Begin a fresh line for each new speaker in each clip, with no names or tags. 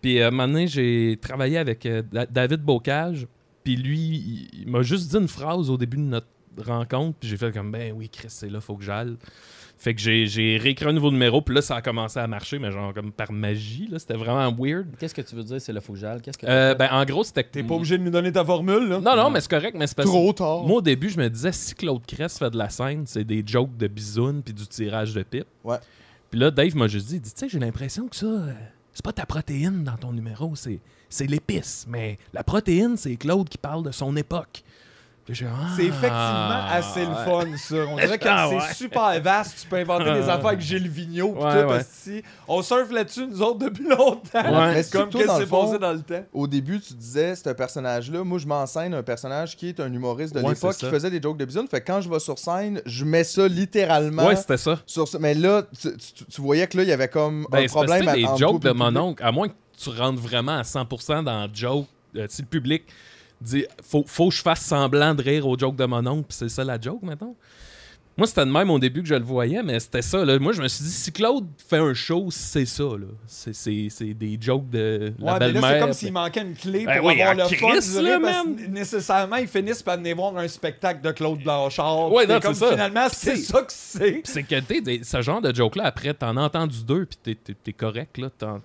Puis, euh, à un moment donné, j'ai travaillé avec euh, Da- David Bocage. Puis lui, il, il m'a juste dit une phrase au début de notre rencontre. Puis j'ai fait comme, ben oui, Chris, c'est là, faut que j'aille. Fait que j'ai- j'ai réécrit un nouveau numéro. Puis là, ça a commencé à marcher, mais genre comme par magie. là. C'était vraiment weird.
Qu'est-ce que tu veux dire, c'est le fougale? Qu'est-ce que
Euh, ben, en gros, c'était...
T'es pas obligé de nous donner ta formule, là.
Non, non, mais c'est correct, mais c'est parce que-
Trop
Oh.
tard.
moi, au début, je me disais, si Claude Crest fait de la scène, c'est des jokes de bisounes puis du tirage de pipe.
Ouais.
Puis là, Dave m'a juste dit, il dit, tu sais, j'ai l'impression que ça, euh, c'est pas ta protéine dans ton numéro, c'est, c'est l'épice. Mais la protéine, c'est Claude qui parle de son époque. Puis j'ai, Ah,
C'est effectivement assez le
ouais.
fun, ça. On dirait que
Ah,
c'est
ouais. Ah.
super vaste. Tu peux inventer des affaires avec Gilles Vigneault pis
Ouais,
tout,
ouais.
hostie. On surfe là-dessus, nous autres, depuis longtemps.
Ouais.
Mais c'est
Comme
surtout,
qu'est-ce
dans
qui
le
s'est
fond,
passé dans le temps.
au début, tu disais, c'est un personnage-là. Moi, je m'enseigne un personnage qui est un humoriste de
Ouais,
l'époque
c'est
qui
ça.
faisait des jokes de bisounes. Fait que quand je vais sur scène, je mets ça littéralement.
Ouais, c'était ça.
sur ce- Mais là, tu, tu- tu voyais que là, il y avait comme
Ben,
un
c'est parce que
problème
tu sais,
entre
des jokes
toi
de
et le
mon
public.
oncle, à moins que tu rentres vraiment à 100% dans le joke, euh, si le public dit faut, faut que je fasse semblant de rire aux jokes de mon oncle, puis c'est ça la joke, maintenant. Moi, c'était de même au début que je le voyais, mais c'était ça. Là. Moi, je me suis dit, si Claude fait un show, c'est ça. là. C'est- C'est c'est des jokes de la
Ouais, mais là,
belle-mère.
c'est comme
puis-
s'il manquait une clé
Ben
pour
oui, en
avoir le fun.
crise,
je dirais,
là,
parce que
man.
nécessairement, ils finissent par venir voir un spectacle de Claude Blanchard.
Ouais,
Puis
non,
comme
c'est ça.
Finalement, c'est
Puis
ça que c'est.
Puis c'est que, tu sais, des- ce genre de joke-là, après, t'en as entendu deux, puis t'es- t'es- t'es correct, là. t'en-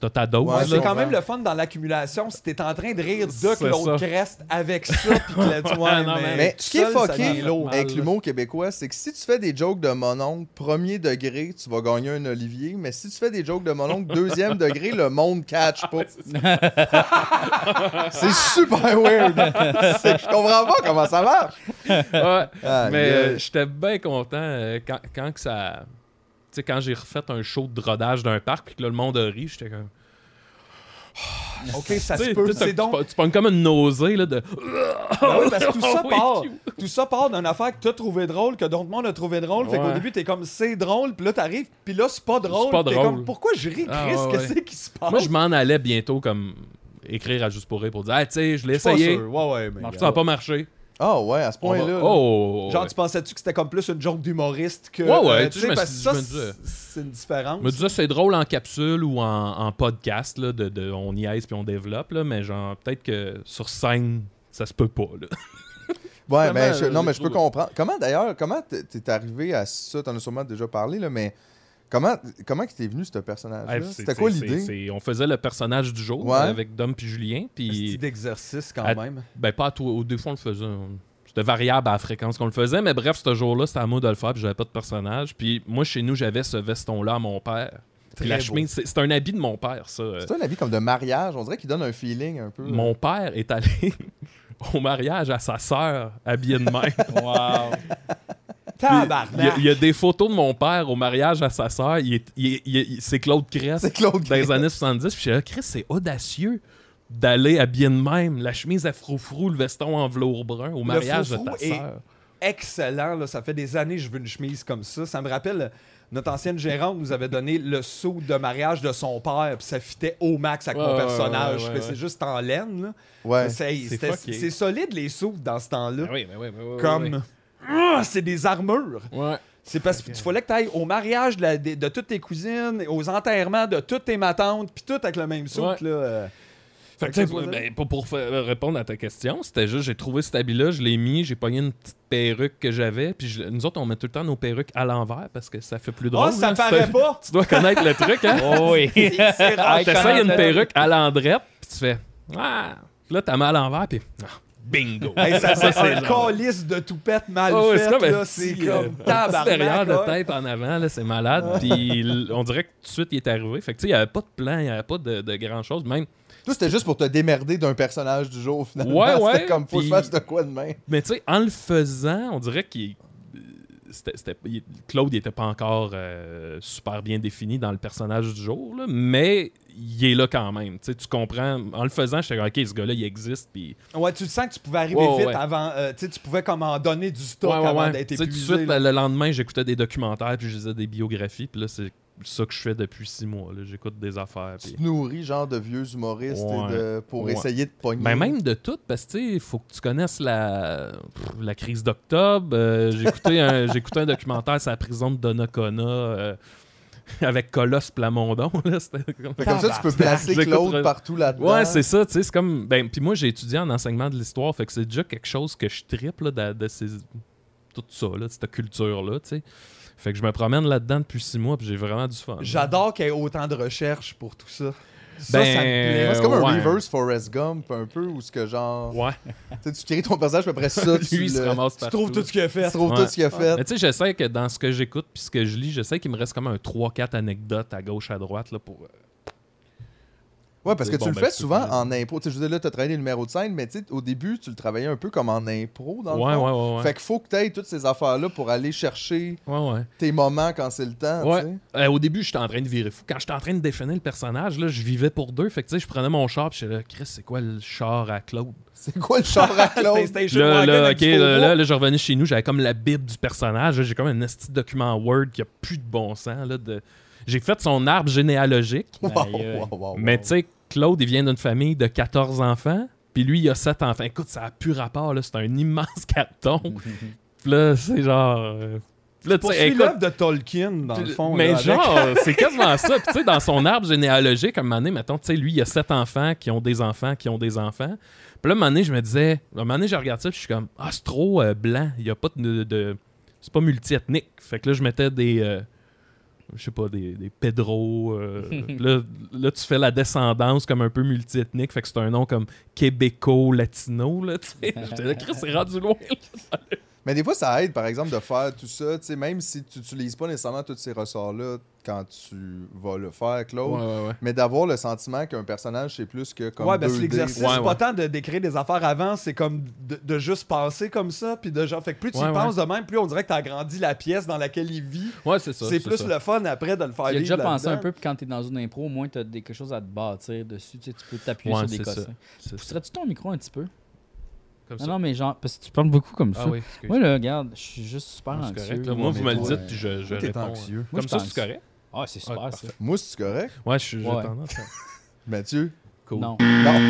T'as ta dose,
Ouais,
là.
C'est
je
quand même
comprends.
le fun dans l'accumulation si t'es en train de rire de
C'est
Claude
ça.
Crest avec ça. Puis que là, tu vois,
Non,
mais,
mais-
Mais
tout
ce qui est
seul, ça
fucké
vient lourd.
avec
là.
l'humour québécois, c'est que si tu fais des jokes de mon oncle, premier degré, tu vas gagner un Olivier. Mais si tu fais des jokes de mon oncle, deuxième degré, le monde catch pas. c'est super weird. C'est- Je comprends pas comment ça marche.
Ouais.
Ah,
mais
gars.
euh, j'étais bien content euh, quand, quand que ça. Tu sais, quand j'ai refait un show de rodage d'un parc, puis que là, le monde a ri, j'étais comme.
OK, ça
Tu
se
sais,
peut.
t'as-
C'est
tu
donc
pognes- Tu pognes comme une nausée, là, de.
Ben oui, parce que tout ça
Oui,
part.
Q.
Tout ça part d'une affaire que t'as trouvé drôle, que d'autres monde a trouvé drôle. Fait qu'au
Ouais.
début, t'es comme c'est drôle, puis là t'arrives, puis là c'est pas drôle.
pas
T'es
drôle.
comme pourquoi je ris, Chris,
Ah, ouais, ouais.
qu'est-ce qui se passe?
Moi, je m'en allais bientôt, comme, écrire à Juste pour rire pour dire, ah, tu sais, je l'ai
suis pas
essayé.
sûr. Ouais, ouais, mais.
Ça n'a pas marché.
Ah ouais, à ce
On va-
point-là. là.
Oh!
Genre,
ouais.
tu pensais-tu que c'était comme plus une joke d'humoriste que. euh,
Ouais, ouais,
tu
tu sais, je
sais,
me
parce que
suis-
ça,
je me disais.
c'est- c'est une différence.
me disais, c'est drôle en capsule ou en, en podcast, là, de, de- on y aise puis on développe, là, mais genre, peut-être que sur scène, ça se peut pas. Là.
Ouais, mais
Vraiment,
je-
euh,
non, mais
j'ai
je peux
trouvé.
comprendre. Comment d'ailleurs, comment t'es- t'es arrivé à ça T'en as sûrement déjà parlé, là, mais comment comment que t'es venu ce personnage-là
Ouais, c'est-
C'était quoi
c'est- c'est-
l'idée
c'est- On faisait le personnage du jour
Ouais.
euh, avec Dom puis Julien.
C'est
Puis,
d'exercice quand
À-
même.
ben, pas à tout. Au deux fois, on le faisait. on- C'était variable à la fréquence qu'on le faisait. Mais bref, ce jour-là, c'était à moi de le faire. Puis j'avais pas de personnage. Puis moi, chez nous, j'avais ce veston-là à mon père. Puis
Très
la
beau.
chemise, c'est c'est un habit de mon père, ça. Euh,
C'est un avis comme de mariage. On dirait qu'il donne un feeling un peu.
Mon père est allé au mariage à sa sœur, habillée de même.
Wow.
Il y, a,
Tabarnak!
il y a des photos de mon père au mariage à sa sœur. Il est- il est- il est- il- c'est Claude Crest.
C'est Claude
Dans les
Crest.
années 70. Puis je suis là, Chris, c'est audacieux d'aller habillé de même. La chemise à frou-frou, le veston en velours brun au mariage de ta
frou-frou est-
sœur.
excellent. Là. Ça fait des années que je veux une chemise comme ça. Ça me rappelle, notre ancienne gérante nous avait donné le seau de mariage de son père, puis ça fitait au max avec
Ouais,
mon
ouais,
personnage.
ouais, ouais,
Puis
ouais.
C'est juste en laine. là.
Ouais.
C'est
C'est
c'était-
fucké.
c'est solide, les seaux, dans ce temps-là.
Ah oui, mais oui, mais oui, oui,
comme...
oui.
Ah, c'est des armures.
Ouais.
C'est parce que tu fallait que tu ailles au mariage de, la- de- de toutes tes cousines, aux enterrements de toutes tes matantes, puis tout avec le même souk.
Ouais.
Là, euh.
Fait que,
Fait que
tu
ça,
sais,
c'est-
ben, pour, pour faire- répondre à ta question, c'était juste, j'ai trouvé cet habit-là, je l'ai mis, j'ai pogné une petite perruque que j'avais, puis je- nous autres, on met tout le temps nos perruques à l'envers parce que ça fait plus drôle. hein,
Ah, ça
là.
paraît
Tu-
pas!
Tu dois connaître le truc, hein?
Oh oui.
C'est rare.
Hey,
T'essayes une
Comment-
perruque à l'endrette, puis tu fais Ah! Puis là, t'as mal à l'envers, puis ah, bingo!
Hey, ça, c'est un
genre-
calice de toupette mal
Ah ouais,
faite,
un
là,
petit,
c'est
euh,
comme
un petit derrière
tabarnak.
de
là.
tête en avant, là, c'est malade. Puis il- on dirait que tout de suite, il est arrivé. Fait que tu sais, il n'y avait pas de plan, il n'y avait pas de, de grand-chose. Même
Tout c'était juste pour te démerder d'un personnage du jour finalement.
Ouais, ouais,
C'était comme faut que je
puis-
fasse de quoi demain.
Mais tu sais, en le faisant, on dirait qu'il. c'était- c'était- il- Claude n'était pas encore euh, super bien défini dans le personnage du jour, là, mais il est là quand même. Tu sais, tu comprends. En le faisant, je comme, OK, ce gars-là, il existe. Puis,
Ouais, tu le sens que tu pouvais arriver
Ouais,
vite
ouais.
avant. euh, tu sais, tu pouvais comme en donner du stock
Ouais, ouais,
avant
ouais.
d'être
Tu sais,
épuisé.
tout de suite,
là.
le lendemain, j'écoutais des documentaires, puis je lisais des biographies. Puis là, c'est ça que je fais depuis six mois. là. J'écoute des affaires.
Tu
puis-
te nourris genre de vieux humoristes
Ouais.
et de- pour
Ouais.
essayer de pogner.
Ben, même de tout, parce que tu sais, il faut que tu connaisses la, pff, la crise d'octobre. Euh, j'ai, écouté un, j'ai écouté un documentaire sur la prison de Donnacona euh, avec Colosse Plamondon. Là, c'était comme-
Fait comme ça, tu peux
Tabarnak,
placer
j'écoute
Claude
re-
partout là-dedans.
Ouais, c'est ça, tu sais, c'est comme... Ben, puis moi, j'ai étudié en enseignement de l'histoire, fait que c'est déjà quelque chose que je tripe, là, de, de ces... Tout ça, là, de cette culture-là, tu sais. Fait que je me promène là-dedans depuis six mois, puis j'ai vraiment du fun.
J'adore qu'il y ait autant de recherches pour tout ça. Ça,
Ben,
ça me plaît.
C'est comme un
Ouais.
reverse Forrest Gump, un peu, où ce que genre.
Ouais.
Tu sais, tu crées ton personnage, puis après ça, tu,
Lui, il se
le-
ramasse
Tu
partout.
trouves tout ce qu'il a
tu
fait.
trouves
Ouais.
tout ce qu'il a fait.
Mais tu sais, j'essaie que dans ce que j'écoute puis ce que je lis, j'essaie qu'il me reste comme un 3-4 anecdotes à gauche, à droite là, pour. euh,
Ouais, parce que
C'est
tu
bon,
le
ben,
fais
tu
souvent
peux-
en impro. Tu sais, je veux dire, là, t'as travaillé les numéros de scène, mais tu sais, au début, tu le travaillais un peu comme en impro, dans
Ouais,
le
ouais,
fond.
ouais, ouais.
Fait qu'il faut que t'aies toutes ces affaires-là pour aller chercher
Ouais, ouais.
tes moments quand c'est le temps,
Ouais.
Ah, tu sais.
Euh, au début, j'étais en train de virer fou. Quand j'étais en train de définir le personnage, là, je vivais pour deux. Fait que tu sais, je prenais mon char, puis j'étais là, Chris, c'est quoi le char à Claude?
C'est quoi le char à Claude?
PlayStation
Là,
Wagon
là,
avec
ok,
du faux
là,
bois.
là, là, je revenais chez nous, j'avais comme la Bible du personnage. là, J'ai comme un esti de document Word qui a plus de bon sens. Là, de... J'ai fait son arbre généalogique.
Wow,
Aïe, aïe.
wow, wow,
Mais
wow.
tu sais, Claude, il vient d'une famille de 14 enfants, puis lui, il a 7 enfants. Écoute, ça a plus rapport, là. C'est un immense carton. Puis là, c'est genre. euh, puis là, tu sais,
Poursuis
écoute,
l'œuvre de Tolkien, dans le fond.
mais
là, avec-
genre, euh, c'est quasiment ça. Puis tu sais, dans son arbre généalogique, à un moment donné, mettons, tu sais, lui, il y a sept enfants qui ont des enfants, qui ont des enfants. Puis là, à un moment donné, je me disais, à un moment donné, je regarde ça, puis je suis comme, ah, c'est trop euh, blanc. Il y a pas de. de- c'est pas multiethnique. Fait que là, je mettais des. euh, je sais pas, des, des Pedro. euh, puis là, là, tu fais la descendance comme un peu multiethnique. Fait que c'est un nom comme Québéco-Latino. Là, tu sais. J'étais là, Chris, c'est rendu loin. là.
Mais des fois, ça aide, par exemple, de faire tout ça, tu sais, même si tu n'utilises pas nécessairement tous ces ressorts-là quand tu vas le faire, Claude.
euh,
Mais d'avoir le sentiment qu'un personnage, c'est plus que comme
ouais, ben
2D,
c'est l'exercice.
Ouais,
c'est
ouais.
pas tant de d'écrire des affaires avant, c'est comme de, de juste passer comme ça, puis de genre. Fait que plus tu
Ouais,
y
ouais.
penses de même, plus on dirait que t'as agrandi la pièce dans laquelle il vit.
Ouais, c'est ça.
C'est plus
ça.
le fun après de le faire
J'ai
vivre.
déjà pensé un
là-dedans.
peu, puis quand t'es dans une impro, au moins t'as des- quelque chose à te bâtir dessus. Tu, sais, tu peux t'appuyer
Ouais,
sur des
c'est ça.
cossins.
C'est ça.
Pousserais-tu ton micro un petit peu?
Comme
Non,
ça.
non, mais genre, parce que tu parles beaucoup comme ça.
Ah oui, excuse.
Moi, là, regarde, je suis juste super
C'est
anxieux.
correct, là. Moi,
mais
vous me le
toi,
dites,
euh,
puis je, je
toi, t'es
réponds.
anxieux.
euh,
Moi,
Comme
je
ça,
pense.
c'est correct.
Ah, c'est super,
Ouais,
ça.
Moi, c'est correct.
Ouais, je suis j'ai
Ouais.
tendance à...
Mathieu.
Cool.
Non.
Non,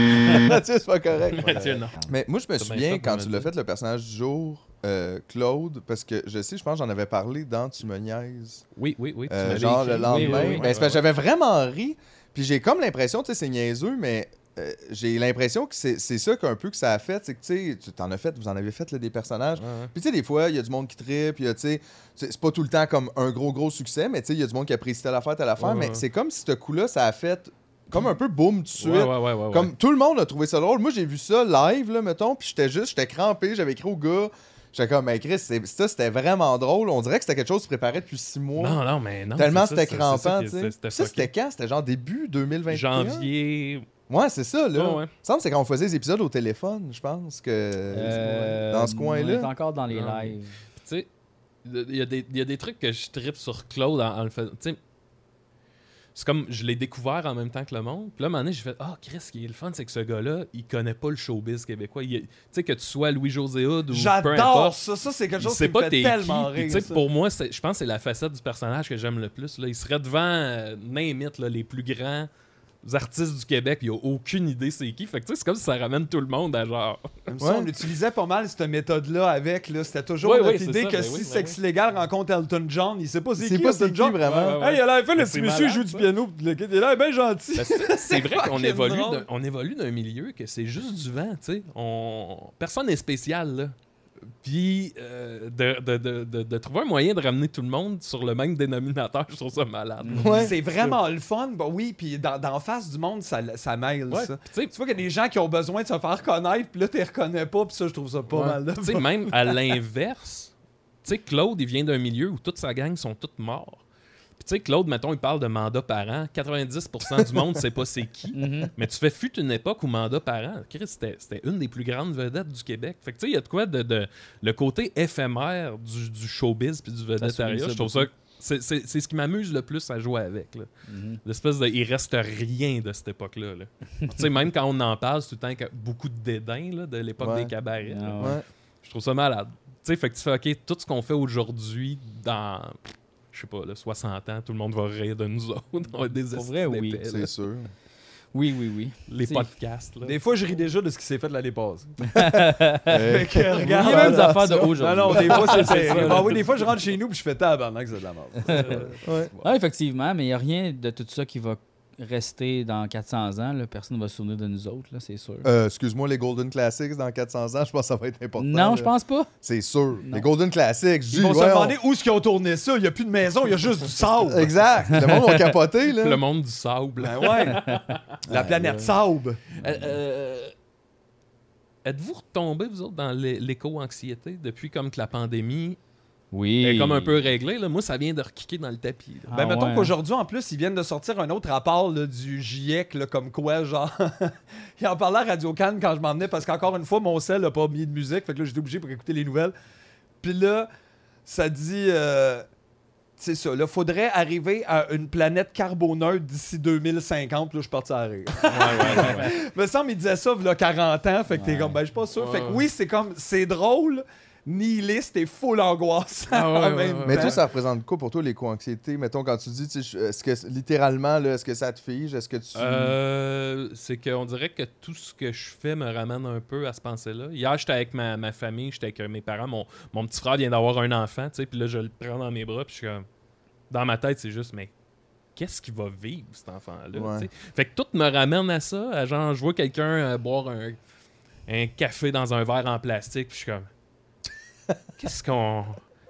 Mathieu, c'est pas correct.
Mathieu, non.
Mais moi, je me
T'as bien
souviens
fait de
quand
me
tu
le
l'as
dire.
fait, le personnage du jour, euh, Claude, parce que je sais, je pense que j'en avais parlé dans Tu me niaises.
Oui, oui, oui. tu
Euh,
m'avais
genre
écrit.
le lendemain.
Oui, oui, oui.
Ben, c'est parce que j'avais vraiment ri. Puis j'ai comme l'impression, tu sais, c'est niaiseux, mais euh, j'ai l'impression que c'est c'est ça qu'un peu que ça a fait. C'est que tu sais, tu t'en as fait, vous en avez fait là, des personnages.
Ouais, ouais.
Puis tu sais, des fois, il y a du monde qui tripe, il y a, tu sais, c'est c'est pas tout le temps comme un gros, gros succès, mais tu sais, il y a du monde qui apprécie telle affaire, telle affaire.
Ouais,
mais
ouais.
c'est comme si ce coup-là, ça a fait comme un peu boum tout de suite.
Ouais, ouais, ouais, ouais, ouais.
Comme tout le monde a trouvé ça drôle. Moi, j'ai vu ça live, là, mettons, puis j'étais juste, j'étais crampé, j'avais écrit au gars. J'étais comme, mais Chris, c'est- ça, c'était vraiment drôle. On dirait que c'était quelque chose qui se préparait depuis six mois.
Non, non, mais non.
Tellement
Ah, c'est ça,
c'était
c'est- c'est ça
crampant, tu
qui-
sais.
C'était
Ça,
fucké.
c'était quand? C'était genre début 2021?
janvier.
Ouais, c'est ça, là.
Ouais,
Il
ouais.
me semble que c'est quand on faisait les épisodes au téléphone, je pense, que...
Euh,
dans ce
On est
coin-là.
encore dans les
Non.
lives.
Puis, Tu sais, il y, a des- il y a des trucs que je tripe sur Claude en, en le faisant. Tu sais, c'est comme je l'ai découvert en même temps que le monde. Puis là, à un moment donné, j'ai fait Ah, Chris, ce qui est le fun, c'est que ce gars-là, il connaît pas le showbiz québécois. Il est- Tu sais, que tu sois Louis-José Hood ou peu importe.
J'adore ça. Ça, c'est quelque
Il
chose
sait
qui me fait
t'es
tellement
qui, puis
rire.
tu sais,
ça.
Pour moi, c'est- je pense que c'est la facette du personnage que j'aime le plus. là. Il serait devant euh, name it, là, les plus grands artistes du Québec, puis il a aucune idée c'est qui. Fait que tu sais, c'est comme si ça ramène tout le monde à genre.
Comme ça,
Ouais.
on utilisait pas mal cette méthode-là avec. là. C'était toujours
Ouais,
notre
ouais, c'est
idée
ça,
que
ben
si
oui, ben
Sexe Légal rencontre Elton John, il sait pas c'est
C'est
qui
pas
Elton
c'est qui,
John.
vraiment.
Ouais, ouais.
Hey, il a l'air fait le
Mais
petit
c'est
monsieur, il joue
malade,
du
ça.
piano, pis le kid, il a l'air bien gentil.
Ben, c'est- C'est vrai qu'on
fucking
évolue,
drôle.
d'un- on évolue d'un milieu que c'est juste du vent, tu sais. On... Personne n'est spécial, là. Puis euh, de, de- de- de- de trouver un moyen de ramener tout le monde sur le même dénominateur, je trouve ça malade.
Ouais.
C'est vraiment le fun, bah oui, puis dans, dans face du monde, ça, ça mêle
Ouais,
ça.
puis tu sais,
Tu vois qu'il y a des gens qui ont besoin de se faire connaître, puis là, tu les reconnais pas, puis ça, je trouve ça pas
Ouais.
mal. là.
Tu sais, même à l'inverse, tu sais, Claude, il vient d'un milieu où toute sa gang sont toutes morts. Puis tu sais, Claude, mettons, il parle de mandat par an. 90% du monde sait pas c'est qui.
Mhm.
Mais tu fais fut une époque où mandat par an, Chris, c'était c'était une des plus grandes vedettes du Québec. Fait que tu sais, il y a de quoi de, de- le côté éphémère du, du showbiz puis du
souligne
vedettariat.
ça
Je trouve ça. C'est c'est- c'est ce qui m'amuse le plus à jouer avec. là.
Mhm.
L'espèce de. Il reste rien de cette époque-là. là. tu sais, même quand on en parle, c'est tout le temps que- beaucoup de dédain là, de l'époque
Ouais.
des cabarets. là.
Ah ouais.
Ouais.
Je trouve ça malade. Tu sais, fait que tu fais, OK, tout ce qu'on fait aujourd'hui, dans, je sais pas, là, 60 ans, tout le monde va rire de nous autres. On va être des
Pour
estis
vrai, oui.
d'épais, là.
C'est sûr.
Oui, oui, oui.
Les
C'est-
podcasts, là.
Des fois, je ris déjà de ce qui s'est fait l'année passée.
Hey.
Fait que, regarde,
Il y a même des
là,
affaires de
Non,
aujourd'hui.
non, des fois, c'est
C'est ça,
terrible.
là.
Ah oui, des fois, je rentre chez nous puis je fais tabarnak, c'est de la merde.
Ouais.
Ah, effectivement, mais il n'y a rien de tout ça qui va rester dans 400 ans. là. Personne ne va se souvenir de nous autres, là, c'est sûr.
Euh, Excuse-moi, les Golden Classics dans 400 ans, je pense que ça va être important.
non,
là.
je pense pas.
C'est sûr.
Non.
Les Golden Classics, je
Ils
dis,
vont se
ouais, on-
demander où est-ce qu'ils ont tourné ça. Il n'y a plus de maison, il y a juste du sable.
Exact. Le monde va capoter, là.
Le monde du sable.
Ben ouais. La planète sable.
Euh, euh, Êtes-vous retombés, vous autres, dans l'é- l'éco-anxiété depuis comme que la pandémie
Oui.
est comme un peu réglée? Là? Moi, ça vient de rekicker dans le tapis. là.
Ah,
Ben, mettons
ouais.
qu'aujourd'hui, en plus, ils viennent de sortir un autre rapport là, du GIEC, là, comme quoi, genre. ils en parlaient à Radio Cannes quand je m'en venais, parce qu'encore une fois, mon sel n'a pas mis de musique, fait que là, j'étais obligé pour écouter les nouvelles. Puis là, ça dit. euh, C'est ça, là, faudrait arriver à une planète carboneutre d'ici 2050. Là, je suis parti à rire. Me semble, il disait ça, il 40 ans, fait que t'es comme, ben, je suis pas sûr. Fait que oui, c'est comme, c'est drôle, nihiliste et full angoisse.
Ah ouais,
en
ouais,
même
ouais,
Mais
temps.
toi, ça représente quoi pour toi, les co-anxiétés? Mettons, quand tu dis, tu sais, je- est-ce que littéralement, là, est-ce que ça te fige? Est-ce que tu.
Euh, c'est qu'on dirait que tout ce que je fais me ramène un peu à ce pensée-là. Hier, j'étais avec ma, ma famille, j'étais avec euh, mes parents. Mon, mon petit frère vient d'avoir un enfant, tu sais, puis là, je le prends dans mes bras, puis je suis comme. Dans ma tête, c'est juste, mais qu'est-ce qu'il va vivre, cet enfant-là?
Ouais.
tu sais? Fait que tout me ramène à ça. à genre, je vois quelqu'un euh, boire un, un café dans un verre en plastique, puis je suis comme. Qu'est-ce qu'on.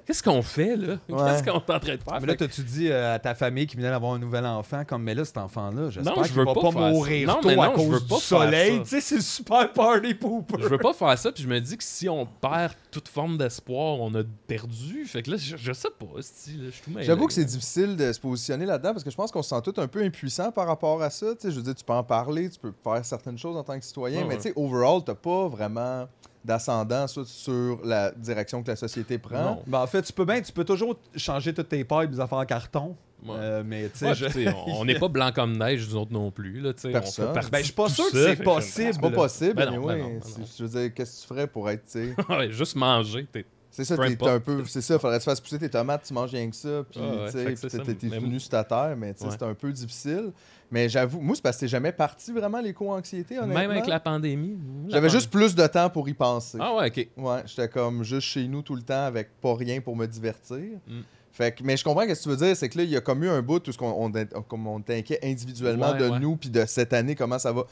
Qu'est-ce qu'on fait, là?
Ouais.
Qu'est-ce qu'on est en train de
Ah,
faire?
mais là,
Fait que-
t'as-tu dit euh, à ta famille qui venait d'avoir un nouvel enfant, comme, mais là, cet enfant-là, j'espère
Non, je
qu'il
veux
va
pas
pas,
faire
mourir
ça. Non,
tôt
mais
à
non, je
cause
veux
du
pas faire
soleil.
ça.
Tu sais, c'est super party pooper.
Je veux pas faire ça, puis je me dis que si on perd toute forme d'espoir, on a perdu. Fait que là, je, je sais pas, c'ti, là, je suis tout mêlé,
J'avoue que c'est
là.
difficile de se positionner là-dedans parce que je pense qu'on se sent tous un peu impuissants par rapport à ça. Tu sais, je veux dire, tu peux en parler, tu peux faire certaines choses en tant que citoyen,
Ouais,
mais
ouais.
tu sais, overall, t'as pas vraiment d'ascendant sur, sur la direction que la société prend.
Non.
Ben, en fait, tu peux bien, tu peux toujours changer toutes tes pipes, des affaires en carton.
Ouais.
Euh, mais tu sais,
Ouais,
je-
puis, t'sais, on on n'est pas blanc comme neige, nous autres non plus. Là, t'sais, on fait
Personne.
partie
Ben, je suis pas
de
sûr
tout
que
ça,
c'est
fait
possible.
C'est pas
là.
possible,
Ben non,
mais
ben
oui.
non, ben non.
Je veux dire, qu'est-ce que tu ferais pour être, tu sais.
Ouais, juste manger. t'es-
C'est ça,
Peu
t'es t'es
importe.
un peu. C'est ça, faudrait que tu fasses pousser tes tomates, tu manges rien que ça, puis
Ah ouais,
tu sais,
fait que
puis
c'est
t'es-
ça,
t'es t'es
mais-
venu sur ta terre, mais tu sais,
Ouais.
c'est un peu difficile. Mais j'avoue, moi, c'est parce que t'es jamais parti vraiment les co-anxiétés, honnêtement.
Même avec la pandémie. la
J'avais
pandémie.
juste plus de temps pour y penser.
Ah ouais, ok.
Ouais, j'étais comme juste chez nous tout le temps avec pas rien pour me divertir.
Mm.
Fait que, mais je comprends ce que tu veux dire, c'est que là, il y a comme eu un bout où ce qu'on- on, est- comme on t'inquiète individuellement
Ouais,
de
ouais.
nous puis de cette année, comment ça va.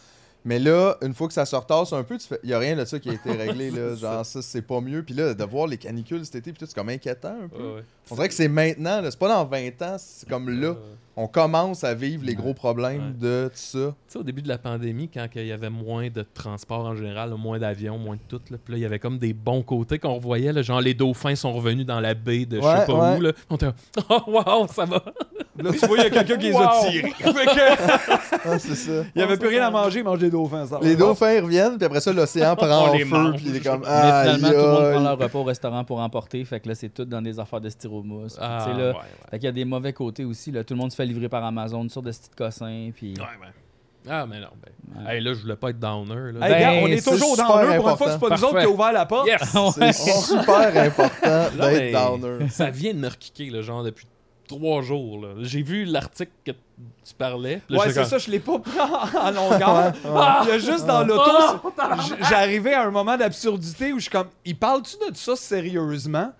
Mais là, une fois que ça se retasse un peu, tu fais, il y a rien de ça qui a été réglé. là, genre, ça, c'est pas mieux. Puis là, de voir les canicules cet été, puis tout, c'est comme inquiétant un peu.
Ouais, ouais.
On dirait que c'est maintenant, là, c'est pas dans 20 ans, c'est comme là.
Euh,
On commence à vivre les gros problèmes
Ouais.
de tout ça.
Tu sais, au début de la pandémie, quand il y avait moins de transport en général, là, moins d'avions, moins de tout, là, puis là, il y avait comme des bons côtés qu'on revoyait, là, genre les dauphins sont revenus dans la baie de je
Ouais,
sais pas
ouais.
où, là. On était « Oh, wow, ça va!
Là, tu vois, il y a quelqu'un qui les a
Wow.
tirés. Fait que,
Ah, c'est ça.
il y avait plus rien à manger, ils mangent des dauphins. Ça.
Les dauphins ils reviennent, puis après ça, l'océan prend
On
en
les
feu,
mange.
puis il est comme.
Mais finalement, tout le monde
aïe,
prend
aïe.
leur repas au restaurant pour emporter. Fait que là, c'est tout dans des affaires de styromousse. puis
Ah,
tu sais, là,
Ah, ouais, ouais.
Fait qu'il y a des mauvais côtés aussi. Là. Tout le monde se fait livrer par Amazon, sur des petits cossins. Puis...
Ouais, ouais. Ah, mais non. Ben. Hey, là, je voulais pas être
Hey,
downer. Là.
oh! gars, on
Ben,
est
c'est
toujours
super
dans l'eux. Pour une fois,
important.
c'est pas nous
Parfait.
autres qui a ouvert la porte.
Yes!
C'est super important
Non,
d'être
mais-
downer.
Ça vient de me requiquer, le genre, depuis trois jours. là. J'ai vu l'article que tu parlais. puis là,
ouais,
j'étais
c'est
comme,
ça, je l'ai pas pris en- en longueur. Ah, Il y a juste dans l'auto, j- j'arrivais à un moment d'absurdité où je suis comme, il parle-tu de ça sérieusement?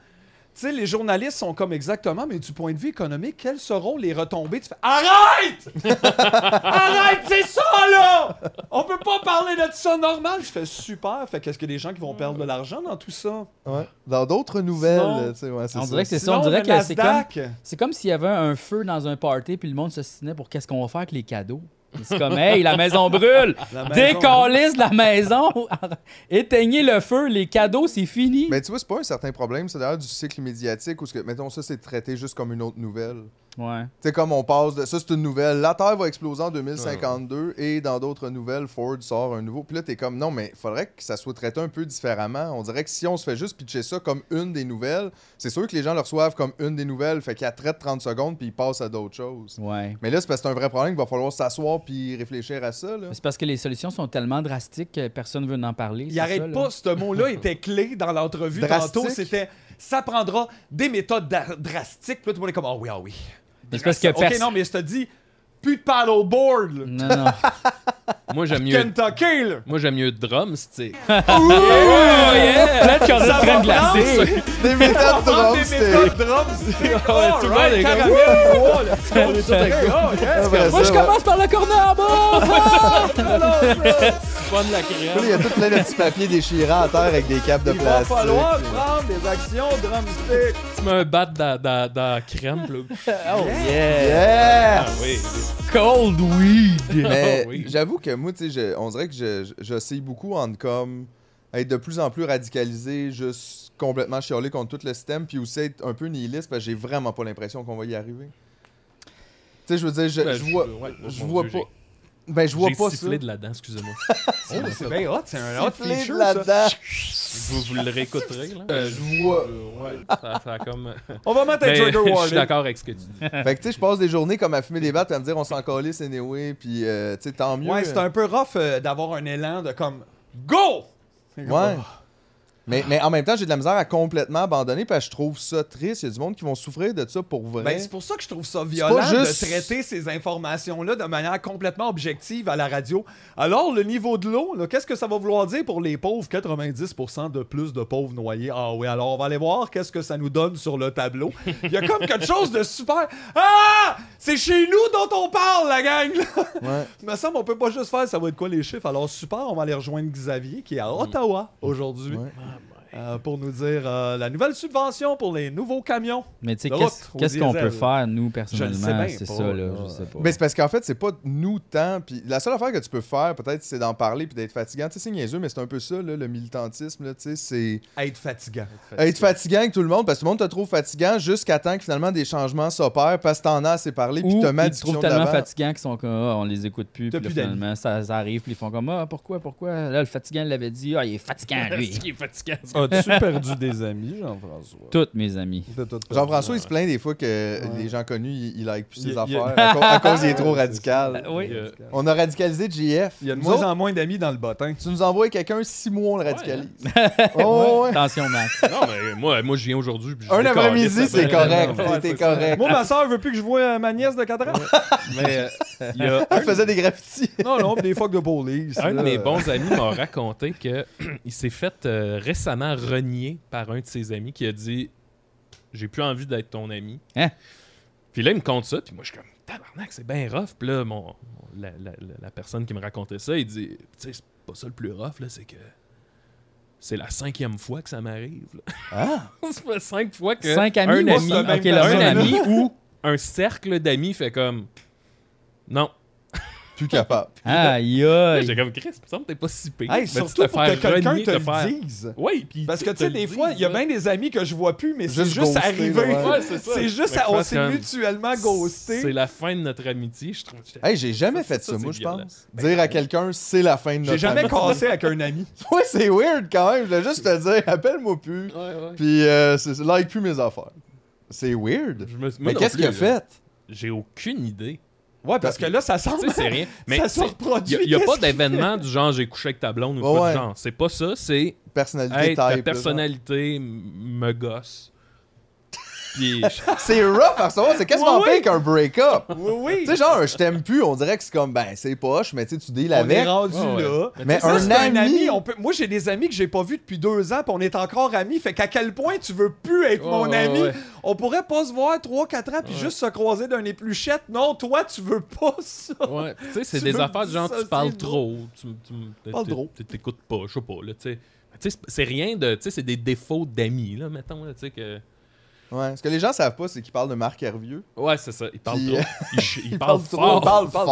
Tu sais, les journalistes sont comme exactement, mais du point de vue économique, quelles seront les retombées? Tu fais, arrête! arrête, c'est ça, là! On peut pas parler de ça normal. Je fais, super. Fait qu'est-ce que les gens qui vont perdre de l'argent dans tout ça?
Ouais. Dans d'autres nouvelles,
Sinon,
tu sais, ouais, c'est
on
ça.
dirait que c'est ça.
Sinon,
On dirait
le
que c'est comme,
Nasdaq,
c'est comme s'il y avait un feu dans un party, puis le monde se signait pour qu'est-ce qu'on va faire avec les cadeaux. Et C'est comme, hey, la maison brûle!
la maison-
Décalisse de la maison! Éteignez le feu, les cadeaux, c'est fini!
Mais tu vois, c'est pas un certain problème, c'est d'ailleurs du cycle médiatique où, ce que, mettons, ça, c'est traité juste comme une autre nouvelle.
Ouais.
Tu sais, comme on passe de ça, c'est une nouvelle, la Terre va exploser en 2052, et dans d'autres nouvelles, Ford sort un nouveau. Puis là, t'es comme, non, mais faudrait que ça soit traité un peu différemment. On dirait que si on se fait juste pitcher ça comme une des nouvelles, c'est sûr que les gens le reçoivent comme une des nouvelles, fait qu'ils la traitent 30 secondes, puis ils passent à d'autres choses.
Ouais.
Mais là, c'est parce que c'est un vrai problème qu'il va falloir s'asseoir puis réfléchir à ça. Là.
Mais C'est parce que les solutions sont tellement drastiques que personne veut en parler.
Il
c'est
arrête
ça, là.
pas, ce mot-là était clé dans l'entrevue
Drastique.
tantôt. C'était ça prendra des méthodes dra- drastiques. Puis là, tout le monde est comme Ah oui, ah oui.
Mais C'est parce que
ok,
personne.
non, mais je te dis, plus de paddleboard, là.
non, non.
Moi, j'aime mieux.
Kentucky, là.
Moi, j'aime mieux drums, tu sais.
Oh, Peut-être qu'on est en train de
prendre-
glacer.
Des méthodes
Ah,
drôles,
des
c'était-
méthodes drums, c'est
tout le monde est
alright,
comme,
caramel, bois, là.
Après
Moi,
ça,
je
Ah, ouais.
commence par le corner en bas!
Bonne la
Puis là, Il y a tout plein de petits papiers déchirants à terre avec des capes de
Il va
plastique.
falloir prendre des actions drumstick.
Tu mets un bat dans, dans, dans la crème, puis là.
Oh, yeah!
Yeah!
Ah oui.
Cold weed!
Mais
Ah oui.
j'avoue que moi, tu sais, je- on dirait que je, je, j'oscille beaucoup entre comme être de plus en plus radicalisé, juste complètement chialé contre tout le système, puis aussi être un peu nihiliste parce que j'ai vraiment pas l'impression qu'on va y arriver. Tu sais, je veux dire, je,
Ben,
je vois,
ouais, mon
je vois
Dieu,
pas. Ben, je vois
j'ai
pas
sifflé
ça.
de Ah, là-dedans, excusez-moi.
Oh, C'est bien hot, c'est un hot
Siffler de
feature, ça.
là-dedans.
vous, vous le réécouterez, là.
Euh, je vois.
ouais. Ça, ça a comme.
On va mettre un
Mais
trigger
Ben, je suis
warning.
d'accord avec ce que tu dis.
Fait que tu sais, je passe des journées comme à fumer des battes, à me dire on s'en calisse anyway, puis euh, tu sais, tant mieux.
Oh.
Ouais, c'est un peu rough euh, d'avoir un élan de comme Go!
Ouais. Mais, mais en même temps, j'ai de la misère à complètement abandonner parce que je trouve ça triste. Il y a du monde qui vont souffrir de ça pour vrai.
Ben, c'est pour ça que je trouve ça violent
pas juste-
de traiter ces informations-là de manière complètement objective à la radio. Alors, le niveau de l'eau, là, qu'est-ce que ça va vouloir dire pour les pauvres 90% de plus de pauvres noyés? Ah oui, alors on va aller voir qu'est-ce que ça nous donne sur le tableau. Il y a comme quelque chose de super... Ah! C'est chez nous dont on parle, la gang! là!
Ouais.
Il me semble on peut pas juste faire ça va être quoi les chiffres. Alors super, on va aller rejoindre Xavier qui est à Ottawa aujourd'hui
Mm. Ouais.
euh, pour nous dire euh, la nouvelle subvention pour les nouveaux camions.
Mais tu sais,
De
qu'est-ce
route, au
qu'est-ce qu'on
diesel.
peut faire, nous,
sais
personnellement?
bien
C'est
pas,
ça, là.
là.
Je sais pas.
Ben, c'est parce qu'en fait, c'est pas nous tant. Puis la seule affaire que tu peux faire, peut-être, c'est d'en parler puis d'être fatigant. Tu sais, c'est niaiseux, mais c'est un peu ça, là, le militantisme. Là, tu sais, c'est
Être fatigant.
être fatigant avec tout le monde parce que tout le monde te trouve fatigant jusqu'à temps que finalement des changements s'opèrent parce que t'en as assez parlé puis
Ou
t'as ma
ils te
discussion
trouvent tellement
d'avant.
fatigants qu'ils sont comme ah, on les écoute plus.
T'as
Puis là,
plus d'amis.
finalement, ça, ça arrive. Puis ils font comme Ah, pourquoi, pourquoi Là, le fatigant l'avait dit Ah, il est fatigant, lui.
C'est qui est fatigant. ça.
As-tu perdu des amis, Jean-François?
Toutes mes amis.
Jean-François, il se plaint des fois que les gens connus, ils il like plus ses
Il- il-
affaires à, cause- à cause il est trop radical.
oui.
Euh,
On a radicalisé JF.
Il y a de
Nous
moins
autres,
en moins d'amis dans le bottin.
Tu nous envoies quelqu'un, six mois, on le radicalise.
hein.
Oh, ouais.
Attention, Max.
Non, mais moi, moi je viens aujourd'hui. puis je
Un
décolle,
après-midi,
ça
c'est
va.
correct.
Ouais,
T'es
c'est ça.
correct.
Moi, ma soeur veut plus que je vois euh, ma nièce de 4 ans.
Mais euh, il y a
Elle faisait des graffitis.
Non, non, pis des fuck de police.
Un de
là.
mes bons amis m'a raconté qu'il s'est fait euh, récemment renier par un de ses amis qui a dit J'ai plus envie d'être ton ami.
Hein?
Puis là, il me compte ça, puis moi, je suis comme Tabarnak, c'est bien rough. Puis là, mon, mon- la, la- la- la personne qui me racontait ça, il dit Tu sais, c'est pas ça le plus rough, là, c'est que. C'est la cinquième fois que ça m'arrive. Ah! ça fait cinq fois que.
cinq amis.
un
moi,
ami,
c'est la même
ok,
personne,
la
un
là.
ami ou un cercle d'amis fait comme. Non.
Plus capable.
Aïe,
Là,
aïe.
J'ai comme Chris, il me semble que t'es pas si pire.
Hey,
Mais tu
surtout
te
pour
fais
que quelqu'un
renier,
te
faire-
le dise.
Oui, puis
Parce
te-
que tu sais,
te
des
le
fois, il y a
disent,
bien des amis que je vois plus, mais c'est
Juste
juste
ghosté,
arrivé.
là.
Ouais,
Ouais, c'est ça.
C'est juste,
Fait que
on
je
s'est
pense que
mutuellement
C'est
ghosté.
la fin de notre amitié, je trouve.
Hey, j'ai jamais
Ça,
fait
ça,
ça,
c'est
moi, je
violent. Ben,
pense. Dire à quelqu'un, c'est la fin de notre
J'ai jamais
ami.
cassé avec un ami.
Ouais, c'est weird quand même. Je voulais juste te dire, appelle-moi plus. Puis, euh, c'est- c'est- like plus mes affaires. C'est weird.
Je me- moi
Mais
non
qu'est-ce
plus,
qu'il a
là.
fait?
J'ai aucune idée.
Ouais, parce que là, ça sent.
Tu sais, c'est rien. Mais
ça se
c'est-
reproduit.
il n'y a,
Qu'est-ce
pas
que-
d'événement du genre j'ai couché avec ta blonde ou
Ouais,
pas
ouais.
du genre. C'est pas ça, c'est
Personnalité
hey, ta
type, là, genre.
personnalité m- me gosse. Puis
C'est rough à recevoir. C'est quasiment
Ouais, ouais.
pire qu'un break-up.
Oui,
Tu sais,
oui.
genre, un je t'aime plus, on dirait que c'est comme, ben, c'est poche, mais tu sais, tu deals
On est
avec.
rendu
Ouais, ouais.
là.
Mais
Ça,
un
c'est
ami.
on peut... Moi, j'ai des amis que j'ai pas vus depuis deux ans, puis on est encore amis. Fait qu'à quel point tu veux plus être
Ouais,
mon
ouais,
ami?
ouais.
On pourrait pas se voir trois, quatre ans, puis juste se croiser d'un épluchette. Non, toi, tu veux pas ça.
Ouais, tu sais, c'est
Tu
des
veux
affaires du genre, tu
dissocier
parles
le
trop, tu, tu- tu-
Parles
tu-
trop.
tu t'écoutes pas, je sais pas, là, tu sais. Mais tu sais. c'est- C'est rien de, tu sais, c'est des défauts d'amis, là, mettons, là, tu sais, que...
Ouais. Ce que les gens savent pas, c'est qu'ils parlent de Marc Hervieux.
Ouais, c'est ça, ils parlent
Puis,
trop,
euh,
ils, ch- ils
Ils
parlent
parlent trop,
fort.
ils parlent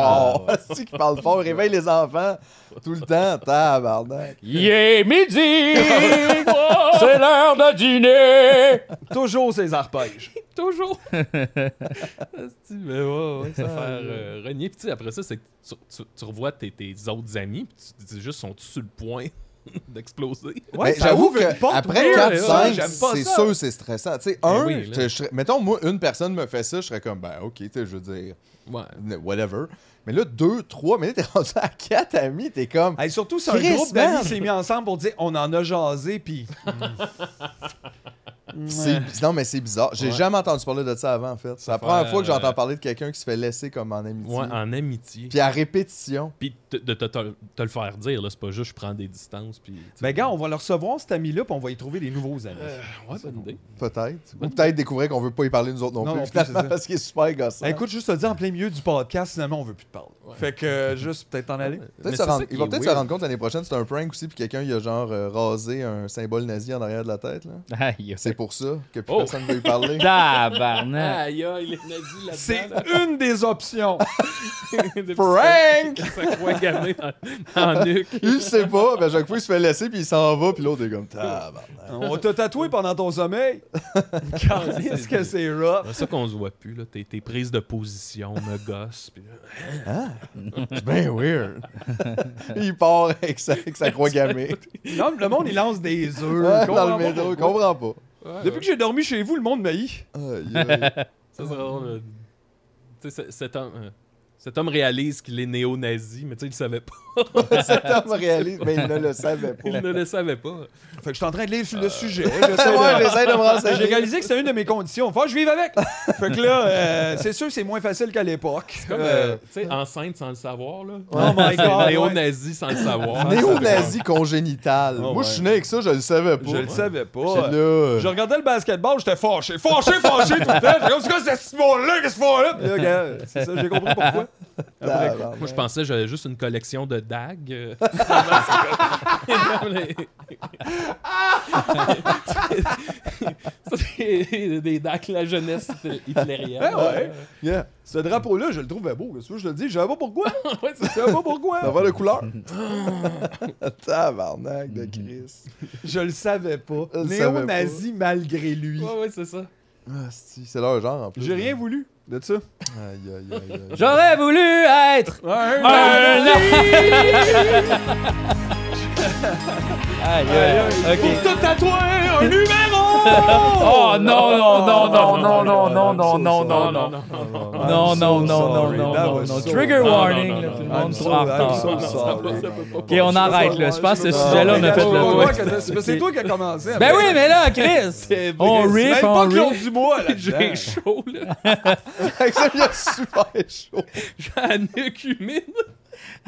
fort. C'est qu'ils parlent fort, réveille les enfants tout le temps. Tabarnak.
Il est midi! C'est l'heure de dîner!
Toujours ces arpèges.
Toujours! Asti, mais ouais, ouais,
Ah,
ça va faire euh, renier. Puis tu sais, après ça, c'est que tu, tu- tu revois tes, tes autres amis, puis tu te dis juste, sont-tu sur le point d'exploser?
Mais
ça
j'avoue
ouvre une
que
porte
après
weird, ça,
4 5
j'aime pas
c'est
ça.
sûr c'est stressant. Tu sais un,
oui,
je-
là.
je- mettons moi une personne me fait ça, je serais comme ben OK, tu sais je veux dire
Ouais.
whatever. Mais là 2 3 mais là t'es rendu à 4 amis, t'es comme
Hey, surtout si un
Chris,
groupe d'amis
man.
s'est mis ensemble pour dire on en a jasé, puis.
c'est non mais c'est bizarre. J'ai
Ouais.
jamais entendu parler de ça avant en fait. C'est la
fait,
première fois que
euh,
j'entends parler de quelqu'un qui se fait laisser comme en amitié.
Ouais, hein. en amitié.
Puis à répétition.
Puis te- de te, te- te le faire dire, là, c'est pas juste je prends des distances, puis... tu sais.
Ben, gars, on va le recevoir, cet ami-là, puis on va y trouver des nouveaux amis.
Euh, ouais, bonne idée.
Peut-être. Ou peut-être découvrir qu'on veut pas y parler nous autres non,
Non,
plus,
non plus,
finalement,
c'est ça.
parce qu'il est super gossant.
Ben, écoute, juste te dire en plein milieu du podcast, finalement, on veut plus te parler.
Ouais.
Fait que euh, juste peut-être t'en aller.
Mais
Peut-être se
c'est ça
rendre-
qui
il va
est
peut-être se
weird.
rendre compte l'année prochaine, c'est un prank aussi, puis quelqu'un il a genre euh, rasé un symbole nazi en arrière de la tête. Là.
Aïe,
C'est pour ça que plus
Oh.
personne ne veut y parler.
Tabarnak!
Aïe, aïe, les nazis là-dedans.
C'est
là.
une des options.
Depuis
Prank!
ça- Ça croit gamin en, en nuque.
Il sait pas, ben à chaque fois il se fait laisser puis il s'en va puis l'autre est comme tabarnak.
On t'a tatoué pendant ton sommeil. Est-ce que c'est rough?
C'est ça qu'on se voit plus, là. Tes, tes prises de position me gossent. Puis... euh,
C'est bien weird. il part avec sa, avec sa croix gammée.
Non, le monde, il lance des œufs.
Ouais,
Comprends
dans le
pas
métro, il
pourquoi.
comprend pas.
Depuis que j'ai dormi chez vous, le monde me hait.
Aïe, aïe.
Ça sera drôle. euh, Tu sais, c'est- cet homme. euh, Cet homme réalise qu'il est néo-nazi, mais tu sais, il le savait pas.
Cet homme réalise, mais il ne le savait pas.
Il ne le savait pas.
Fait que je suis en train de lire sur le sujet.
Euh, Ouais, j'essaie de me
J'ai
renseigner.
réalisé que c'était une de mes conditions. Faut que je vive avec. Fait que là, euh, c'est sûr que c'est moins facile qu'à l'époque.
C'est Comme, euh, tu sais, enceinte sans le savoir, là.
Oh my
C'est
God,
Néo-nazi sans le savoir.
Néo-nazi congénital. Moi, je suis né avec ça, je le savais pas.
Oh, Je le savais
J'étais
pas.
là.
Je regardais le basketball, j'étais fâché. Fâché, fâché tout le temps. J'ai dit, c'est quoi ce monde-là? Qu'est-ce qu'ils font là? Puis là, gars, c'est ça, j'ai compris pourquoi.
Ah, bah,
Moi, je pensais que j'avais juste une collection de dagues. euh, c'est des, des dagues, la jeunesse hitlérienne.
Ah ouais.
yeah.
Ce drapeau-là, je le trouvais beau. C'est ça, je te le dis. Je savais pas pourquoi.
Ouais,
Je
c'est-
savais pas pourquoi.
D'avoir de couleur. Tabarnak
Mm-hmm.
de Chris.
Je le savais pas.
Je le
Néo-nazi malgré lui.
ouais, ouais, c'est ça.
Ah, c'est c'est leur genre en plus.
J'ai rien voulu de ça.
Aïe, aïe, aïe, aïe.
J'aurais voulu être un Aïe, aïe, ok.
Pour te tatouer un numéro!
Oh non, non, non, non, non, non, non, non, non, non,
Non, non, non.
non. Non, non, non, non, non,
That
non,
was
non.
so-
Trigger
Non, non,
warning,
non,
là,
non,
tout le
non,
monde
I'm
sera en
so-
retard.
I'm so
Non, ça
sorry.
peut- ça peut pas.
Ok, on arrête, là. Je pense que ce
Non,
sujet-là, on
mais
a fait
c'est
le
pas
tour.
moi
Mais c'est Ah, toi qui as commencé.
Ben oui, mais là, Chris, on riff,
Même
on
pas Claude
riff.
Dubois, là.
J'ai chaud, là.
Fait que ça devient super chaud.
J'ai la nuque humide.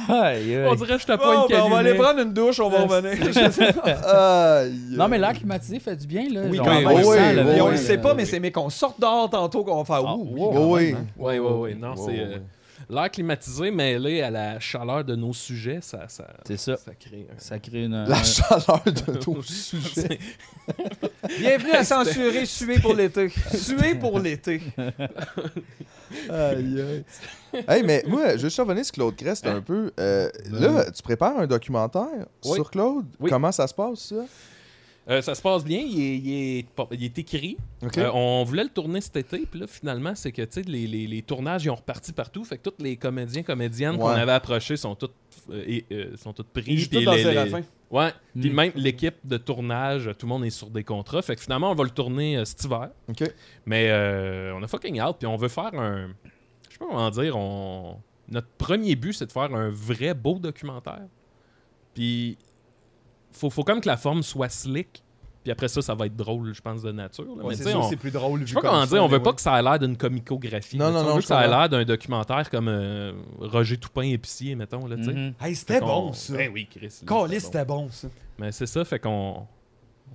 Aïe, aïe.
On dirait que je te
Bon,
pointe
ben, on va aller
calumet.
prendre une douche, on va revenir. Je sais pas.
Aïe.
Non, mais l'air climatisé fait du bien, là.
Oui,
Genre,
quand même.
on le
Oui,
sent, là,
oui,
le-
Puis on
oui.
le sait pas, mais c'est mais qu'on sorte dehors tantôt qu'on va faire
Ah,
ouh.
wow,
Oui,
quand
oui.
même, hein.
Ouais, ouais, ouais. Non,
Ouais,
c'est
ouais,
euh,
ouais.
l'air climatisé mêlé à la chaleur de nos sujets, ça, ça,
C'est ça.
ça crée un.
Ça crée une.
La chaleur de ton sujet.
Bienvenue à censurer suer pour l'été. Suer pour l'été.
Aïe, aïe. Hey, mais moi, je suis revenu sur Claude Crest un peu. Euh, là, tu prépares un documentaire
Oui.
sur Claude.
Oui.
Comment ça se passe, ça?
Euh, ça se passe bien, il est, il est pas- il est écrit.
OK.
Euh, on voulait le tourner cet été, puis là, finalement, c'est que tu sais, les, les- les tournages, ils ont reparti partout. Fait que tous les comédiens, comédiennes qu'on
Ouais.
avait approchés sont tous euh, et, euh, sont toutes pris.
Il joue
puis
tout dans
les- les-
Séraphin.
Ouais. Puis
Hmm.
Mm.
même l'équipe de tournage, tout le monde est sur des contrats. Fait que finalement, on va le tourner euh, cet hiver.
OK.
Mais euh, on a fucking hâte, puis on veut faire un. Je sais pas comment dire, on. Notre premier but, c'est de faire un vrai beau documentaire. Puis, faut, faut comme que la forme soit slick. Puis après ça, ça va être drôle, je pense, de nature. là.
Ouais,
Mais tu
c'est
sais,
sûr,
on-
c'est plus drôle.
je
vu
sais pas
comme
comment
ça,
dire, on veut
mais
pas
ouais.
que ça ait l'air d'une comicographie.
Non,
là, tu sais,
non,
on
non,
veut
je
que ça ait
comprends.
l'air d'un documentaire comme euh, Roger Toupin épicier, mettons. Là, tu sais.
Mhm.
Hey,
Fait
c'était
qu'on-
bon, ça.
Ben oui, Chris. là, c'était
Caliste,
bon.
c'était bon, ça.
Mais c'est ça, fait qu'on.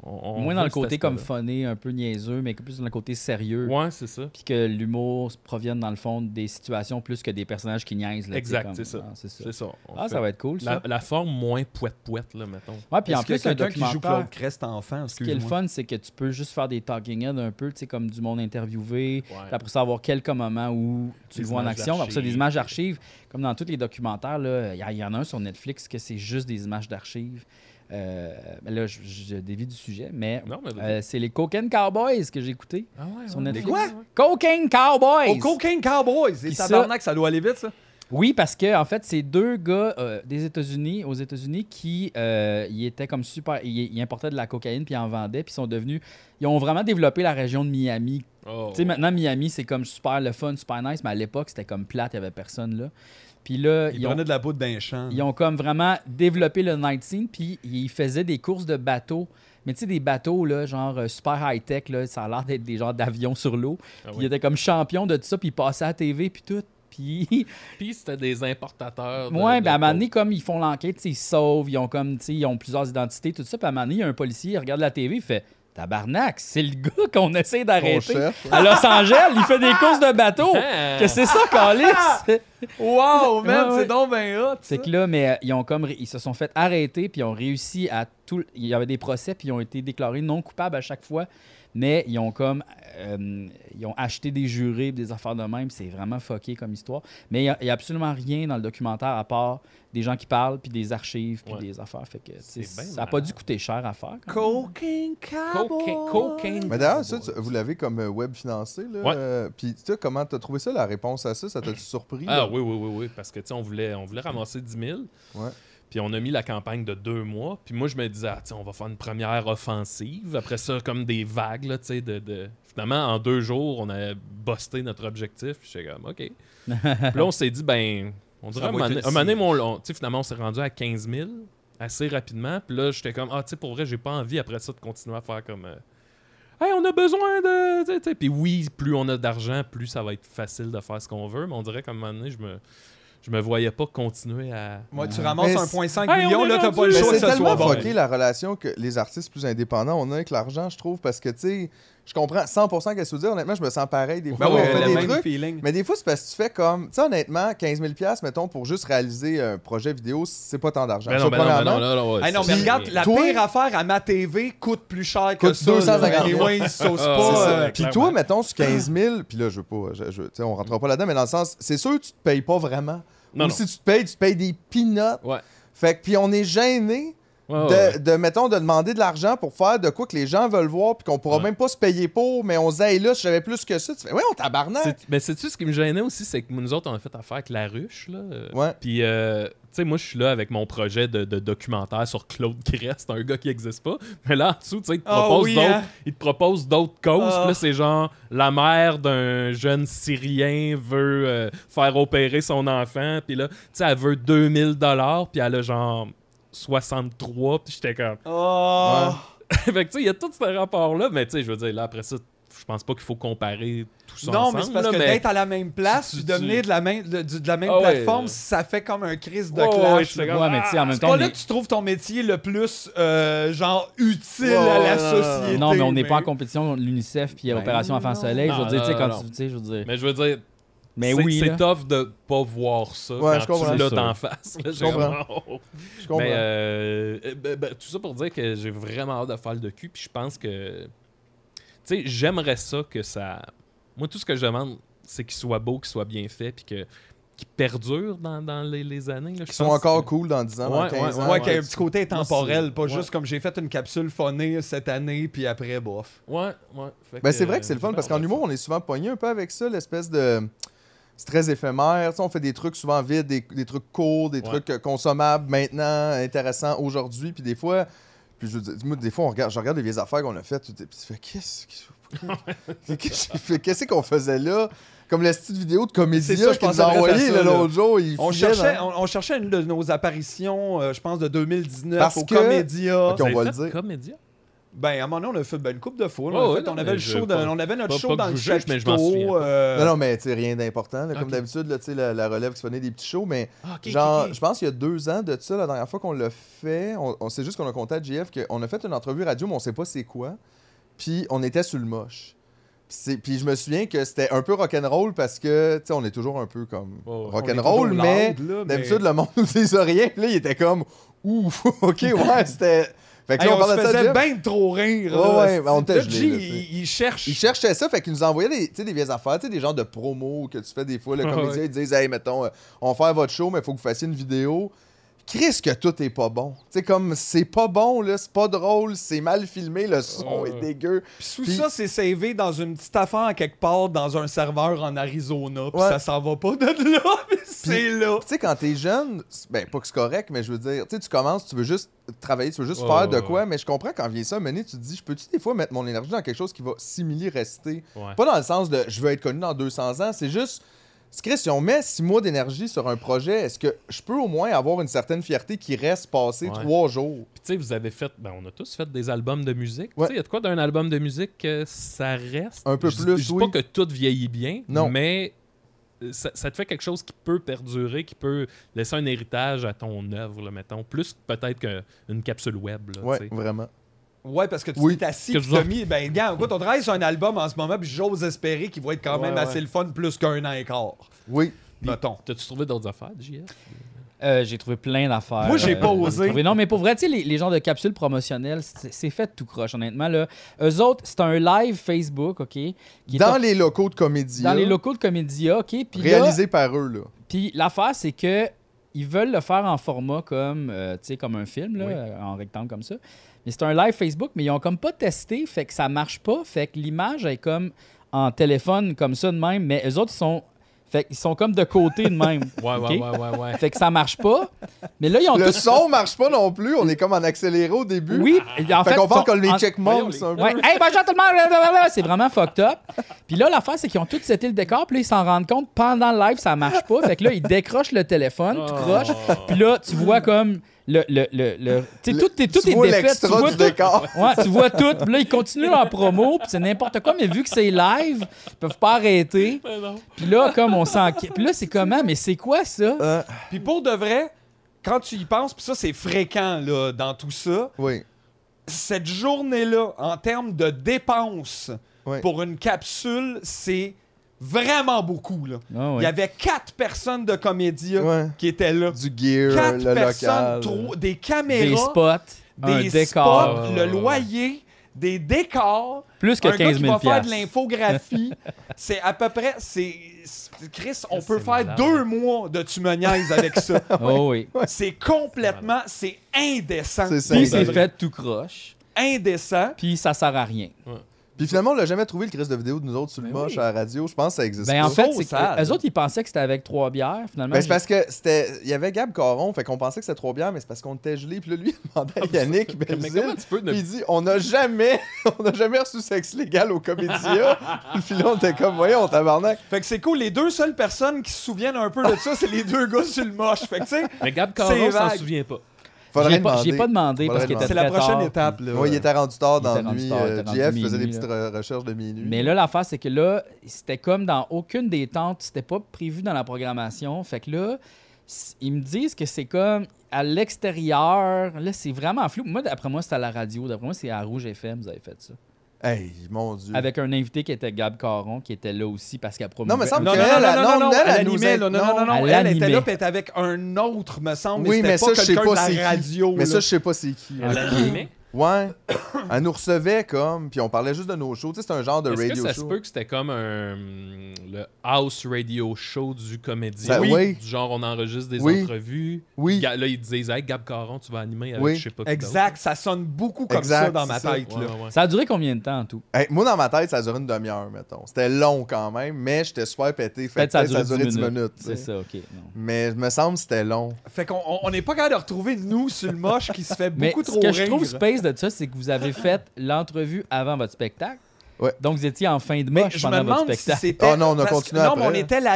on- on
Moins dans
veut
le côté
cet
comme
aspect-là.
funné, un peu niaiseux, mais plus dans le côté sérieux.
Ouais, c'est ça.
Puis que l'humour se provienne, dans le fond, des situations plus que des personnages qui niaisent. Là,
Exact,
tu sais,
c'est ça.
ah, c'est ça.
C'est ça. on
Ah,
fait-
ça va être cool,
La,
ça.
la forme moins poète-poète, là, mettons.
Ouais, puis en
Est-ce qu'il y a
plus, un
quelqu'un qui joue Claude
documentaire,
Crest enfant,
ce qui est le fun, c'est que tu peux juste faire des talking heads un peu, tu sais, comme du monde interviewé. Puis après ça, avoir quelques moments où tu
Des
le vois en
images
action. Après ça, des
d'archives.
images d'archives, comme dans tous les documentaires, là, il y a- il y, en a un sur Netflix que c'est juste des images d'archives. Euh, ben là, je, je dévie du sujet, mais
Non, mais.
euh, c'est les Cocaine Cowboys que j'ai écouté
ah ouais,
sur
ouais.
Netflix.
quoi?
Cocaine Cowboys!
Au Oh, Cocaine Cowboys. Et
Puis ça-
tabarnak, ça doit aller vite, ça.
Oui, parce que en fait, c'est deux gars euh, des États-Unis, aux États-Unis, qui euh, ils étaient comme super, ils, ils importaient de la cocaïne puis ils en vendaient, puis ils sont devenus, ils ont vraiment développé la région de Miami.
Oh.
Tu sais, maintenant Miami, c'est comme super le fun, super nice, mais à l'époque, c'était comme plate, il y avait personne là. Puis là,
Il
ils, ont,
prenait de la poudre d'un champ.
ils ont comme vraiment développé le night scene, puis ils faisaient des courses de bateaux. Mais tu sais, des bateaux, là, genre euh, super high-tech, là, ça a l'air d'être des genres d'avions sur l'eau.
Ah
Puis
oui.
Ils étaient comme champions de tout ça, puis ils passaient à la TV, puis tout. Puis
Puis c'était des importateurs. de-
Ouais,
de
ben à un moment
coke.
donné, comme ils font l'enquête, tu sais, ils se sauvent, ils ont comme, tu sais, ils ont plusieurs identités, tout ça. Puis à un moment donné, il y a un policier, il regarde la TV, il fait Tabarnak, c'est le gars qu'on essaie
Qu'on
d'arrêter.
cherche.
À Los Angeles, il fait des courses de bateau.
Ah!
oh, que c'est ça, Calis?
Wow, man,
Ouais, ouais.
c'est donc ben hot.
c'est
ça.
que là, mais euh, ils ont comme, ré- ils se sont fait arrêter, puis ils ont réussi à tout. Il y avait des procès, puis ils ont été déclarés non coupables à chaque fois. Mais ils ont comme, euh, ils ont acheté des jurés, puis des affaires de même. C'est vraiment fucké comme histoire. Mais il n'y a, il y a absolument rien dans le documentaire à part des gens qui parlent, puis des archives, puis
Ouais.
des affaires. Fait que tu sais,
C'est bien
ça n'a pas dû
malade.
coûter cher à faire. quand même.
Cocaine Cowboys.
Cocaine. cocaine
Mais d'ailleurs, ça, tu- vous l'avez comme euh, web financé, là.
Ouais.
euh, Puis, tu sais, comment t'as trouvé ça, la réponse à ça? Ça t'a surpris?
Ah
là?
oui, oui, oui, oui. Parce que, tu sais, on voulait, on voulait ramasser 10 000.
Ouais.
Puis on a mis la campagne de deux mois. Puis moi, je me disais, ah, tiens, on va faire une première offensive. Après ça, comme des vagues, là, tu sais, de, de- Finalement, en deux jours, on a busté notre objectif. Puis j'étais comme, OK. Puis là, on s'est dit, ben, on dirait,
Ça
un
va
moment
être
donné-
une
un moment donné, mon- on- tu sais, finalement, on s'est rendu à 15 000 assez rapidement. Puis là, j'étais comme, ah, tu sais, pour vrai, j'ai pas envie après ça de continuer à faire comme. euh, Hey, on a besoin de. tu sais, tu sais. Puis oui, plus on a d'argent, plus ça va être facile de faire ce qu'on veut. Mais on dirait qu'à un moment donné, je me, je me voyais pas continuer à.
Moi, tu ramasses
Mais
1,5
Hey, on
million,
est
là, t'as
rendu-
pas le
Mais
Mais
choix que
c'est
ça soit
tellement
bon.
fucké la relation que les artistes plus indépendants on a avec l'argent, je trouve, parce que, tu sais, je comprends 100% qu'elle se dit. Honnêtement, je me sens pareil des fois.
Ben oui,
on fait
le
des
même
trucs,
feeling.
Mais des fois, c'est parce que tu fais comme. Tu sais, honnêtement, 15 000 mettons, pour juste réaliser un projet vidéo, c'est pas tant d'argent.
Ben
Ça,
non, ben non, ben
premièrement.
non, là, là, ouais,
Ah non,
c'est-
mais regarde, la
Toi-
pire affaire à ma TV coûte plus cher que
Coûte
ça.
250
Les
000.
wings ils saucent
Ah,
pas.
c'est ça.
euh,
Puis
clairement.
toi, mettons, sur 15 000, puis là, je veux pas, je, je- tu sais, on rentrera pas là-dedans, mais dans le sens, c'est sûr que tu te payes pas vraiment.
Non,
Ou
non.
si tu te payes, tu te payes des peanuts.
Ouais.
Fait que, puis on est gêné
Ouais, ouais, Ah ouais.
de, de, mettons, de demander de l'argent pour faire de quoi que les gens veulent voir, puis qu'on pourra
Ouais.
même pas se payer pour, mais on se dit, Hey, là, si j'avais plus que ça, tu fais, ouais, on tabarnak.
C'est- Mais sais-tu ce qui me gênait aussi, c'est que nous autres, on a fait affaire avec la ruche, là. Euh,
Ouais.
Puis, euh, tu sais, moi, je suis là avec mon projet de, de documentaire sur Claude Crest, un gars qui n'existe pas. Mais là, en dessous, tu sais, il te
Ah
propose
oui,
d'autres
hein?
il te propose d'autres causes.
Ah.
Puis là, c'est genre, la mère d'un jeune Syrien veut euh, faire opérer son enfant. Puis là, tu sais, elle veut 2000 dollars, puis elle a genre 63. Puis j'étais comme...
Oh.
fait que, tu sais, il y a tout ce rapport-là. Mais, tu sais, je veux dire, là, après ça, je pense pas qu'il faut comparer tout ça
Non,
ensemble.
mais c'est parce
là,
que
mais-
d'être à la même place,
Tu-
puis
tu-
devenir de la même, de, du- de la même
Ah ouais.
plateforme, ça fait comme un crise de
Ouais, ouais,
clash.
c'est
là.
comme,
Ouais, mais tu sais, en même
c'est
temps,
pas
on
là
est-
que tu trouves ton métier le plus, euh, genre, utile
Ouais,
à la
ouais, ouais, ouais.
société.
non, mais on n'est pas en compétition contre l'UNICEF puis
Ben
Opération Enfant Soleil. Je
Non,
veux dire, tu sais,
non,
quand
non.
tu- tu sais, je veux dire.
Mais je veux dire,
Mais
c'est-
oui.
c'est
là.
tough de pas voir ça
Ouais, je
quand
comprends.
tu l'as
C'est
d'en face. là, j'ai
comprends.
comme, oh.
Je comprends.
Mais euh, euh, ben, ben, tout ça pour dire que j'ai vraiment hâte de faire le docu, puis je pense que, tu sais, j'aimerais ça que ça... Moi, tout ce que je demande, c'est qu'il soit beau, qu'il soit bien fait, puis que qu'il perdure dans, dans les, les années. là. Je
Qui sont
pense
encore
que-
cool dans 10 ans, dans
Ouais,
15 ans.
Ouais,
Ouais,
qu'il y a un
tu-
petit côté temporel,
c'est-
pas
ouais.
juste comme j'ai fait une capsule phonée cette année, puis après, bof.
Ouais, ouais. Fait
Ben, c'est vrai que c'est le
euh,
fun parce qu'en humour, on est souvent pogné un peu avec ça, l'espèce de. C'est très éphémère. Tu sais, on fait des trucs souvent vides, des, des trucs courts, des
Ouais.
trucs euh, consommables maintenant, intéressants aujourd'hui. Puis des fois, puis je veux dire, moi, des fois, on regarde, je regarde les vieilles affaires qu'on a faites. Puis tu fais, qu'est-ce que- qu'est-ce que- qu'est-ce qu'on faisait là? Comme la petite vidéo de comédien
C'est ça, je
qui nous
pensais
a
à
envoyé
ça,
là,
là.
l'autre jour. Il hein?
On
filait
cherchait,
dans-
on, on cherchait une de nos apparitions, euh, je pense, de 2019
Parce
au
que-
Comédia.
Ok, on va le dire.
Comédien.
Ben, à un moment donné, on a fait ben, une coupe de fois. là,
Ouais,
on, a
ouais,
fait-
Oh, non,
on avait
mais
le
je-
show de-
pas-
on avait notre
pas-
show
pas
dans
que
le
je juge, mais je m'en souviens
chapiteau.
pas.
euh,
Non, non, mais tu sais, rien d'important. là, Comme
Ok.
d'habitude, là, tu sais, la, la relève qui sonnait des petits shows, mais
Ah, Ok,
Genre,
ok, ok.
je pense qu'il y a deux ans de ça, la dernière fois qu'on l'a fait, on, on sait juste qu'on a compté à JF qu'on a fait une entrevue radio, mais on sait pas c'est quoi. Puis on était sur le moche. Puis c'est- Puis je me souviens que c'était un peu rock'n'roll parce que, tu sais, on est toujours un peu comme
Ouais, ouais.
on est
rock'n'roll,
toujours
mais
loud, là, mais-
d'habitude, le monde nous disait rien. Puis là, il était comme, ouf, ok, ouais, c'était. Fait que
Hey,
là,
on,
parlait
se
de ça à JF.
faisait bien trop rire. là.
Ouais, ouais, ben, on était
Là,
gelés,
G,
là, tu sais.
il, il cherche.
Ils cherchaient ça, fait qu'ils nous envoyaient des, tu sais, des vieilles affaires, tu sais, des genres de promos que tu fais des fois. Le
Ah
comédien,
ouais.
ils disent Hey, mettons, euh, on va faire votre show, mais il faut que vous fassiez une vidéo. Chris, que tout est pas bon. Tu sais, comme c'est pas bon, là, c'est pas drôle, c'est mal filmé, le son
Ouais,
est
ouais.
dégueu.
Puis tout
Puis-
ça, c'est savé dans une petite affaire à quelque part dans un serveur en Arizona. Puis
Ouais.
ça s'en va pas de là, mais c'est là.
Tu sais, quand t'es jeune, c'est- ben, pas que c'est correct, mais je veux dire, tu sais, tu commences, tu veux juste travailler, tu veux juste
Ouais,
faire
ouais,
de
ouais.
quoi, mais je comprends quand vient ça, mener, tu te dis, je peux-tu des fois mettre mon énergie dans quelque chose qui va similer rester
Ouais.
Pas dans le sens de je veux être connu dans 200 ans, c'est juste. c'est Chris, si on met six mois d'énergie sur un projet, est-ce que je peux au moins avoir une certaine fierté qui reste passer
Ouais.
trois jours?
Puis tu sais, vous avez fait, ben, on a tous fait des albums de musique.
Ouais.
Tu sais, il y a de quoi d'un album de musique que ça reste.
Un peu
Je dis-
plus,
Je dis
oui.
pas que tout vieillit bien,
Non.
mais euh, ça, ça te fait quelque chose qui peut perdurer, qui peut laisser un héritage à ton œuvre, là, mettons. Plus peut-être qu'une capsule web. Là,
Ouais,
tu sais.
vraiment.
Ouais, parce que tu
Oui.
t'es assis,
Que
puis
je
t'as
vous-
mis. Ben, gars, écoute, on travaille sur un album en ce moment, puis j'ose espérer qu'il va être quand
Ouais,
même
ouais.
assez le fun plus qu'un an et quart.
Oui.
Mettons.
T'as-tu trouvé d'autres affaires, JF
Euh, j'ai trouvé plein d'affaires.
Moi, j'ai
Euh,
pas osé.
trouvé- Non, mais pour vrai, tu sais, les, les genres de capsules promotionnelles, c'est c'est fait tout croche, honnêtement. Là. Eux autres, c'est un live Facebook, OK? qui est
Dans
op-
les locaux de comédie.
dans les locaux de Comédia, OK? Puis là-
Réalisé par eux, là.
Puis l'affaire, c'est que ils veulent le faire en format comme, euh, tu sais, comme un film, là,
Oui.
euh, en rectangle comme ça. Mais c'est un live Facebook, mais ils ont comme pas testé, fait que ça marche pas, fait que l'image est comme en téléphone comme ça de même, mais les autres ils sont Fait qu'ils sont comme de côté de même.
Ouais, ouais,
OK?
ouais, ouais, ouais.
Fait que ça marche pas. Mais là, ils ont
Le
tous-
son marche pas non plus, on est comme en accéléré au
Hein?
début.
Oui, en
Ah, Fait,
fait.
qu'on
ils sont
parle comme les
en-
checkmarks
Voyons,
un peu.
Ouais, hey, bonjour tout le monde! blablabla, C'est vraiment fucked up. Puis là, l'affaire, c'est qu'ils ont tout seté le décor. Puis là, ils s'en rendent compte pendant le live, ça marche pas. Fait que là, ils décrochent le téléphone, tout
Oh.
croche. Puis là, tu vois comme le. le, le, le- tu sais, tout, est- tout
tu
est
vois
défait. Tu
l'extra
vois
du
tout-
décor.
Ouais, tu vois tout. Puis là, ils continuent leur promo. Puis c'est n'importe quoi. Mais vu que c'est live, ils peuvent pas arrêter.
Mais non.
Puis là, comme on s'en. Puis là, c'est comment? Mais c'est quoi ça?
Hein?
Puis pour de vrai, quand tu y penses, puis ça, c'est fréquent là, dans tout ça,
Oui.
cette journée-là, en termes de dépenses
Ouais.
pour une capsule, c'est vraiment beaucoup. Là.
Ah ouais.
Il y avait quatre personnes de comédia
Ouais.
qui étaient là.
Du gear, euh,
Quatre
le
personnes,
local.
trois- des
des
caméras,
spots, un
des,
décor.
spots, le loyer, des décors.
Plus que
un gars
15
qui
000
va faire de l'infographie, c'est à peu près... c'est c'est- Chris, on peut
c'est
faire
malade.
deux mois de tu me niaises avec ça.
Oh oui.
C'est complètement... C'est indécent.
C'est ça.
Puis
exact.
c'est fait tout croche.
Indécent.
Puis ça sert à rien.
Puis finalement, on l'a jamais trouvé le Chris de vidéo de nous autres sur
Ben
le moche à la radio. Je pense que ça existe.
Ben en
pas.
fait,
Faux
c'est
sale.
que eux autres, ils pensaient que c'était avec trois bières. Finalement,
Ben, c'est
j'ai-
parce que c'était. Il y avait Gab Caron, fait qu'on pensait que c'était trop bien, mais c'est parce qu'on était gelé. Puis là, lui, il
Ah,
demandait à Yannick
Mais
Belzile.
comment tu peux ne
Puis il dit On n'a jamais, on n'a jamais reçu sexe légal au Comédia. puis là, on était comme Voyons, tabarnak.
Fait que c'est cool. Les deux seules personnes qui se souviennent un peu de ça, c'est les deux gars sur le moche. Fait que tu sais,
Mais Gab
C'est
Caron s'en
vague.
souvient pas.
j'ai pas, j'ai pas
de
demandé
Faudrait
parce
demander.
qu'il était
c'est la
très
prochaine
tard.
étape. Là.
Oui, il était rendu tard
Il
dans
était
la
rendu
nuit.
tard, il
euh,
était rendu
JF faisait des
minuit,
petites re- recherches de minuit.
Mais là, l'affaire, c'est que là, c'était comme dans aucune des tentes, c'était pas prévu dans la programmation. Fait que là, s- ils me disent que c'est comme à l'extérieur. Là, c'est vraiment flou. Moi, d'après moi, c'est à la radio. D'après moi, c'est à Rouge FM, vous avez fait ça.
Hey, mon Dieu.
Avec un invité qui était Gab Caron, qui était là aussi parce qu'elle promouvait.
Non, mais semble
Non, non,
que
non,
elle,
non,
non,
non, non,
elle,
elle
elle nous
animait,
a-
là, non, non, non, non,
Elle
elle, était là,
animait.
puis elle était avec un autre, me semble,
Oui,
mais
mais
c'était
ça,
pas
je sais
quelqu'un
pas
de la
c'est qui.
radio,
Mais
là.
ça, je sais pas c'est qui.
Elle animait.
Ouais. Elle nous recevait comme, puis on parlait juste de nos shows. Tu sais, c'est un genre de
Est-ce
radio
que ça se
show.
peut que c'était comme un, hum, le house radio show du comédien?
Ça- Ben oui.
Du genre, on enregistre des
Oui.
entrevues.
Oui.
Ga- Là, ils disaient, hey, Gab Caron, tu vas animer avec
Oui.
je sais pas qui
Exact, ça sonne beaucoup comme
Exact,
ça dans ma
c'est ça.
tête,
d'autre. Ouais,
là.
ouais, ouais.
Ça a duré combien de temps en tout?
Hey, moi, dans ma tête, ça a duré une demi-heure, mettons. C'était long quand même, mais j'étais super pété. Fait que
Peut-être ça a
peut-être ça a duré
duré 10
10 minutes. tu sais.
C'est ça, ok. non.
Mais je me semble que c'était long.
Fait qu'on on- on n'est pas capable de retrouver nous sur le moche qui se fait
Mais
beaucoup
ce
trop
que je
rire.
trouve space de ça, c'est que vous avez fait l'entrevue avant votre spectacle.
Ouais.
Donc, vous étiez en fin de
mais
moche
je
pendant
me
votre
demande si
spectacle.
c'était...
Ah non, on a
parce que-
continué
Non, mais on
après.
était, la... on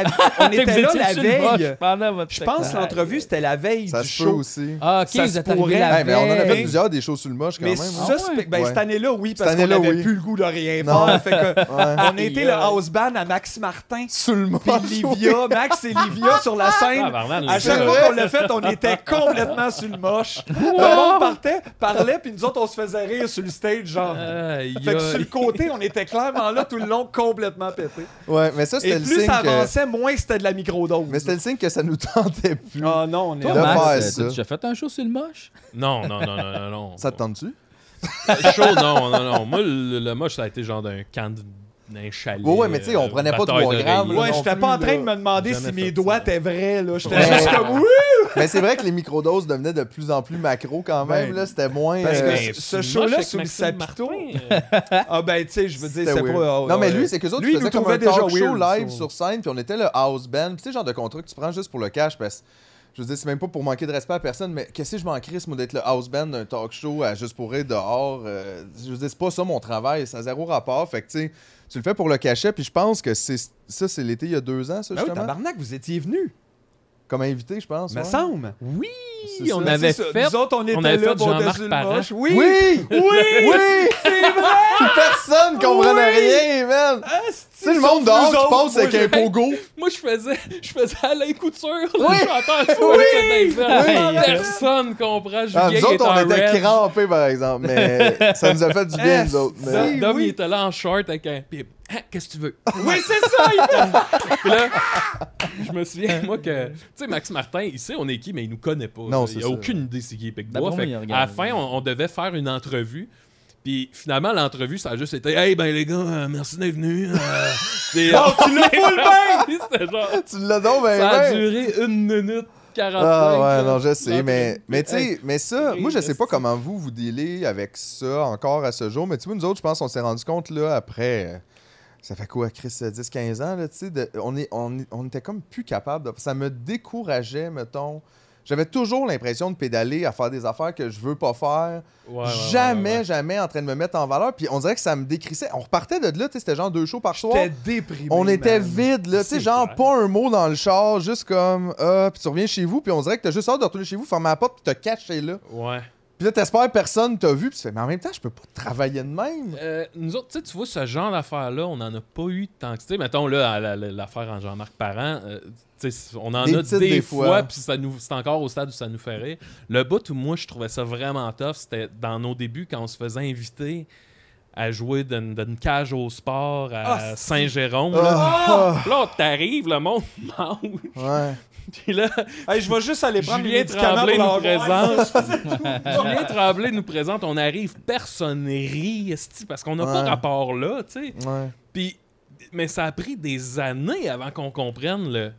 Fait que
était
vous
là
étiez
la
sur le moche
veille.
pendant votre
Je pense que
spectacle.
l'entrevue, c'était la veille
Ça
du
se peut
show.
aussi.
Ah, ok,
ça
vous
se
êtes arrivé
pourrait.
la
Hey, mais on en a fait
veille.
plusieurs des shows sur le moche quand
Mais
même. hein?
ça,
Ah
c'est-
ouais.
ben,
Ouais.
cette année-là, oui, parce
Cette
qu'on
année-là,
n'avait
oui.
plus le goût de rien
Non.
faire. Fait que
Ouais.
on était le
Aïe, aïe.
house band à Max Martin.
Sur le moche.
Puis Livia, Max et Livia sur
Ah,
la
Ah,
scène.
ben,
Tabarnak,
À
là,
chaque
ça-
fois qu'on l'a fait, on était complètement sur le moche. Tout le monde partait, parlait, puis nous autres, on se faisait rire sur le stage, genre.
Euh,
Aïe,
Fait que sur le
aïe.
côté, on était clairement là tout le long, complètement pété.
oui. Ouais, mais ça,
Et
c'était le
plus
signe
ça
que...
avançait, moins c'était de la microdose.
Mais c'était le signe que ça nous tentait plus.
Ah non, on est
Toi,
De
là.
Max. faire
Max,
ça.
t'as déjà fait un show sur le moche?
Non, non, non, non, non, non.
Ça te tente-tu?
Chaud, non, non, non. Moi, le, le moche, ça a été genre d'un camp de- d'un chalet. euh,
Ouais, ouais, mais tu sais, on prenait pas
bataille
trois grammes,
d'oreiller.
là,
Ouais,
non
j'étais pas en
plus,
train
là.
de me demander
Jamais
si
fait
mes
ça.
doigts étaient vrais, là. J'étais
Ouais.
juste comme oui!
mais c'est vrai que les microdoses devenaient de plus en plus macro quand même.
Ben,
là, c'était moins...
parce que
euh,
ce- ce
le
show-là,
Ben, moche avec
sous le
Maxime
Saputo.
Martin, euh,
Ah ben, tu sais, je veux dire,
C'était
c'est pas.
weird.
oh,
non, mais
ouais.
lui, c'est que autres,
Lui,
ils
il nous
faisaient comme un
trouvait déjà
talk show
weird, ça. Ah
live sur scène, puis on était le house band. Puis tu sais, le genre de contrat que tu prends juste pour le cash, parce que je veux dire, c'est même pas pour manquer de respect à personne, mais qu'est-ce que je m'en crisse, moi, d'être le house band d'un talk show à juste pour être dehors. euh, je veux dire, c'est pas ça mon travail, ça a zéro rapport. Fait que tu sais, tu le fais pour le cachet, puis je pense que c'est ça, c'est l'été il y a deux ans, ça,
Ben oui,
justement.
tabarnak, vous étiez venu,
Comme invité, je pense.
me
ouais.
semble.
Oui,
C'est
on
ça,
avait
C'est ça.
fait.
Nous autres, on était
avait
là
fait
pour
Jean-Marc
dessus le
Parent.
moche. Oui!
Oui!
Oui!
Oui!
C'est vrai!
Puis personne comprenait rien, man! Tu sais, le monde dehors qui pense avec un pogo.
Moi, je faisais, je faisais Alain Couture, le
Oui.
chanteur
Oui.
du Fortn't
Oui.
Personne comprend Julien
Ah, nous
qui est
autres,
en
on était
red.
crampés, par exemple, mais ça nous a fait du bien,
Eh,
nous autres. mais-
ça-
Dom, Dom,
Oui.
il était là en short avec un pipe. Ah, qu'est-ce que tu veux?
Oui, c'est ça! il fait-
Puis là, je me souviens, moi, que. Tu sais, Max Martin, il sait on est qui, mais il nous connaît pas.
Non, c'est
il a
ça.
aucune idée c'est qui Epic
D'abord,
Bois. Fait
il
que,
regarde.
à la fin, on, on devait faire une entrevue. Puis finalement, l'entrevue, ça a juste été Hey, ben les gars, euh, merci d'être venus. euh, puis, euh,
Oh, tu l'as full bain!
puis c'était genre.
Tu l'as donc, ben,
Ça a
ben.
duré une minute 45.
Ah ouais, non,
là.
je sais, mais, mais tu sais,
Hey.
mais ça,
Hey,
moi je sais pas
esti.
comment vous vous dealez avec ça encore à ce jour, mais tu vois, nous autres, je pense qu'on s'est rendu compte là après, euh, ça fait quoi, Chris, 10-15 ans, là, tu sais, de- on, est, on, est- on était comme plus capable. de- ça me décourageait, mettons. J'avais toujours l'impression de pédaler à faire des affaires que je veux pas faire.
Ouais, ouais, ouais,
jamais,
ouais, ouais.
jamais en train de me mettre en valeur. Puis on dirait que ça me décrissait. On repartait de là, tu sais, c'était genre deux shows par soir.
J'étais déprimé.
On était
man.
vide, là. Tu sais,
C'est
genre,
clair.
pas un mot dans le char, juste comme, ah, puis tu reviens chez vous, puis on dirait que t'as juste hâte de retourner chez vous, fermer la porte, puis te cacher là.
Ouais.
Puis là, t'espères personne t'a vu, puis tu fais, mais en même temps, je peux pas travailler de même.
Euh, nous autres, tu sais, tu vois, ce genre d'affaires-là, on n'en a pas eu tant que. Tu sais, mettons, là, à la- la- l'affaire en Jean-Marc Parent, euh, tu sais, on en
Des
a
petites
des,
des
fois,
fois.
puis ça nous- c'est encore au stade où ça nous fait rire. Le bout où moi, je trouvais ça vraiment tough, c'était dans nos débuts, quand on se faisait inviter à jouer d'une d'une cage au sport à
Ah, c'est-
Saint-Jérôme. là.
Ah,
Là, t'arrives, le monde mange.
ouais.
Puis là,
Hey, je vais juste aller prendre
Julien
mes médicaments
Tremblay
pour
nous
leur-
présente. Julien Tremblay nous présente. On arrive, personne rit, esti, parce qu'on n'a pas
Ouais.
rapport là, tu sais.
ouais.
Puis, mais ça a pris des années avant qu'on comprenne le.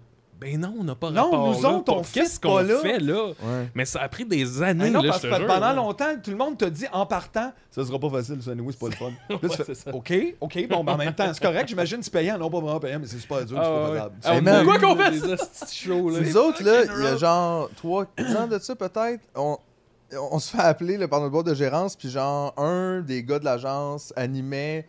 Ben non, on n'a pas
Non,
rapport
nous
là.
autres, on
Pour- Qu'est-ce
fit
qu'on
pas là.
fait là
Ouais.
Mais ça a pris des années.
Ah non,
là,
parce
je
que
te jure,
pendant
là.
longtemps, tout le monde te dit en partant, ça sera pas facile, ça, anyway, c'est pas le fun. Là, tu
Ouais,
fais,
c'est ça.
OK, OK, bon, ben, en même temps, c'est correct, j'imagine c'est payant. Non, pas vraiment payant, mais c'est super dur,
Ah,
c'est
ouais.
pas faisable.
Ah, on
C'est même-
a
Quoi
eu
qu'on fait
des esti de shows, là.
Nous autres, là, il y a genre 3 ans de ça, peut-être, on, on se fait appeler là, par notre boîte de gérance, puis genre, un des gars de l'agence animait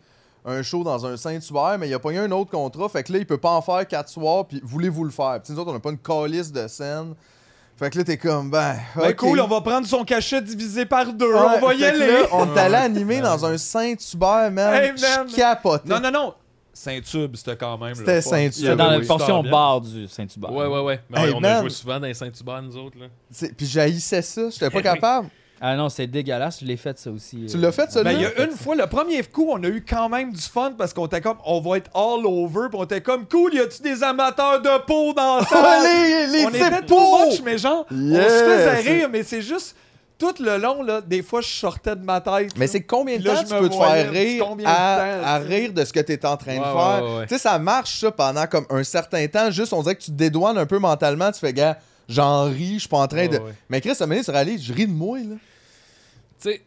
un show dans un Saint-Hubert, mais il a pas eu un autre contrat, fait que là, il peut pas en faire 4 soirs, puis voulez-vous le faire? Puis nous autres, on n'a pas une calice de scène. Fait que là, t'es comme, ben,
Ben,
ok.
cool, on va prendre son cachet divisé par deux,
Ouais,
on va y
fait que
aller.
là, on est allé animer dans un Saint-Hubert, man.
Hey, man.
Je capotais.
Non, non, non. Saint-Tube, c'était quand même.
C'était
C'était
Saint-Hubert.
dans la
oui.
portion
Super
bar du Saint-Hubert.
Ouais, ouais, ouais. Mais
Hey,
on a
man.
joué souvent dans les Saint-Hubert, nous autres. Là.
C'est- Puis j'haïssais ça, j'étais pas
Eh oui.
capable.
Ah non, c'est dégueulasse, je l'ai fait ça aussi.
Tu
euh,
l'as fait,
Ben,
celui-là?
il y a une fois, le premier coup, on a eu quand même du fun parce qu'on était comme, on va être all over, puis on était comme, cool, y a-tu des amateurs de peau dans ça?
Ah, les, les
on
petits
était
pots!
too much, mais genre, on se
Yeah,
faisait
c'est-
rire, mais c'est juste, tout le long, là, des fois, je sortais de ma tête.
Mais
là.
c'est combien de
Puis là,
temps
je
tu
me
peux te
voyais,
faire
puis
rire
combien de temps,
à, à
tu sais.
rire de ce que tu es en train de
Ouais,
faire?
ouais, ouais, ouais.
Tu sais, ça marche ça pendant comme un certain temps. Juste, on dirait que tu te dédouanes un peu mentalement. Tu fais, gars, j'en ris, je suis pas en train
Ben,
Ouais,
de.
ouais.
Mais Chris, ça m'a dit sur aller, je ris de moi, là.
Tu sais,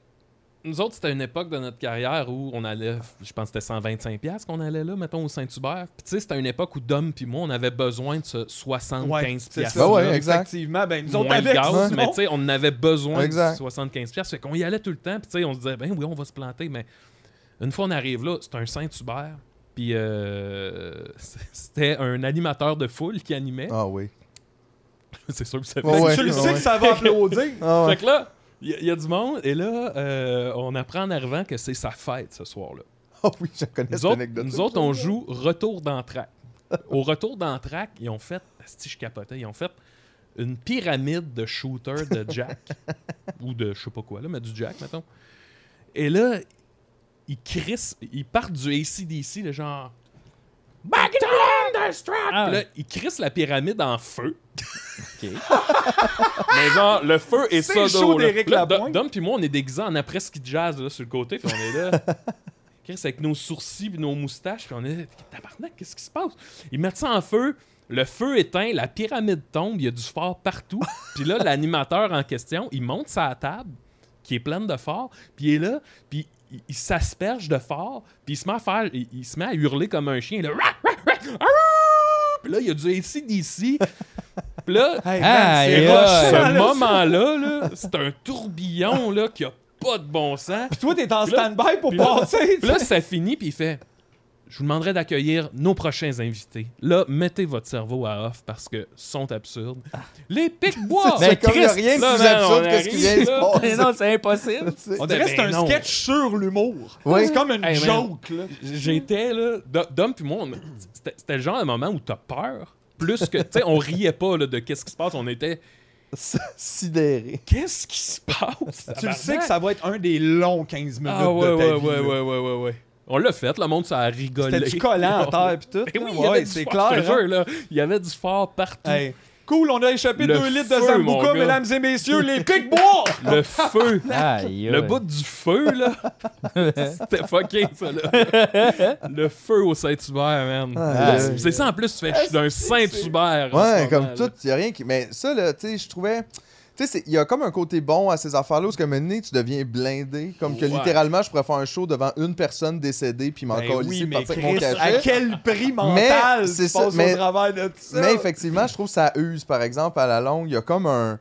nous autres, c'était une époque de notre carrière où on allait, je pense que c'était 125$ piastres qu'on allait là, mettons, au Saint-Hubert. Puis tu sais, c'était une époque où Dom puis moi, on avait besoin de ce 75$.
Ouais, c'est
piastres.
ça,
Ben ouais,
là,
exact.
Effectivement, ben, nous autres,
moins de
avec,
gaz,
Simon,
mais tu sais, on en avait besoin
Exact.
de 75 pièces. Fait qu'on y allait tout le temps, puis tu sais, on se disait, ben oui, on va se planter, mais une fois on arrive là, c'est un Saint-Hubert, puis euh, c- c'était un animateur de foule qui animait.
Ah oui.
c'est sûr que ça fait.
Ouais, ouais.
tu le sais que ça va applaudir.
Ah ouais.
Fait que là, il y, a- il y a du monde, et là, euh, on apprend en arrivant que c'est sa fête ce soir-là.
Ah oui, je connais
Nous
cette
autres,
anecdote.
nous autres, on joue retour d'entraque. Au retour d'entraque, ils ont fait, si je capotais, ils ont fait une pyramide de shooters de Jack ou de je sais pas quoi là, mais du Jack mettons. Et là, ils crissent, ils partent du ACDC le genre Back it on Thunderstruck!
Ah
Puis
ouais.
Là, ils crissent la pyramide en feu.
OK.
Mais genre, le feu est
C'est
ça
chaud d'Éric Lapointe.
Dom puis moi, on est déguisés en après-ski de jazz là, sur le côté, puis on est là. Chris, avec nos sourcils puis nos moustaches, puis on est là, tabarnak, qu'est-ce qui se passe? Ils mettent ça en feu, le feu éteint, la pyramide tombe, il y a du fort partout. Puis là, l'animateur en question, il monte sa table, qui est pleine de fort, puis il est là, puis il, il s'asperge de fort, puis il se met à faire, il, il se met à hurler comme un chien, là. Rah, rah, rah, arrou! Puis là, il y a du ici d'ici. Puis là,
Hey,
Ah,
man,
et
c'est
là,
rochant, là,
ce
ça.
moment-là, là, c'est un tourbillon là, qui a pas de bon sens.
Puis toi, t'es en
Puis là-
stand-by pour
puis là-
passer.
Puis là, ça finit, puis il fait Je vous demanderai d'accueillir nos prochains invités. Là, mettez votre cerveau à off parce que sont absurdes.
Ah.
Les pics-bois
C'est
Mais
comme il y a
Christ,
rien de
là,
plus
man,
absurde
on
que ce qui vient de
arrive, là.
se
Mais
passer.
non, c'est impossible.
tu sais.
On dirait que c'est
Ben
un
non.
sketch sur l'humour.
Oui.
C'est comme une
Hey, man.
joke, là.
J'étais là, Do- Dom puis moi, on- c'était c'était le genre de moment où t'as peur. Plus que, tu sais, on riait pas là, de qu'est-ce qui se passe, on était
Sidéré.
qu'est-ce qui se passe
Tu le sais que
tabarnak?
ça va être un des longs 15 minutes
Ah ouais,
de ta
ouais,
vie.
ouais,
là.
ouais, ouais, ouais, ouais. On l'a fait, le monde, ça a rigolé.
C'était du collant à terre pis tout.
Ben
là.
oui, il y avait
Ouais,
du
c'est
fort, je
clair.
te jure, là. Il y avait du fort partout.
hein. Hey. Cool, on a échappé
Le
2 litres de
feu, mon
Zambouka,
gars.
mesdames et messieurs, les pics bois!
Le feu.
Ah,
Aïe,
Le
aïe.
bout du feu, là. C'était fucké, ça, là. Le feu au Saint-Hubert, man.
Ah,
Là,
ouais.
c'est ça, en plus, tu fais, je suis d'un Saint-Hubert. en
Ouais,
ce
comme
moment, là.
tout, il a rien qui. Mais ça, là, tu sais, je trouvais. Tu sais, c'est- il y a comme un côté bon à ces affaires-là, parce que maintenant, tu deviens blindé. Comme que
Ouais.
littéralement, je pourrais faire un show devant une personne décédée, puis m'en
Ben
coller
oui,
ici,
mais
partir avec mon
Chris,
cachet.
à quel prix mental
c'est
tu
ça,
passes
mais-
au travers de ça?
Mais effectivement, je trouve que ça use, par exemple, à la longue. Il y a comme un.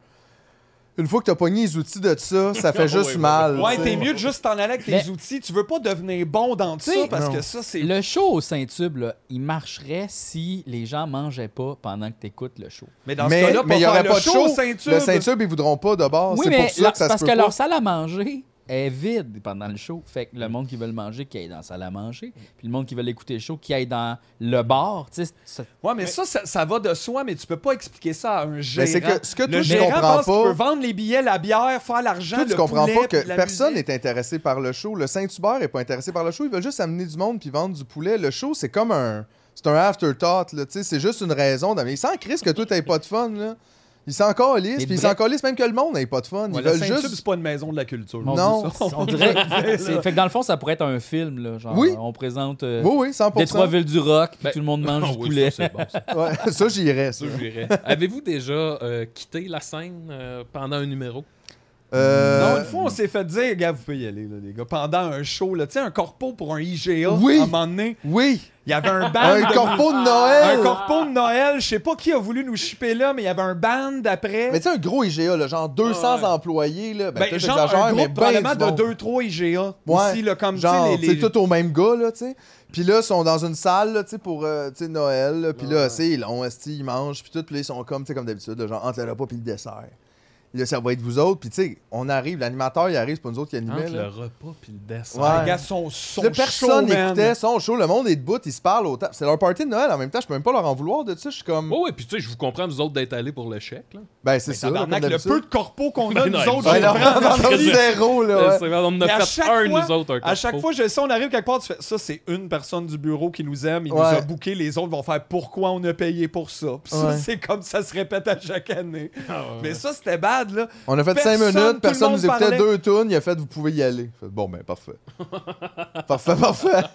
Une fois que t'as pogné les outils de ça, ça fait
Ouais,
juste
ouais,
mal.
Ouais,
tu
t'es
sais.
mieux de juste t'en aller avec tes
Mais-
outils. Tu veux pas devenir bon dans
Tu
ça
sais,
parce
non.
que ça, c'est.
Le show au Saint-Tube, là, il marcherait si les gens mangeaient pas pendant que tu écoutes le show.
Mais dans
mais
ce cas-là,
mais il y
faire
aurait
le
pas de
show,
show.
ceinture. ben
Le Saint-Tube, ils voudront pas d'abord.
Oui,
Oh, c'est
mais
pour ça
la-
que ça
parce
se
que
peut
leur
pas. Mm.
salle à manger est vide pendant le show. Fait que le monde qui veut le manger, qui aille dans la salle à manger. Puis le monde qui veut l'écouter le show, qui aille dans le bar. Tu sais, ça-
Ouais, mais, ça, ça, ça va de soi, mais tu peux pas expliquer ça à un gérant.
c'est que ce que toi,
le
tu
gérant
comprends
pense qu'il
pas-
peut vendre les billets, la bière, faire l'argent.
Toi, tu
le
comprends
poulet,
pas que
puis de la
personne
musique.
n'est intéressé par le show. Le Saint-Hubert est pas intéressé par le show. Ils veulent juste amener du monde puis vendre du poulet. Le show, c'est comme un. C'est un afterthought, là. tu sais, C'est juste une raison. d'amener- Ils sentent Chris que toi, t'as pas de fun, là. Ils s'en calissent,
Mais
puis ils
vrai-
s'en calissent même que le monde n'ait pas de fun. Ils
Ouais, le
veulent
Saint-Tube,
juste
c'est pas une maison de la culture.
Mon
Non.
Dieu, ça- on dirait. c'est- fait que dans le fond, ça pourrait être un film. Là, genre,
Oui.
On présente euh,
Oui, oui, 100%.
Détroit, ville du rock, puis
Ben,
tout le monde mange
Ah
du
oui,
poulet.
ça, c'est bon, ça.
Ouais, ça, j'irais, ça.
Ça, je dirais. Avez-vous déjà euh, quitté la scène euh, pendant un numéro?
Euh,
Non, une fois, on s'est fait dire, gars, vous pouvez y aller, là, les gars, pendant un show, là, tu sais, un corpo pour un IGA,
Oui.
à un moment donné,
Oui,
il y avait un band.
un
de-
corpo de
Ah, un
Noël.
corpo de Noël, je sais pas qui a voulu nous chipper là, mais il y avait un band après.
Mais tu sais, un gros IGA, là, genre 200
Ouais.
employés, là. Ben,
Ben,
peut-être
genre,
j'exagère,
un groupe
mais ben
probablement
du monde.
de 2-3 IGA.
Ouais.
Ici, là, comme tu sais,
Genre,
les-
tu sais,
les-
tout au même gars, là, tu sais. Puis là, ils sont dans une salle, là, tu sais, pour, euh, tu sais, Noël. là. Puis là,
Ouais.
tu sais, ils l'ont, esti, ils mangent, puis tout. Puis là, ils sont comme, tu sais, comme d'habitude, là, genre, entre le repas puis le dessert. Là, ça va être vous autres. Puis tu sais, on arrive, l'animateur, il arrive, c'est pas nous autres qui animait,
Entre le
là.
repas puis le dessert.
Ouais.
les gars sont, sont
Là, personne
chauds, man.
n'écoutait son show, le monde est debout, ils se parlent au table. C'est leur party de Noël en même temps, je peux même pas leur en vouloir de ça. Je suis comme,
Ouais, ouais, puis tu sais, je vous comprends, vous autres, d'être allés pour le chèque. Là.
ben c'est
Oh! Mais
ça.
tabarnak,
comme
le
d'habitude.
peu de corpo qu'on a,
Ben
nous
non,
autres,
Ouais,
je
non,
le prends dans
on en a zéro, là. ouais.
C'est vrai, on en
Mais à
a fait
chaque
un,
fois-
nous autres, un
À chaque fois, je sais, on arrive quelque part, tu fais ça, c'est une personne du bureau qui nous aime, il nous
Ouais.
a booké, les autres vont faire pourquoi on a payé pour ça. Puis ça,
Ouais.
c'est comme ça se répète à chaque année.
Mais
Mais ça, c'était bad, là.
On a fait 5
Personne, tout
minutes,
le
personne
monde
nous écoutait
parlait.
deux tunes, il a fait vous pouvez y aller. J'ai fait, bon ben parfait. parfait, parfait.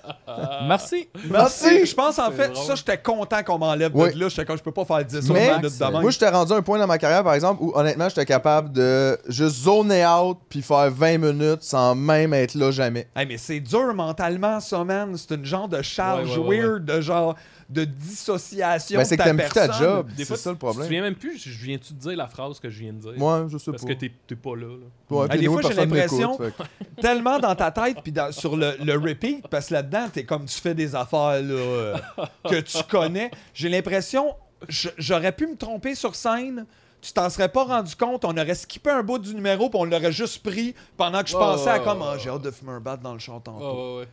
Merci.
Merci.
Je pense, en
C'est
fait,
drôle.
ça, j'étais content qu'on m'enlève
Oui.
de là. J'étais comme, je peux pas faire 10
Mais-
minutes de même.
Moi, j'étais rendu à un point dans ma carrière, par exemple, où honnêtement, j'étais capable de juste zoner out puis faire 20 minutes sans même être là jamais.
Hey, mais c'est dur mentalement, ça, man. C'est une genre de charge
Ouais, ouais, ouais, ouais.
weird, de genre de dissociation.
Ben, c'est que
de ta
t'aimes plus ta
personne.
job,
Des
c'est
fois,
ça le
Tu te
problème.
souviens même plus, je je viens-tu de dire la phrase que je viens de dire?
Moi, je sais
Parce que
pas.
t'es Ben, t'es pas là. là.
Ouais,
Ah,
puis
des
nous,
fois, j'ai
personne m'écoute,
l'impression-
fait que-
Tellement dans ta tête, puis dans- sur le, le repeat, parce que là-dedans, t'es comme tu fais des affaires là, euh, que tu connais. J'ai l'impression, je- j'aurais pu me tromper sur scène. Tu t'en serais pas rendu compte, on aurait skippé un bout du numéro, puis on l'aurait juste pris pendant que je
Ouais,
pensais à
ouais,
comme
ouais,
Ah,
ouais.
j'ai hâte de fumer un bat dans le chant tantôt.
Ouais, ouais, ouais.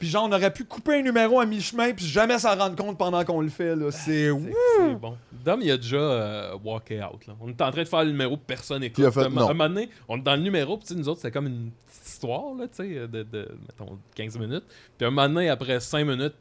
Puis genre, on aurait pu couper un numéro à mi-chemin, puis jamais s'en rendre compte pendant qu'on le fait. là. C'est
C'est c'est bon. Dom, il a déjà euh, walké out. Là. On était en train de faire le numéro, personne écoute.
il a fait
un, mo-
non.
un moment donné, on est dans le numéro, puis tu sais, nous autres, c'était comme une petite histoire, là, tu sais, de, de, mettons, 15 minutes. Puis un moment donné, après 5 minutes,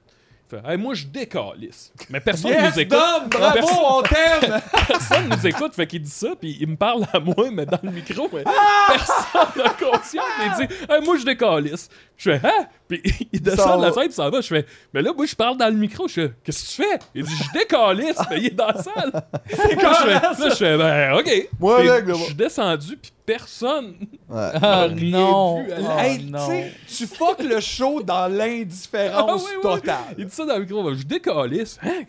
il fait Hey, moi, je décalisse. Mais personne
Yes,
nous écoute. Ah,
Dom, bravo,
Personne-
on t'aime!
Personne nous écoute, fait qu'il dit ça, puis il me parle à moi, mais dans le micro, mais
Ah!
personne n'a conscience. mais Il dit Hey, Moi, je décalisse. Je fais Ah Puis il
s'en
descend de la
va.
scène, il s'en va. Je fais Mais là, moi, je parle dans le micro. Je fais Qu'est-ce que tu fais Il dit Je décalisse. Mais il est dans la salle. C'est quand je fais, Là, je fais Ben, OK.
Moi,
Puis
avec, là,
Je suis descendu, puis personne.
Ouais.
Ah,
rien
non.
vu, elle.
Oh,
Hey, tu
non.
sais, tu fuck le show dans
Ah,
l'indifférence
oui, oui.
totale.
Il dit ça dans le micro. Je décalisse. Hein?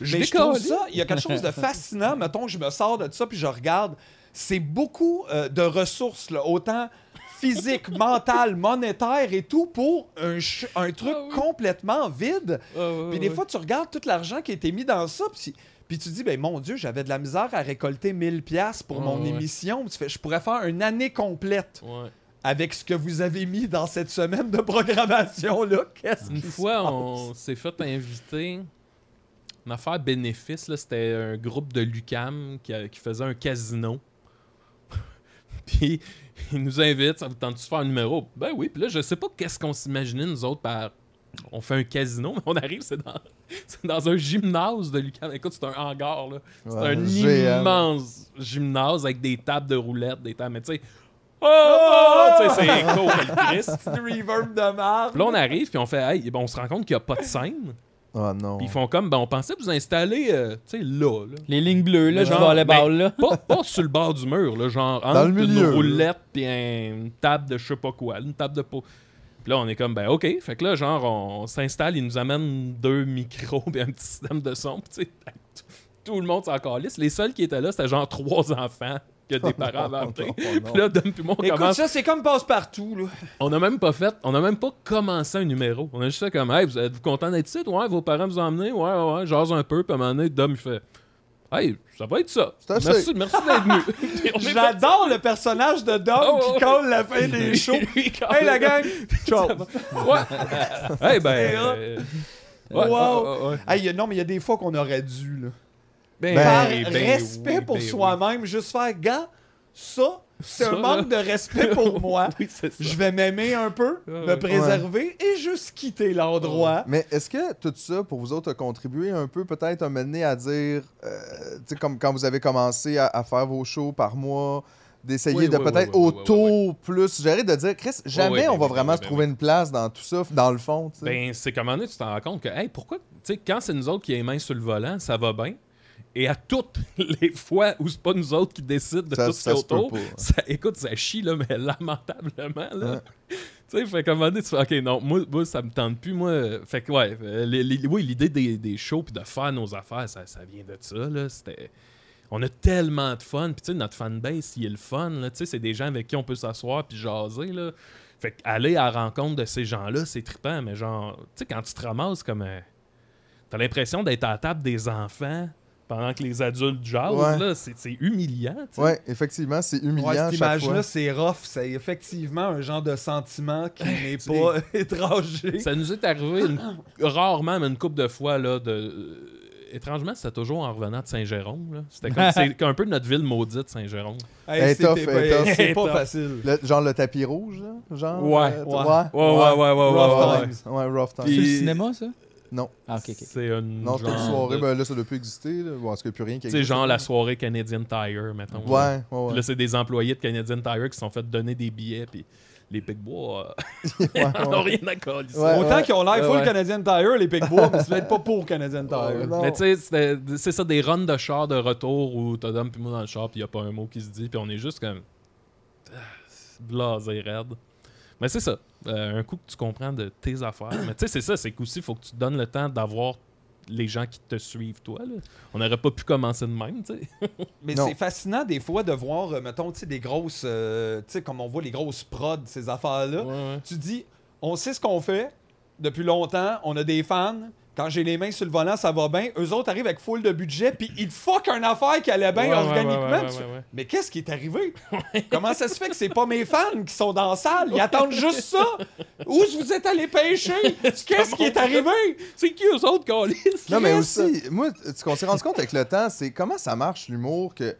Je
Mais je trouve
décalisse.
ça, il y a quelque chose de fascinant. Mettons, je me sors de ça puis je regarde. C'est beaucoup euh, de ressources, là, autant physique, mentale, monétaire et tout pour un, ch- un truc
Ah oui.
complètement vide.
Ouais, ouais,
Puis des
ouais.
fois, tu regardes tout l'argent qui a été mis dans ça, puis, puis tu dis, ben mon Dieu, j'avais de la misère à récolter 1000 pièces pour
Ouais,
mon
ouais.
émission. Tu fais, je pourrais faire une année complète
Ouais.
avec ce que vous avez mis dans cette semaine de programmation là. Qu'est-ce
Une
qui se
fois,
passe?
on s'est fait inviter. Une affaire bénéfice, là, c'était un groupe de Lucam qui, a- qui faisait un casino. puis ils nous invitent, ça vous tente de faire un numéro? Ben oui, puis là, je sais pas qu'est-ce qu'on s'imaginait, nous autres, par. On fait un casino, mais on arrive, c'est dans, c'est dans un gymnase de Lucam. Écoute, c'est un hangar, là. C'est
Ouais,
un
géant.
immense gymnase avec des tables de roulettes, des tables. Mais tu sais, oh, oh, oh, tu sais, c'est cool, le Christ.
Petit reverb de marre.
Puis là, on arrive, puis on fait, hey, ben, on se rend compte qu'il n'y a pas de scène.
Ah non.
Puis ils font comme, ben, on pensait vous installer, euh, tu sais, là, là.
Les lignes bleues, là,
Genre,
du volleyball, là.
Pas, pas sur le bord du mur, là, genre entre
Dans le milieu,
une
là.
roulette puis un- une table de je sais pas quoi, une table de pot. Puis là, on est comme, ben OK. Fait que là, genre, on s'installe, ils nous amènent deux micros et un petit système de son. Puis, tu sais, tout, tout le monde s'en calisse. Les seuls qui étaient là, c'était genre trois enfants que
Oh
des parents avaient appelés. Puis là, Dom puis moi, on
Écoute,
commence.
ça, c'est comme passe-partout, là.
On a même pas fait, on a même pas commencé un numéro. On a juste fait comme, hey, vous êtes content d'être ici? Ouais, vos parents vous ont emmené? Ouais, ouais, ouais, jase un peu. Puis à un moment donné, Dom, il fait, hey, ça va être ça.
C'est assez.
Merci, merci d'être venu. Puis on est
J'adore le personnage de Dom
Oh,
qui
ouais.
colle la fin des shows. hey, la gang! Ciao!
Ouais. hey, ben.
C'est hot.
euh,
Wow.
ouais, ouais, ouais, ouais.
Hey, y a- non, mais il y a des fois qu'on aurait dû, là.
Ben,
Par
ben
respect
oui,
pour
ben
soi-même, juste faire, gars, ça, c'est
Ça,
un manque de respect
oui.
pour moi.
Oui, c'est ça.
Je vais m'aimer un peu,
Ah,
me
ouais.
préserver et juste quitter l'endroit.
Mais est-ce que tout ça, pour vous autres, a contribué un peu, peut-être, à mener à dire, euh, tu sais, comme quand vous avez commencé à, à faire vos shows par mois, d'essayer
Oui,
de
oui,
peut-être
oui, oui, oui,
auto plus gérer, de dire, Chris, jamais
oui,
on
oui,
va
oui,
vraiment
oui,
se
ben
trouver une place dans tout ça, dans le fond, tu sais.
Ben, c'est comme un moment donné, tu t'en rends compte que, hey, pourquoi, tu sais, quand c'est nous autres qui avons les mains sur le volant, ça va bien. Et à toutes les fois où c'est pas nous autres qui décident de
Ça-
tout ce qui
ça
est
se peut
autour,
pas.
ça, écoute, ça chie, là, mais lamentablement, là.
Ouais.
Tu sais, fait qu'à un moment donné, tu fais, OK, non, moi, moi, ça me tente plus, moi. euh, Fait que, ouais, euh, les- les- oui, l'idée des, des shows puis de faire nos affaires, ça, ça vient de ça, là. C'était. On a tellement de fun, puis tu sais, notre fanbase, il est le fun, là. Tu sais, c'est des gens avec qui on peut s'asseoir puis jaser, là. Fait qu'aller à la rencontre de ces gens-là, c'est trippant, mais genre, tu sais, quand tu te ramasses comme. un- T'as l'impression d'être à la table des enfants pendant que les adultes jasent,
Ouais.
là. C'est c'est humiliant, tu sais.
Ouais, effectivement, c'est humiliant
Ouais,
à
cette
chaque fois.
image-là, c'est rough. C'est effectivement un genre de sentiment qui n'est pas étranger.
Ça nous est arrivé une- rarement, mais une couple de fois. Là, de... euh, Étrangement, c'était toujours en revenant de Saint-Jérôme. là. C'était comme c'est un peu notre ville maudite, Saint-Jérôme.
Hey,
Hey,
c'était
tough, hey,
pas-
tough.
c'est
Hey,
pas
tough.
facile.
Le- genre le tapis rouge, là, genre.
Ouais,
euh,
ouais.
Ouais, ouais, ouais, ouais. ouais,
Rough
ouais.
times.
Ouais, rough time.
C'est le
Puis-
cinéma, ça?
Non.
Ah, ok, ok.
C'est une.
Non, c'est une
genre
soirée,
de-
ben là, ça doit plus exister, là. Bon, parce qu'il n'y a plus rien qui
Tu sais,
existe.
genre la soirée Canadian Tire, mettons. là.
Ouais, ouais,
Puis
ouais.
Là, c'est des employés de Canadian Tire qui se sont fait donner des billets, puis les euh, pics-bois
Ouais,
n'ont
ouais.
Ah, rien à coller. ça.
Ouais,
Autant
ouais.
qu'ils ont l'air
Ouais,
full
ouais.
Canadian Tire, les Picbois, mais c'est peut-être pas pour Canadian
Ouais,
Tire.
non.
Mais tu sais, c'était- c'est ça, des runs de char de retour où t'as Dom puis moi dans le char, puis y a pas un mot qui se dit, puis on est juste comme. Ah, c'est Blasé, raide. Mais c'est ça. Euh, un coup que tu comprends de tes affaires. Mais tu sais, c'est ça, c'est qu'aussi, faut que tu te donnes le temps d'avoir les gens qui te suivent, toi. là. On n'aurait pas pu commencer de même, tu sais.
Mais
Non.
c'est fascinant des fois de voir, euh, mettons, tu sais, des grosses, euh, tu sais, comme on voit les grosses prods, ces affaires-là. Tu dis, on sait ce qu'on fait depuis longtemps, on a des fans. Quand j'ai les mains sur le volant, ça va bien. Eux autres arrivent avec full de budget, puis ils te fuck une affaire qui allait bien
Ouais, ouais,
Ben, organiquement.
ouais, ouais,
Tu
ouais,
fais,
ouais.
Mais qu'est-ce qui est arrivé? Comment ça se fait que c'est pas mes fans qui sont dans la salle? Ils attendent juste ça! Où vous êtes allés pêcher? Qu'est-ce qui est arrivé?
C'est qui eux autres, câlisses?
Non, mais
Chris,
aussi, moi, ce qu'on s'est rendu compte avec le temps, c'est comment ça marche l'humour que,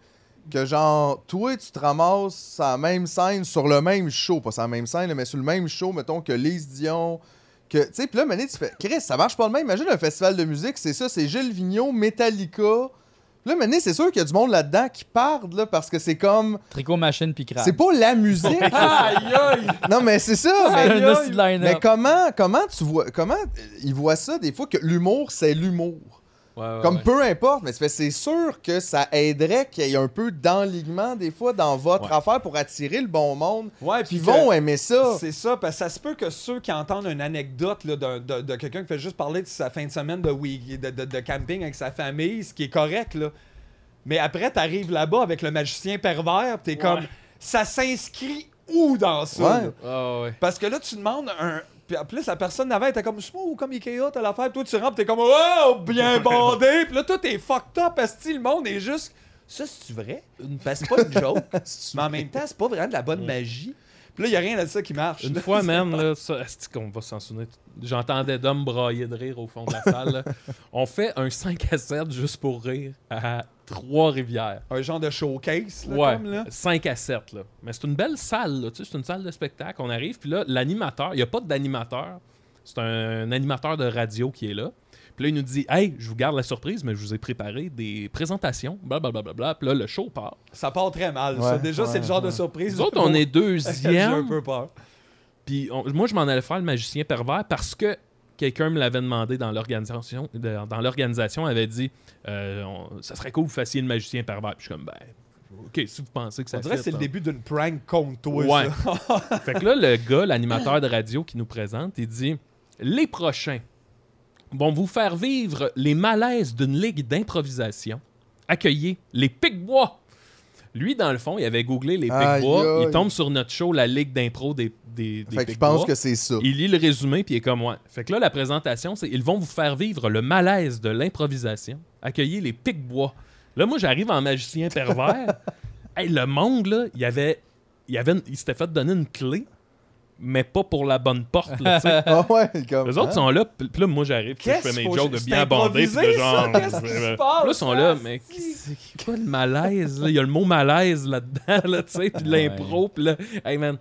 que, genre, toi, tu te ramasses sur la même scène, sur le même show, pas sur la même scène, là, mais sur le même show, mettons, que Lise Dion. Que, tu sais, puis là, Mané, tu fais, Chris, ça marche pas le même. Imagine un festival de musique, c'est ça, c'est Gilles Vigneault, Metallica. Là, Mané, c'est sûr qu'il y a du monde là-dedans qui part, là, parce que c'est comme.
Tricot, machine, puis crabe.
C'est pas la musique.
Aïe aïe!
non, mais c'est ça. mais-
un hostie de line-up.
mais comment, comment tu vois, comment euh, ils voient ça des fois que l'humour, c'est l'humour?
Ouais, ouais,
Comme
ouais.
peu importe, mais ça fait- c'est sûr que ça aiderait qu'il y ait un peu d'enlignement des fois dans votre
Ouais.
affaire pour attirer le bon monde.
Ouais,
Puis
puis
ils
que-
vont aimer ça.
C'est ça, parce que ça se peut que ceux qui entendent une anecdote là, d'un- de, de quelqu'un qui fait juste parler de sa fin de semaine de, week- de, de- de camping avec sa famille, ce qui est correct, là. Mais après, t'arrives là-bas avec le magicien pervers, pis t'es comme, ça s'inscrit où dans ça?
Ouais.
là?
Ah, ouais.
Parce que là, tu demandes un. Puis en plus, la personne d'avant était comme smooth, comme Ikea, t'as l'affaire. Puis toi, tu rentres, puis t'es comme, oh, bien bandé. Puis là, tout est fucked up. Parce que le monde est juste. Ça, c'est-tu vrai? Parce que c'est pas une joke. mais en même temps, c'est pas vraiment de la bonne magie. Puis là, y a rien de ça qui marche.
Une
là.
fois même, là, ça, asti qu'on va s'en souvenir. J'entendais Dom brailler de rire au fond de la salle. là. On fait un 5 à 7 juste pour rire à Trois-Rivières.
Un genre de showcase, là,
Ouais,
comme, là.
5 à 7. Là. Mais c'est une belle salle, là, tu sais, c'est une salle de spectacle. On arrive, puis là, l'animateur, il n'y a pas d'animateur. C'est un, animateur de radio qui est là. Puis là, il nous dit Hey, je vous garde la surprise, mais je vous ai préparé des présentations. Blablabla. Puis là, le show part.
Ça part très mal, ça.
Ouais,
Déjà, c'est
ouais,
le genre de
ouais.
surprise.
Nous autres, on est
J'ai un
deuxième.
peu peur.
Puis on- moi, je m'en allais faire le magicien pervers parce que quelqu'un me l'avait demandé dans l'organisation, de- dans l'organisation, avait dit euh, on- ça serait cool que vous fassiez le magicien pervers. Puis je suis comme ben OK, si vous pensez que ça
On dirait que
fit,
c'est le
hein.
début d'une prank contre toi.
Ouais.
ça.
Fait que là, le gars, l'animateur de radio qui nous présente, il dit Les prochains vont vous faire vivre les malaises d'une ligue d'improvisation. Accueillez les Pic-Bois. Lui, dans le fond, il avait googlé les Pic-Bois.
Aïe, aïe.
Il tombe sur notre show, la ligue d'impro des, des, des
Fait que je
Pic-Bois.
pense que c'est ça.
Il lit le résumé, puis il est comme moi. Fait que là, la présentation, c'est ils vont vous faire vivre le malaise de l'improvisation. Accueillez les pics-bois. Là, moi, j'arrive en magicien pervers. Hey, le monde, là, il y avait. Il, y avait une- il s'était fait donner une clé, mais pas pour la bonne porte. Là, tu sais.
Ah ouais, comme.
Les autres sont là, puis puis là, moi, j'arrive, puis je
Qu'est-ce
fais mes
faut-
jokes de
c'est
bien abondés, puis de
improvisé,
genre.
ça? Qu'est-ce qui se
euh,
passe,
Là, ils sont là,
ça,
mais
c'est-
c'est quoi le malaise, là? Il y a le mot malaise là-dedans, là, tu sais, puis de
Ouais.
l'impro, puis là, hey man,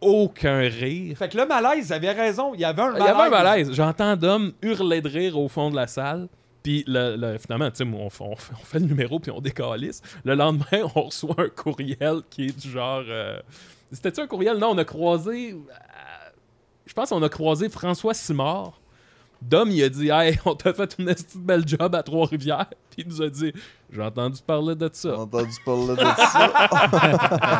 aucun rire.
Fait que le malaise, ils avaient raison. Il y avait un
Il
malaise.
y avait un malaise. J'entends Dom hurler de rire au fond de la salle. Puis le, le- finalement, tu sais, on, f- on f- on fait le numéro puis on décalisse. Le lendemain, on reçoit un courriel qui est du genre. euh, C'était-tu un courriel? Non, on a croisé. euh, je pense qu'on a croisé François Simard. Dom, il a dit Hey, on t'a fait une esti de belle job à Trois-Rivières. Puis il nous a dit J'ai entendu parler de
J'ai
ça.
entendu parler de ça.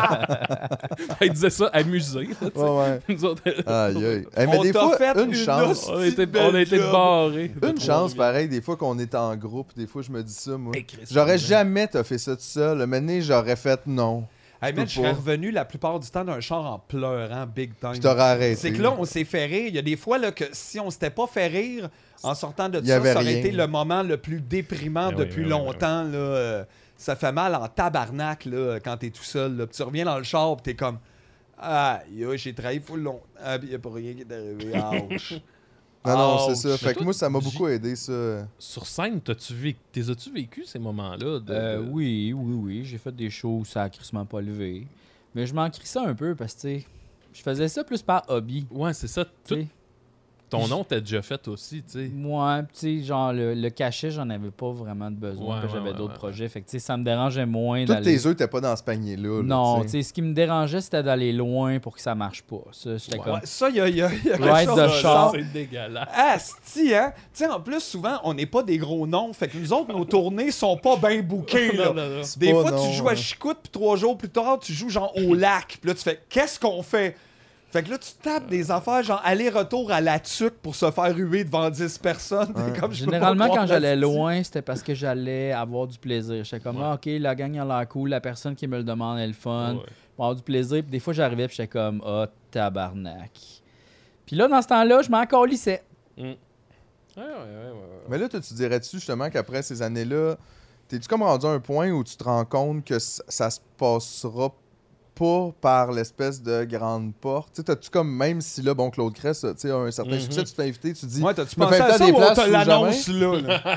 il disait ça amusé. là, tu sais.
Ouais, ouais.
Nous autres,
Aïe, aïe. Eh, mais
On
des
t'a
fois,
fait
une
une
chance.
os-
on a été,
belle
on a été
job.
barrés. de
Une chance,
Trois-Rivières.
pareil, des fois qu'on est en groupe, des fois je me dis ça, moi.
Eh, Christ,
J'aurais
ouais.
jamais t'as fait ça tout seul. Maintenant, j'aurais fait non.
Hey, man, je
Pas.
serais revenu la plupart du temps d'un char en pleurant, big time.
Je t'aurais arrêté.
C'est que là, on s'est fait rire. Il y a des fois là, que si on s'était pas fait rire en sortant de
Il y
ça,
avait
ça aurait
rien.
été le moment le plus déprimant
Ben oui,
depuis
ben oui, ben oui.
longtemps. là. Euh, Ça fait mal en tabarnak là, quand t'es tout seul. là. Puis tu reviens dans le char, tu es comme Ah, yo, j'ai trahi full long. Ah, il n'y a pas rien qui est arrivé. Ouch.
Non, non,
Ouch.
c'est ça. Fait que moi, ça m'a
J-
beaucoup aidé, ça.
sur scène, t'as-tu vécu, t'as-tu vécu ces moments-là? de-
Euh,
de-
oui, oui, oui. J'ai fait des shows où ça a crissement pas levé. Mais je m'en crissais un peu parce que, tu sais, je faisais ça plus par hobby.
Ouais, c'est ça.
tu
Tout
sais.
ton nom, t'as déjà fait aussi, tu sais.
Moi, tu sais, genre, le, le cachet, j'en avais pas vraiment de besoin.
Ouais,
parce que
ouais,
j'avais
ouais,
d'autres
ouais.
projets. Fait que, tu sais, ça me dérangeait moins
Tous
d'aller-
tes œufs t'es pas dans ce panier-là. là,
Non, tu
tu sais.
sais, ce qui me dérangeait, c'était d'aller loin pour que ça marche pas. Ça, j'étais
Ouais.
comme.
Ouais, ça, il y a, il y a- il y a quelque
Ride
chose
the
de
shark.
C'est dégueulasse.
Asti, hein? Tu sais, en plus, souvent, on n'est pas des gros noms. Fait que nous autres, nos tournées sont pas bien bouquées, là.
Non, non, non.
Des
pas
fois,
non,
tu joues à
hein.
Chicoute, puis trois jours plus tard, tu joues genre au lac. Puis là, tu fais « Qu'est-ce qu'on fait? » Fait que là, tu tapes des affaires genre aller-retour à la tuque pour se faire ruer devant 10 personnes. T'es comme, Je peux pas
Généralement,
croire,
quand j'allais
asti.
loin, c'était parce que j'allais avoir du plaisir. J'étais comme, Ah, OK, la gang elle a l'air cool, la personne qui me le demande, elle est le fun.
Ouais.
Je vais avoir du plaisir. Puis des fois, j'arrivais, puis j'étais comme, ah, tabarnak. Puis là, dans ce temps-là, je m'en calissais.
Ouais, ouais, ouais, ouais, ouais.
Mais là, toi, tu dirais-tu justement qu'après ces années-là, t'es-tu comme rendu à un point où tu te rends compte que ça, ça se passera pas par l'espèce de grande porte? Tu sais, t'as-tu comme, même si là, bon, Claude Cress, tu sais, a un certain
Mm-hmm.
Mhm.
succès, tu te fais inviter, tu dis.
Ouais, t'as-tu
Je me
pensé
fais
à
faire
ça
des
ou on
places
te
sous
l'annonce là? là?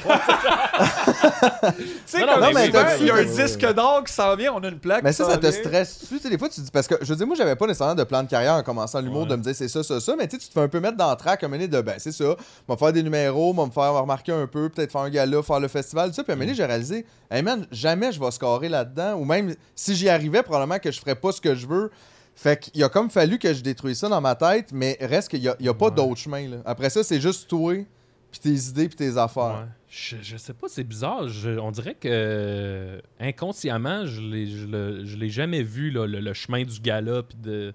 Tu sais,
Non, non,
comme
mais
souvent,
oui,
il y a un
oui, oui.
disque d'or qui s'en vient, on a une plaque
Mais
qui
ça,
s'en
ça te
vient.
stresse-tu? Tu sais, des fois, tu dis, parce que je veux dire, moi, j'avais pas nécessairement de plan de carrière en commençant l'humour
Ouais.
de me dire c'est ça, ça, ça, mais tu sais, tu te fais un peu mettre dans le track comme une de ben, c'est ça, m'a faire des numéros, m'a me faire remarquer un peu, peut-être faire un gala, faire le festival, tout ça. Puis à un
Mm.
moment donné, j'ai réalisé, hey man, jamais je vais scorer là-dedans, ou même si j'y arrivais, probablement que je ferais pas ce que je veux. Fait qu'il a comme fallu que je détruise ça dans ma tête, mais reste qu'il y a, il y a pas
Ouais.
d'autre chemin. là. Après ça, c'est juste toi, puis tes idées, puis tes affaires.
Ouais. Je, je sais pas, c'est bizarre. Je- on dirait que euh, inconsciemment, je l'ai, je le- je l'ai jamais vu, là, le, le chemin du gala. puis de...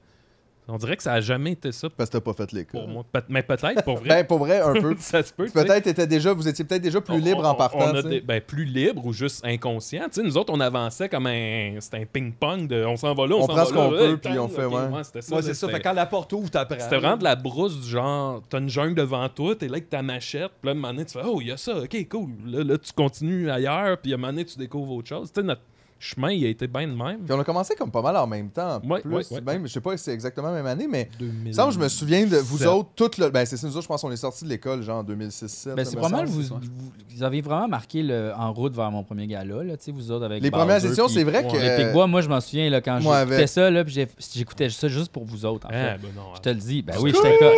On dirait que ça a jamais été ça
Parce que t'as pas fait les cas.
pour moi. Peut- mais peut-être, pour vrai.
Ben, pour vrai, un peu.
ça se peut. tu sais.
Peut-être étais déjà, vous étiez peut-être déjà plus
On-
libre
on-
en partant.
on a
tu sais.
des- ben, plus libre ou juste inconscient. Tu sais, nous autres, on avançait comme un, c'était un ping-pong de on s'en va là, on,
On
s'en
prend
va
ce
là,
qu'on
là,
peut,
le
puis
temps,
on fait,
ok,
ouais.
c'était ça.
Ouais,
là,
c'est ça.
c'était-
Fait que quand la porte ouvre, t'apprends.
C'était vraiment de la brousse du genre, t'as une jungle devant toi, t'es là avec ta machette, puis là, à un moment donné, tu fais, oh, il y a ça, ok, cool. Là, là, tu continues ailleurs, puis à un moment donné, tu découvres autre chose. Tu sais, notre chemin, il a été bien de même.
Puis on a commencé comme pas mal en même temps.
Ouais,
plus,
ouais, ouais.
même, je sais pas si c'est exactement la même année, mais il me
2000.
semble que je me souviens de vous
Sept.
autres, toutes le. Ben, c'est ça, nous autres, je pense qu'on est sortis de l'école, genre en 2006-7.
Ben, c'est pas mal, vous, vous, vous avez vraiment marqué le, en route vers mon premier gala, là, tu sais, vous autres avec
Les premières
Bowser,
sessions,
puis-
c'est vrai
ouais,
que.
Les Pic-Bois, moi, je m'en souviens, là, quand
Moi,
j'écoutais
avec.
ça, là, puis j'ai- j'écoutais ça juste pour vous autres, en fait.
Ah, ben non,
Je te le dis, ben oui, j'étais comme.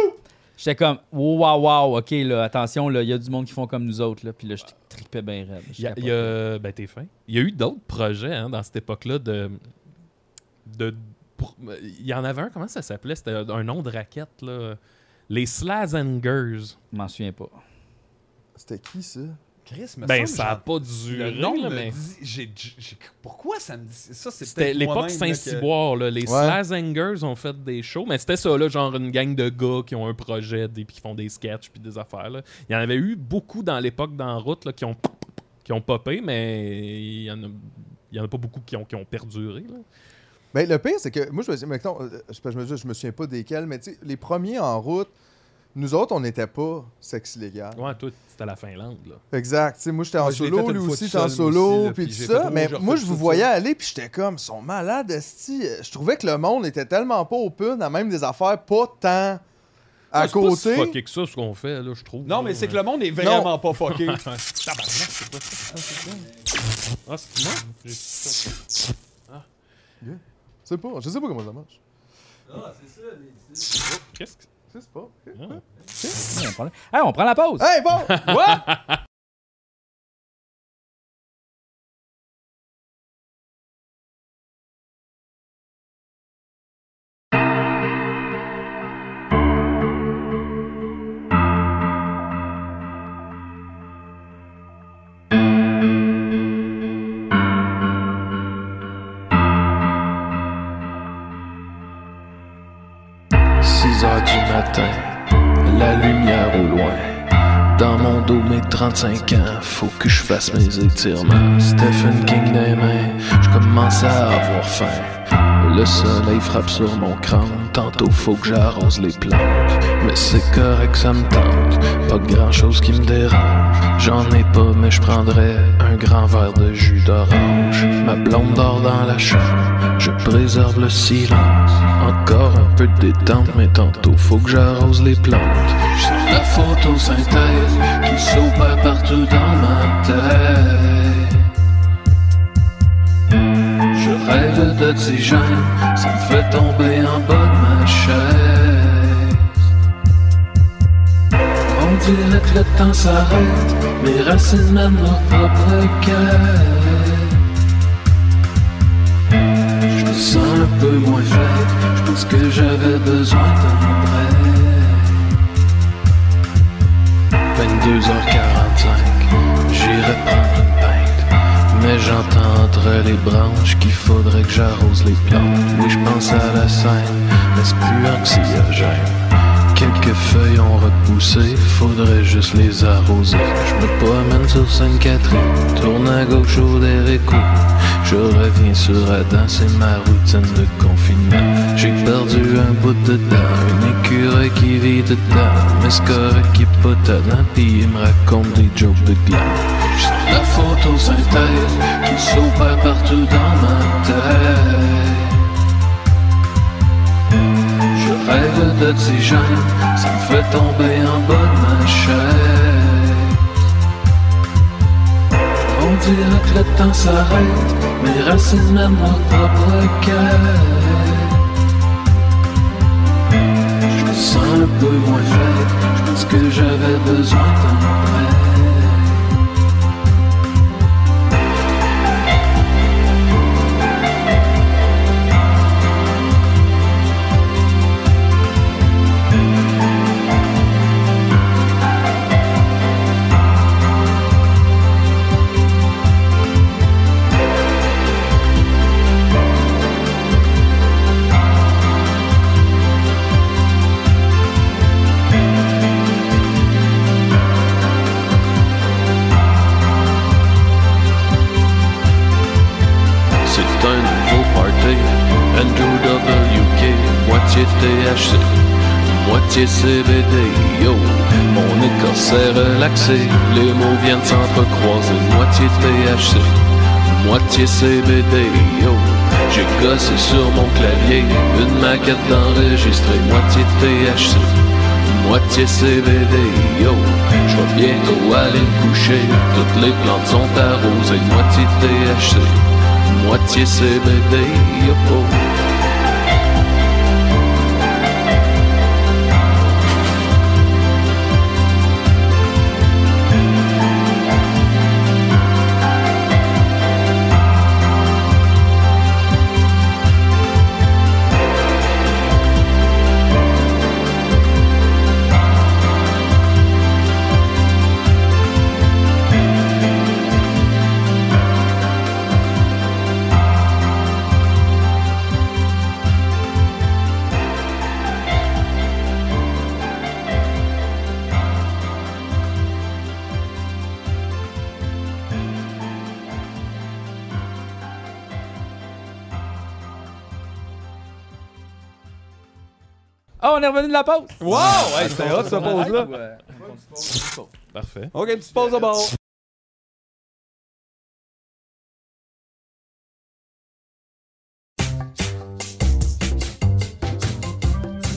J'étais comme, wow, wow, wow, ok, là, attention, là, il y a du monde qui font comme nous autres, là, puis là, je tripais bien raide. je
Il y a, il
capotais.
y a- ben, t'es fin. Il y a eu d'autres projets hein, dans cette époque-là de. de pro- il y en avait un, comment ça s'appelait C'était un nom de raquette, là. Les Slazengers.
Je m'en souviens pas.
C'était qui ça?
Chris, me semble
Ben,
que
ça a
j'ai-
pas duré,
Le nom
là,
me
mais...
dit- j'ai- j'ai- Pourquoi ça me dit ça? c'est
C'était
peut-être
l'époque
moi-même, là, que-
Saint-Cyboire, là. Les Slazengers ont fait des shows, mais c'était ça, là, genre une gang de gars qui ont un projet, des, puis qui font des sketchs, puis des affaires, là. Il y en avait eu beaucoup dans l'époque d'En route, là, qui ont, qui ont popé, mais il y en a, il y en a pas beaucoup qui ont, qui ont perduré, là.
Ben, le pire, c'est que moi, je me, dis- mettons, euh, je, sais pas, je, me, dis- je me souviens pas desquels, mais tu sais, les premiers en route, nous autres, on n'était pas sexe illégal.
Ouais, toi, c'était la Finlande, là.
Exact. Tu sais, moi, j'étais en
Moi, je l'ai fait
solo,
une
lui
fois
aussi,
tout
était en
seul,
solo,
moi aussi, là,
puis
puis
tout
j'ai
ça.
fait, oh,
Mais
je refais
moi, je
tout
vous
ça.
voyais aller, puis j'étais comme, ils sont malades, esti. Je trouvais que le monde était tellement pas open à même des affaires pas tant à
Ouais, c'est Ah, pas si
côté.
fucké que ça, ce qu'on fait, là, je trouve.
Non,
là,
mais c'est que
ouais.
le monde est vraiment pas fucké.
Tabarnak, c'est pas ça. Ah, c'est moi? J'ai-
Je sais pas, je sais pas comment ça marche.
Qu'est-ce que...
Je sais pas.
Il y a un problème. Ah, on prend la pause.
Hey, bon! What?
Six heures du matin, la lumière au loin. Dans mon dos, mes 35 ans, faut que je fasse mes étirements. Stephen King des mains, je commence à avoir faim. Le soleil frappe sur mon crâne, tantôt faut que j'arrose les plantes. Mais c'est correct, ça me tente, pas grand chose qui me dérange. J'en ai pas, mais je prendrais un grand verre de jus d'orange. Ma blonde dort dans la chambre, je préserve le silence. Encore un peu de détente, mais tantôt faut que j'arrose les plantes. J'ai la photosynthèse qui s'opère partout dans ma tête. Je rêve d'oxygène, ça me fait tomber en bas de ma chaise. On dirait que le temps s'arrête, mes racines mènent leur propre quête. Je me sens un peu moins faible, je pense que j'avais besoin d'un break. 22h45, j'irai prendre une pinte, mais j'entends entre les branches qu'il faudrait que j'arrose les plantes. Oui, je pense à la scène, mais c'est plus anxiogène. Quelques feuilles ont repoussé, faudrait juste les arroser. Je me promène sur Sainte-Catherine, tourne à gauche au Dérico. Je reviens sur Adam, c'est ma routine de confinement. J'ai perdu un bout de dents, une écureuil qui vit dedans. Mais ce correct qui est pas talent, pis il me raconte des jokes de glace. J'ai la photosynthèse qui s'opère partout dans ma tête. Je rêve d'oxygène, ça me fait tomber en bas de ma chaise. On dirait que le temps s'arrête, mes racines mènent leur propre quête. Je me sens un peu moins faible, je pense que j'avais besoin d'un break. C'est un nouveau party. Andrew WK, moitié THC, moitié CBD. Yo, mon écorçait relaxé. Les mots viennent s'entrecroiser. Moitié THC, moitié CBD. Yo, j'ai gossé sur mon clavier. Une maquette d'enregistrer. Moitié THC. Moitié CBD, yo, je vais bientôt aller me coucher. Toutes les plantes sont arrosées, moitié THC. Moitié CBD, yo
Ah, on est revenu de la pause!
Wow! Hey, C'était hot, cette pause-là.
Parfait.
OK, petite pause au bord.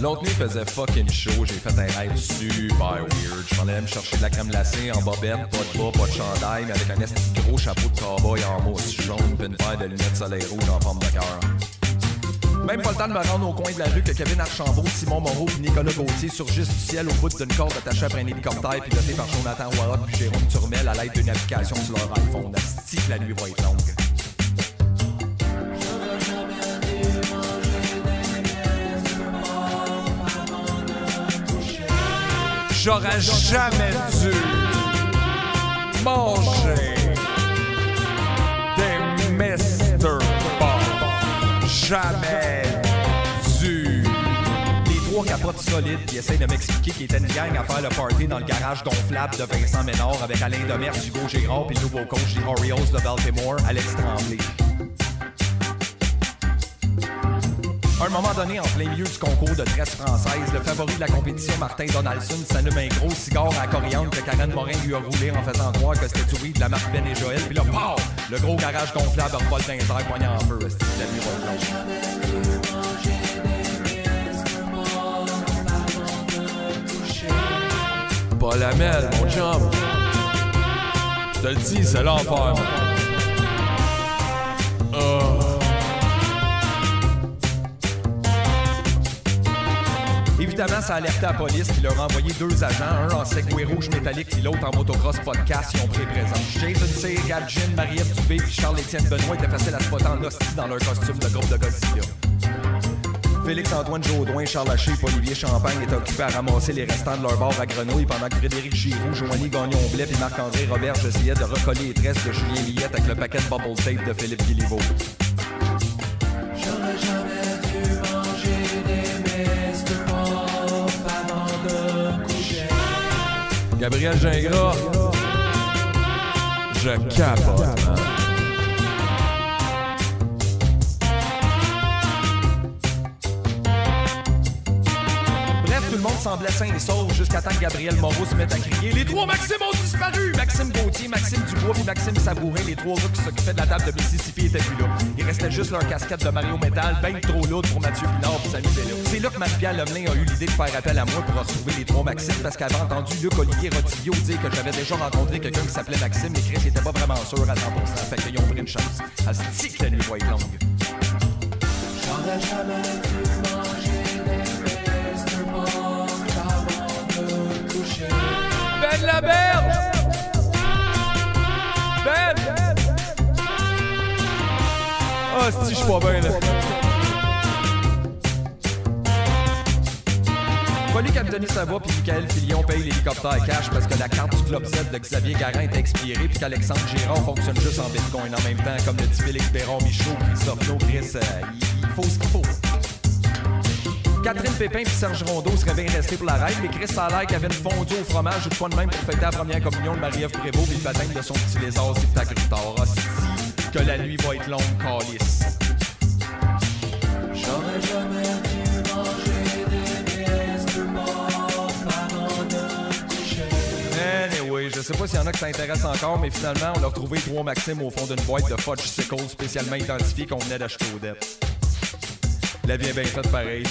L'autre nuit, il faisait fucking chaud. J'ai fait un rêve super weird. Je m'en allais me chercher de la crème glacée en bobette, pas de bas, pas de chandail, mais avec un esti de gros chapeau de cowboy en mousse jaune, puis une paire de lunettes soleil rouge en forme de cœur. Même pas le temps de me rendre au coin de la rue que Kevin Archambault, Simon Moreau puis Nicolas Gauthier surgissent du ciel au bout d'une corde attachée après un hélicoptère piloté par Jonathan Warrod puis Jérôme Turmel à l'aide d'une application sur leur iPhone. Asti que la nuit va être longue. J'aurais jamais dû manger des Mr. Bob. Jamais dû. Les trois capotes solides qui essayent de m'expliquer qu'ils étaient une gang à faire le party dans le garage gonflable de Vincent Ménard avec Alain Demers, Hugo Gérard puis le nouveau coach des Orioles de Baltimore, Alex Tremblay. À un moment donné, en plein milieu du concours de tresse française, le favori de la compétition, Martin Donaldson, s'allume un gros cigare à la coriandre que Karen Morin lui a roulé en faisant croire que c'était du weed de la marque Ben et Joël. Puis là, pow! Le gros garage gonflable revole d'un air poignant en feu. esti, la nuit va être longue.
Pas la mêle, mon chum. Je te le dis, c'est l'enfer.
Évidemment, ça alertait la police qui leur a envoyé deux agents, un en Segway rouge métallique puis l'autre en motocross podcast, ils ont pris présence. Jason Sear, Gab Jean, Marie-Ève Dubé puis Charles-Étienne Benoît étaient faciles à spotter en hostie dans leur costume de groupe de Godzilla. Félix-Antoine Jaudoin, Charles Haché et Olivier Champagne étaient occupés à ramasser les restants de leur bar à Grenouille pendant que Frédéric Giroux, Joanie Gagnon-Blais et Marc-André Robert essayaient de recoller les tresses de Julien Millette avec le paquet de bubble tape de Philippe Guilliveau.
Gabriel Gingras. Je capote, man.
Bref, tout le monde semblait sain et sauf jusqu'à temps que Gabriel Moreau se mette à crier Les trois Maximes ont disparu Maxime Gauthier, Maxime Dubois puis Maxime Sabourin, les trois gars qui s'occupaient de la table de Mississippi étaient plus là. Il restait juste leur casquette de Mario Metal, ben trop lourde pour Mathieu Pinard et Samy Bello. C'est là que Marie-Pierre Lemelin a eu l'idée de faire appel à moi pour retrouver les trois Maximes parce qu'elle avait entendu Luc Olivier Rotillo dire que j'avais déjà rencontré quelqu'un qui s'appelait Maxime et Chris était pas vraiment sûr à 100%. Fait qu'ils ont pris une chance. Asti que la nuit va être longue.
Ben la berge! Ben!
Ah, si, je suis pas bien, là. Fallu qu'Anthony Savoie puis Michael Filion payent l'hélicoptère cash parce que la carte du Club Z de Xavier Garin est expirée puis qu'Alexandre Girard fonctionne juste en bitcoin en même temps, comme le dit Félix Perron, Michaud, Christophe No, Chris. euh, Il faut ce qu'il faut. Catherine Pépin puis Serge Rondeau seraient bien restés pour la règle, mais Chris Salaire qui avait une fondue au fromage ou de quoi de même pour fêter la première communion de Marie-Ève Prévost puis le baptême de son petit lézard, c'est ta Ah, que la nuit va être longue, calice. Anyway, je sais pas s'il y en a qui s'intéressent encore, mais finalement, on a retrouvé trois Maximes au fond d'une boîte de fudge sickle spécialement identifiée qu'on venait d'acheter aux dettes. La vie est bien faite pareil. là.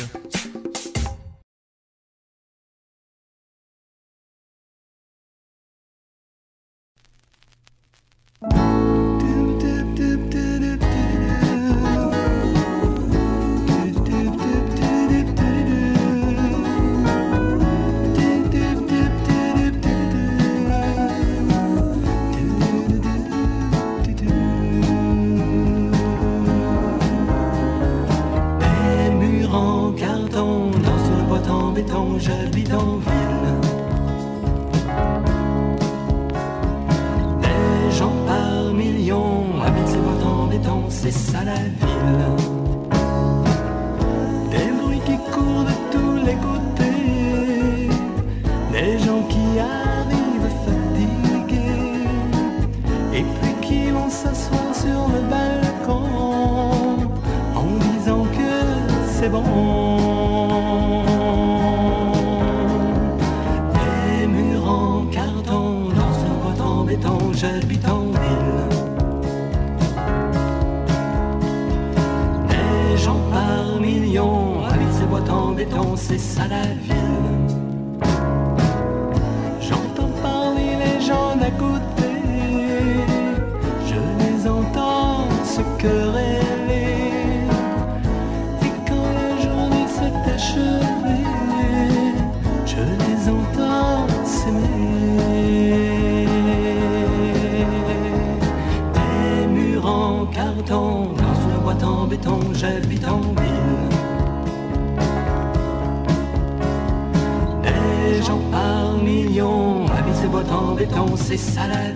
Des murs en carton, dans une boîte en béton, j'habite en ville. Des gens par millions habitent ces boîtes en béton, c'est ça la ville. Des bruits qui courent de tous les côtés, des gens qui arrivent fatigués et puis qui vont s'asseoir sur le balcon en disant que c'est bon. béton, c'est ça la ville. J'entends parler les gens d'à côté, je les entends se quereller. Et quand la journée s'est achevée, je les entends s'aimer. Des murs en carton, dans une boîte en béton, j'habite en ville. Des gens par millions Habillent ces boîtes en béton, c'est ça la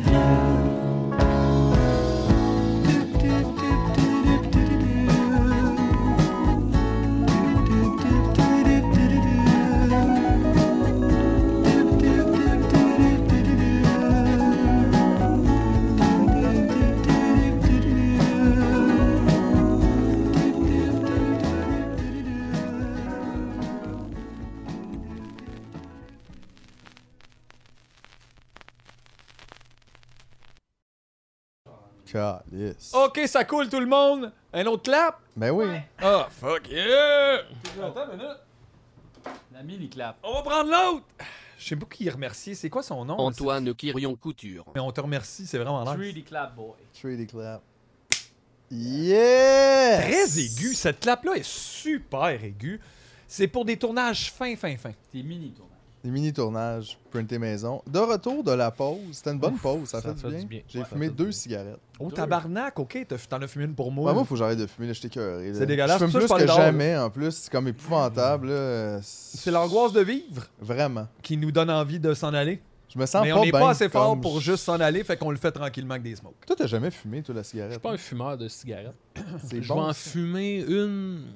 Calice.
OK, ça coule tout le monde. Un autre clap.
Ben oui.
Ah, fuck yeah!
L'ami, il clap.
On va prendre l'autre! Je sais pas qui remercier. C'est quoi son nom?
Antoine Quirion Couture.
Mais on te remercie, c'est vraiment nice.
Really clap, boy.
Treaty clap. Yeah!
Très aigu. Cette clap-là est super aiguë. C'est pour des tournages fin, fin, fin.
T'es mini tournage.
Des mini-tournages, printé maison. De retour de la pause, c'était une bonne pause, ça, fait, du bien. J'ai
Ouais, ça
fumé
fait du
deux
bien.
cigarettes.
Oh, tabarnak, OK, t'as- t'en as fumé une pour Bah, moi.
Ouais, moi, faut que j'arrête de fumer, là, j'étais écoeuré, là.
C'est dégueulasse,
Je
c'est
fume
pour ça
plus
que je
que
parle d'or,
jamais, en plus, c'est comme épouvantable. là.
c'est l'angoisse de vivre
Vraiment.
qui nous donne envie de s'en aller.
Je me sens
mais
pas
on n'est
bien
pas assez fort
comme
pour
je-
juste s'en aller, fait qu'on le fait tranquillement avec des smokes.
Toi, t'as jamais fumé, toi, la
Je suis
cigarette. hein?
pas un fumeur de cigarettes.
C'est
Je vais en
bon.
fumer une.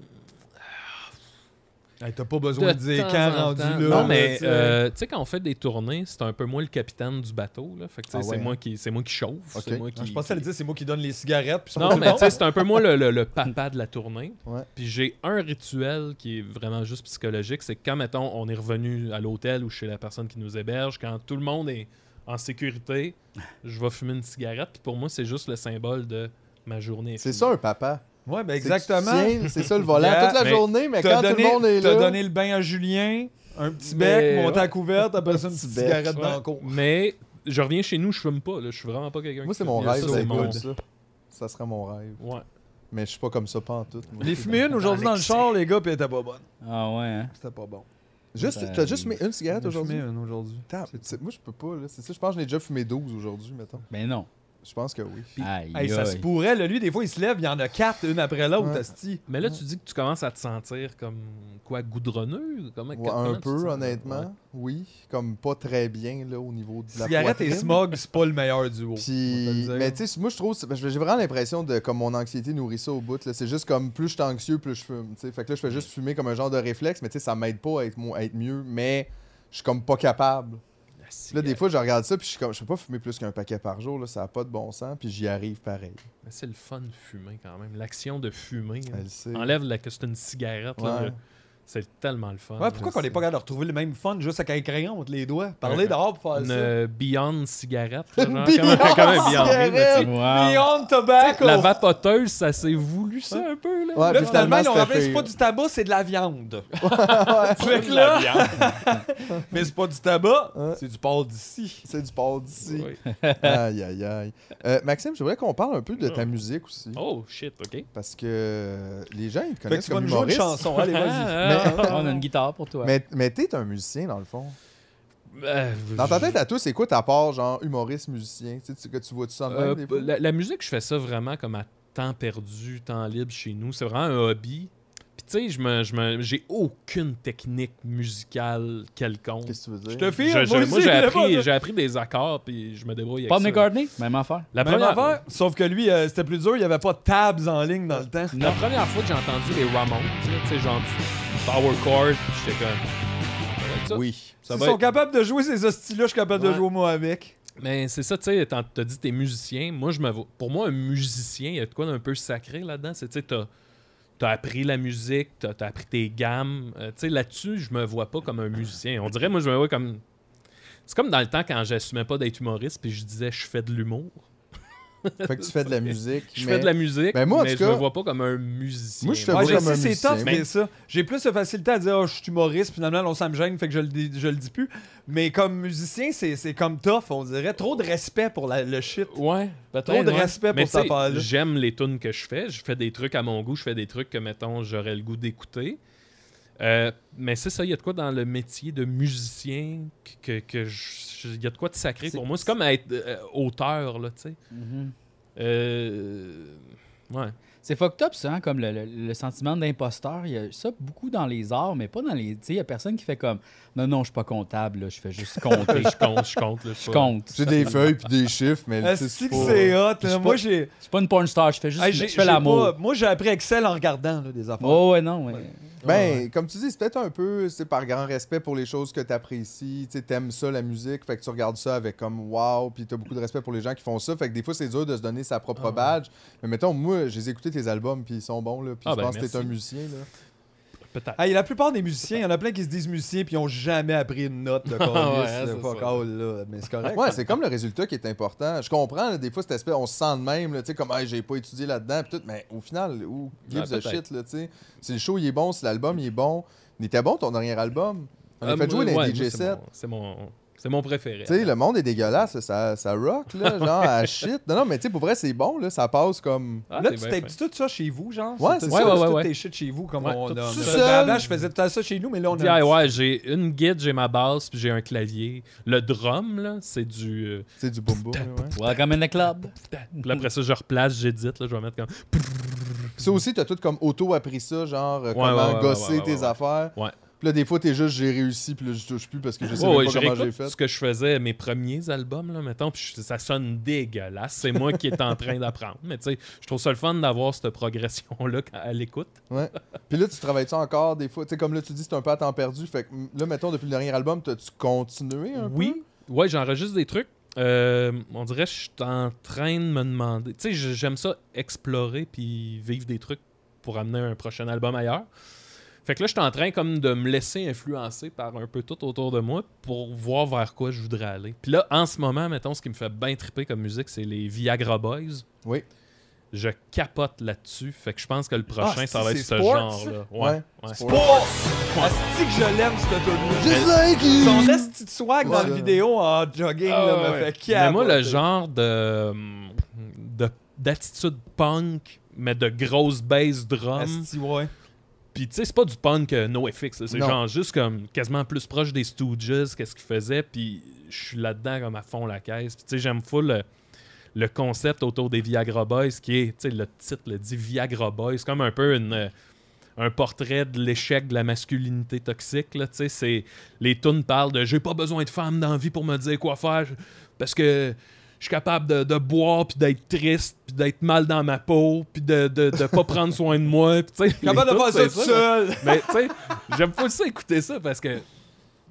Hey, T'as pas besoin de, dire
temps
quand
en
rendu
temps.
là.
Non, mais
tu sais.
euh, tu sais, quand on fait des tournées, c'est un peu moi le capitaine du bateau. Là. Fait que, tu
Ah
sais,
ouais,
c'est
hein.
moi qui c'est moi qui chauffe.
Ok.
c'est moi qui-
Je pensais à le dire, c'est moi qui donne les cigarettes. Puis
euh, Non, mais tu sais, c'est un peu moi le, le- le papa de la tournée.
Ouais.
Puis j'ai un rituel qui est vraiment juste psychologique. C'est que quand, mettons, on est revenu à l'hôtel ou chez la personne qui nous héberge, quand tout le monde est en sécurité, je vais fumer une cigarette. Puis pour moi, c'est juste le symbole de ma journée. est
C'est
finie.
ça, un papa.
Ouais, ben
C'est que tu
exactement.
tiens, C'est ça, le volant,
Yeah,
toute la
mais
journée, mais
T'as
quand tout
donné,
le monde est
t'as
là...
donné le bain à Julien, un petit
Mais-
bec, monté à couverte, après ça une
Petit
petite
bec.
cigarette
Ouais.
dans le cours.
Mais je reviens chez nous, je fume pas. Là. Je suis vraiment pas quelqu'un
Moi,
qui
c'est
fume.
mon
Ça,
rêve,
c'est
ça,
mon-
écoute, ça. Ça serait mon rêve.
Ouais.
Mais je suis pas comme ça, pas en tout.
Les fumé une aujourd'hui dans le char, les gars, puis elle était pas bonne.
Ah ouais, hein?
C'était pas bon.
Juste,
Ben,
t'as juste fumé une cigarette
J'en ai fumé
aujourd'hui?
une aujourd'hui.
Attends, c'est- Moi, je peux pas, là. C'est ça, je pense que j'en ai déjà fumé 12 aujourd'hui, mettons.
Ben non.
Je pense que oui.
Aïe,
Hey, ça se
aïe.
pourrait, là, lui, des fois, il se lève, il y en a quatre, une après l'autre,
Ouais.
asti.
Mais là, tu dis que tu commences à te sentir comme quoi, goudronneux? Comment,
Ouais,
comment
un
tu te
peu,
sens?
honnêtement.
Ouais.
Oui, comme pas très bien, là, au niveau de la
Cigarette et
poitrine.
smog, c'est pas le meilleur duo. on va te le
Puis,
dire.
mais tu sais, moi je trouve, c'est- parce que j'ai vraiment l'impression de comme mon anxiété nourrit ça au bout. là. C'est juste comme plus je suis anxieux, plus je fume. tu sais. Fait que là, je fais juste fumer comme un genre de réflexe, mais tu sais, ça m'aide pas à être, mo- à être mieux, mais je suis comme pas capable. Puis
La
Là,
cigarette.
des fois, je regarde ça, puis je suis comme, je peux pas fumer plus qu'un paquet par jour, là, ça a pas de bon sens, puis j'y arrive pareil.
Mais c'est le fun de fumer quand même. L'action de fumer. là.
Elle le sait.
Enlève la, que c'est une cigarette. là,
Ouais.
le- c'est tellement le fun.
Ouais, pourquoi
là.
qu'on n'est pas capable de retrouver le même fun juste avec un crayon entre les doigts? Parler
Ouais.
dehors pour faire
Une
ça.
euh, Beyond cigarette. là, genre,
Beyond
comment- comment Beyond,
cigarette!
mais tu sais,
Wow.
Beyond tobacco!
La vapoteuse, ça s'est voulu ça un peu. Là.
Ouais,
Là,
puis
finalement, ils
Ah,
ont
c'était
rappelé c'est
pire.
pas du tabac, c'est de la viande. Fait que là- mais c'est pas du tabac,
Ouais.
c'est du porc d'ici.
C'est du port d'ici.
Ouais.
aïe, aïe, aïe. Euh, Maxime, je voudrais qu'on parle un peu de ta musique aussi.
Oh shit, ok.
Parce que euh, les gens, ils te
Fait
connaissent
que tu vas
comme
nous jouer une
humoriste.
chanson, allez, vas-y.
Ah, ah,
On a une guitare pour toi.
euh, Mais, mais t'es un musicien, dans le fond.
euh,
Dans ta
je-
tête à tous, c'est quoi ta part, genre humoriste, musicien Tu sais, tu- que tu vois tout ça de même,
Euh,
hein, des fois?
la, la musique, je fais ça vraiment comme à temps perdu, temps libre chez nous. C'est vraiment un hobby. Puis tu sais, je me- je me- j'ai aucune technique musicale quelconque.
Qu'est-ce que tu veux dire
Je te
Je-
file,
je-
moi,
moi,
aussi,
j'ai
je l'ai pas,
appris,
là.
j'ai appris des accords, puis je me débrouille avec
Paul
ça.
McCartney? Même affaire.
La
Même
première,
affaire, sauf que lui, euh, c'était plus dur, il n'y avait pas de tabs en ligne dans le temps.
la première fois que j'ai entendu les Ramones, là, tu sais, genre du power chord, j'étais comme... ça va être ça.
Oui.
Ça
S'ils
va
sont
être-
capables de jouer ces hosties-là, je suis capable de
Ouais.
jouer moi avec.
Mais c'est ça, tu sais, t'en- t'as dit t'es musicien. Moi, je me vois- Pour moi, un musicien, il y a de quoi d'un peu sacré là-dedans. C'est, tu sais, t'as, t'as appris la musique, t'as, t'as appris tes gammes. Euh, tu sais, là-dessus, je me vois pas comme un musicien. On dirait, moi, je me vois comme. C'est comme dans le temps quand j'assumais pas d'être humoriste, puis je disais, je fais de l'humour.
Fait que tu fais de la musique.
Je
mais-
fais de la musique,
Ben, moi, en
mais
tout
je me
cas-
vois pas comme un musicien.
Moi, je fais
Ouais,
pas
je
comme un
sais, c'est tough,
musicien.
mais ça. J'ai plus de facilité à dire, oh, je suis humoriste, finalement, non, ça me gêne, fait que je le, dis- je le dis plus. Mais comme musicien, c'est c'est comme tough, on dirait. Trop de respect pour la- le shit.
Ouais, peut-être.
Trop de
ouais.
respect
Mais
pour cette
tu sais,
affaire-là.
J'aime les tunes que je fais. Je fais des trucs à mon goût. Je fais des trucs que, mettons, j'aurais le goût d'écouter. Euh, mais c'est ça, il y a de quoi dans le métier de musicien que, que- que je- il y a de quoi de sacré
C'est-
pour moi. C'est comme être euh, auteur, là, tu sais.
Mhm.
Euh, ouais.
C'est fucked up, ça, hein, comme le, le- le sentiment d'imposteur. Il y a ça beaucoup dans les arts, mais pas dans les. Tu sais, il y a personne qui fait comme Non, non, je suis pas comptable, là, je fais juste compter.
Je compte, je compte. là,
je
pas-
compte.
C'est des feuilles puis des chiffres, mais tu sais,
Est-ce
c'est
que
pas-
c'est hot?
je
là?
suis
Moi,
pas-
j'ai.
C'est pas une porn star, je fais juste.
Hey,
je
j'ai-
fais
j'ai
l'amour.
pas- Moi, j'ai appris Excel en regardant là, des affaires.
Oh, ouais, non, ouais.
Ben, comme tu dis, c'est peut-être un peu c'est par grand respect pour les choses que tu apprécies. Tu aimes ça, la musique, fait que tu regardes ça avec comme wow, puis tu as beaucoup de respect pour les gens qui font ça. Fait que des fois, c'est dur de se donner sa
Ah
propre badge. Mais mettons, moi, j'ai écouté tes albums, puis ils sont bons, là, puis
Ah,
je
ben,
pense que
merci.
t'es un musicien. Là.
Peut-être.
Hey, la plupart des musiciens, il y en a plein qui se disent musiciens puis ils ont jamais appris une note de
Ouais,
chorus,
c'est
euh, fuck
ça.
all, là. Mais c'est correct.
hein.
Ouais, c'est comme le résultat qui est important. Je comprends, là, des fois, cet aspect, on se sent de même, là, tu sais, comme Hey, j'ai pas étudié là-dedans, puis tout, mais au final, où gives
Ouais,
a
peut-être.
shit, là, tu sais. Si le show il est bon, si l'album il est bon. Il était bon ton dernier album. On a
Euh,
fait jouer les
ouais, moi,
DJ
c'est
7
mon- C'est mon, c'est mon préféré.
Tu sais, le monde est dégueulasse, ça, ça rock, là, genre à shit. Non, non, mais tu sais, pour vrai, c'est bon, là, ça passe comme.
Ah,
là,
t'es
tu
bien
t'es
fin.
dit tout ça chez vous, genre?
Ouais,
c'est
c'est
ça,
ça.
tu
Ouais,
tout
ouais,
tes shit chez vous, comme
Ouais,
on
tout
a.
seul.
Ben, Avant, je faisais tout ça chez nous, mais là, on a.
ah, ouais, j'ai une guide, j'ai ma basse, puis j'ai un clavier. Le drum, là, c'est du. euh,
C'est du boum boum. ouais.
Welcome in the club.
Puis là, après ça, je replace, j'édite, là, je vais mettre comme.
Ça aussi, t'as tout comme auto-appris ça, genre euh,
Ouais,
comment
ouais, ouais,
gosser
ouais, ouais,
tes
ouais.
affaires.
Ouais.
Puis là, des fois, t'es juste, j'ai réussi, puis là, je touche plus parce que je sais
Ouais,
même
Oh, ouais,
pas
je
comment j'ai
réécoute
fait.
ce que je faisais, mes premiers albums, là, mettons, puis je- ça sonne dégueulasse. C'est moi qui est en train d'apprendre. Mais tu sais, je trouve ça le fun d'avoir cette progression-là quand- à l'écoute.
Puis là, tu travailles ça encore des fois. Tu sais, comme là, tu dis, c'est un peu à temps perdu. Fait que mm, là, mettons, depuis le dernier album, t'as-tu continué un peu?
Oui, ouais, j'enregistre des trucs. Euh, on dirait que je suis en train de me demander. Tu sais, je- j'aime ça explorer puis vivre des trucs pour amener un prochain album ailleurs. Fait que là, je suis en train comme de me laisser influencer par un peu tout autour de moi pour voir vers quoi je voudrais aller. Puis là, en ce moment, mettons, ce qui me fait bien triper comme musique, c'est les Viagra Boys.
Oui.
Je capote là-dessus. Fait que je pense que le prochain,
Ah,
ça va
c'est
être ce
sports,
genre-là. Ouais.
Ouais.
ouais.
Sports! Asti que je l'aime, cette tune
Just like you!
Son esti de swag dans
Ouais.
la vidéo en jogging, là,
Ah
me
ouais.
fait
Mais
capoter.
moi, le genre de, mm, de- d'attitude punk, mais de grosse bass drum.
Asti, ouais.
Puis tu sais, c'est pas du punk euh, NoFX. là. C'est
Non.
genre juste comme quasiment plus proche des Stooges, qu'est-ce qu'ils faisaient. Puis je suis là-dedans comme à fond la caisse. Puis tu sais, j'aime full le, le concept autour des Viagra Boys, qui est, tu sais, le titre le dit Viagra Boys. C'est comme un peu une... euh, un portrait de l'échec de la masculinité toxique. Là, tu sais, c'est, les tunes parlent de j'ai pas besoin de femmes dans la vie pour me dire quoi faire je- parce que je suis capable de, de boire, puis d'être triste, puis d'être mal dans ma peau, puis de, de, de pas prendre soin de moi. puis tu sais,
Capable de
les
faire ça
tunes, c'est
tout seul!
mais tu sais, j'aime pas ça écouter ça parce que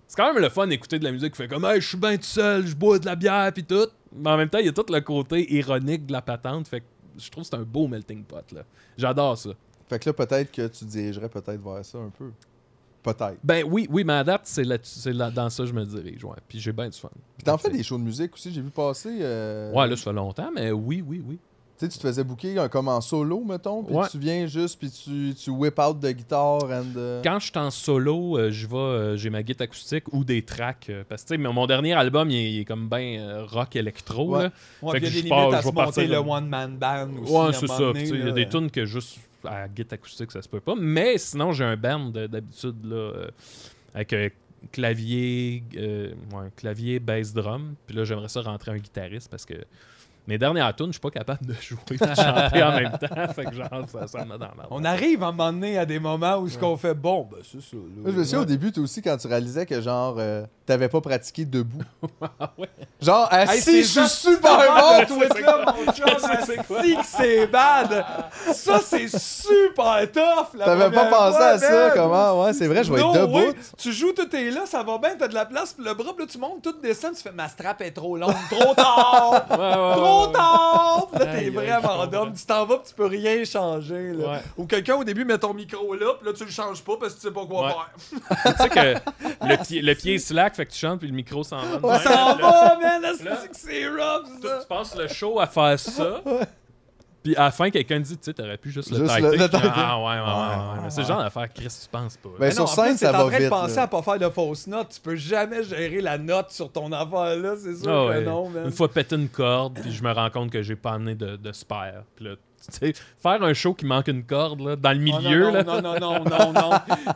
c'est quand même le fun d'écouter de la musique qui fait comme hey, je suis bien tout seul, je bois de la bière puis tout. Mais en même temps, il y a tout le côté ironique de la patente, fait que je trouve que c'est un beau melting pot là. J'adore ça.
Fait que là, peut-être que tu dirigerais peut-être vers ça un peu. Peut-être.
Ben oui, oui, ma date c'est là, c'est là dans ça je me dirige, ouais. Puis j'ai bien du fun.
Puis t'en fais des shows de musique aussi, j'ai vu passer. euh,
Ouais, là ça fait longtemps, mais oui, oui, oui.
Tu sais, tu te faisais booker un, comme en solo, mettons, puis
Ouais.
tu viens juste, puis tu, tu whip out de guitare and... euh,
Quand je suis en solo, euh, je vais, euh, j'ai ma guitare acoustique ou des tracks. euh, parce que tu sais, mon mon dernier album, il est, il est comme ben euh, rock électro.
Ouais.
là.
Ouais,
Fait
puis il y
que
a
je
des
pars,
limites
je
à se
vais partir
monter le
là.
one-man band aussi. à un
Ouais, c'est
moment
ça.
donné,
tu sais, Il y
là.
a des tunes que juste à guitare acoustique, ça se peut pas. Mais sinon, j'ai un band euh, d'habitude là, euh, avec euh, clavier, euh, ouais, clavier, bass, drum. Puis là, j'aimerais ça rentrer un guitariste parce que mes dernières tunes, je suis pas capable de jouer et de chanter en même temps. Fait que genre, ça, ça me met dans la merde.
On arrive à un moment donné à des moments où ce qu'on fait, bon, ben c'est ça. là.
Moi, je me souviens au début, toi aussi, quand tu réalisais que genre, euh, t'avais pas pratiqué debout. Genre,
Hey,
assis,
Ah, c'est
je suis
juste
super bon!
tweet là, mon chum, asti que c'est bad! Ça, c'est super tough! la
T'avais pas
première
pensé
fois,
à ça,
man.
comment? Ouais, c'est vrai, je vais être
No
debout.
way. Tu joues, tout est là, ça va bien, t'as de la place, puis le bras, puis là, tu montes, tout descend, tu fais ma strap est trop longue, trop tard!
Ouais, ouais, ouais,
trop trop tard! Puis Là,
Aïe,
t'es
aïe,
vraiment
je
d'homme. Tu t'en vas, puis tu peux rien changer. Là.
Ouais.
Ou quelqu'un, au début, met ton micro là, puis là, tu le changes pas parce que tu sais pas quoi
Ouais.
faire.
Tu sais que le pied, le pied est slack, fait que tu chantes, puis le micro s'en va. de
On
même.
s'en va,
Là,
man! là, c'est- C'est rough,
tu-
ça!
Tu passes le show à faire ça. Puis à la fin, quelqu'un dit, tu sais, t'aurais pu juste le
Juste
tighter.
le- le
Puis,
tighter.
Ah ouais, ouais, ouais. ouais, Mais c'est le genre d'affaire, Chris, tu penses pas.
Ben,
Mais non,
sur
en plus,
scène, ça
t'es en
va
train de
vite.
penser
là.
à pas faire de fausses notes. Tu peux jamais gérer la note sur ton affaire, là. C'est sûr
Ah
que
ouais.
non, man.
Une fois pété une corde, puis je me rends compte que j'ai pas amené de, de spare. Puis là, tu sais, faire un show qui manque une corde là, dans le
Oh, non,
milieu,
non,
là.
Non, non, non, non, non.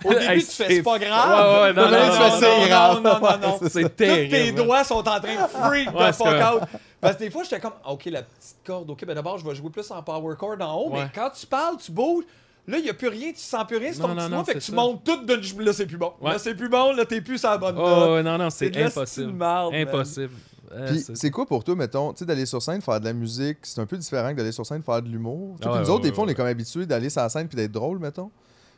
Au début,
Hey,
tu fais
c'est
c'est pas
fou.
grave.
Ouais, ouais, non,
Au début,
non,
tu
non,
fais, c'est
non,
grave. Non, non, non.
C'est
Tous
terrible.
tes
là.
doigts sont en train de freak
Ouais,
the
c'est
fuck
correct.
out. Parce que des fois, j'étais comme, ah, OK, la petite corde, OK, ben d'abord, je vais jouer plus en power chord en haut, mais
Ouais.
quand tu parles, tu bouges. Là, il n'y a plus rien, tu sens plus rien, c'est ton
Non,
petit
non,
doigt,
non,
fait que
c'est
tu
ça.
montes tout de. Là, c'est plus bon. Là,
Ouais.
c'est plus bon, là, t'es plus à la bonne note.
Oh, ouais, non, non, c'est
C'est de la
impossible.
style marde, man.
impossible. Euh,
Puis
c'est-
c'est quoi pour toi, mettons, tu sais, d'aller sur scène, faire de la musique, c'est un peu différent que d'aller sur scène, faire de l'humour. Tu sais,
Ah
puis
ouais,
nous autres,
ouais,
des fois, on
ouais,
est comme habitués d'aller sur la scène puis d'être drôle, mettons.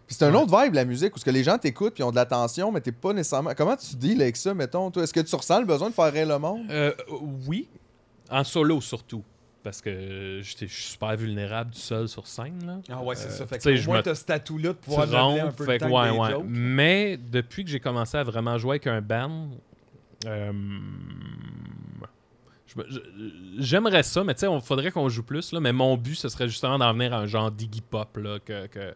Puis c'est un autre vibe, la musique, où ce que les gens t'écoutent puis ils ont de l'attention, mais t'es pas nécessairement. Comment tu deals avec ça, mettons, toi Est-ce que tu ressens le besoin de faire rire le monde
Euh, oui, en solo surtout. Parce que j'étais- je suis super vulnérable du seul sur scène. Là.
Ah ouais, c'est ça. Fait
tu sais,
que
je
moi,
me-
t'as ce tatou-là de
Tu
pouvoir meubler un
rentres,
peu
fait
le
que
temps
ouais,
avec des
ouais.
jokes.
Mais depuis que j'ai commencé à vraiment jouer avec un band, euh, je me- je- j'aimerais ça, mais tu sais, on faudrait qu'on joue plus. Là, mais mon but, ce serait justement d'en venir à un genre d'Iggy Pop. Là, que, que-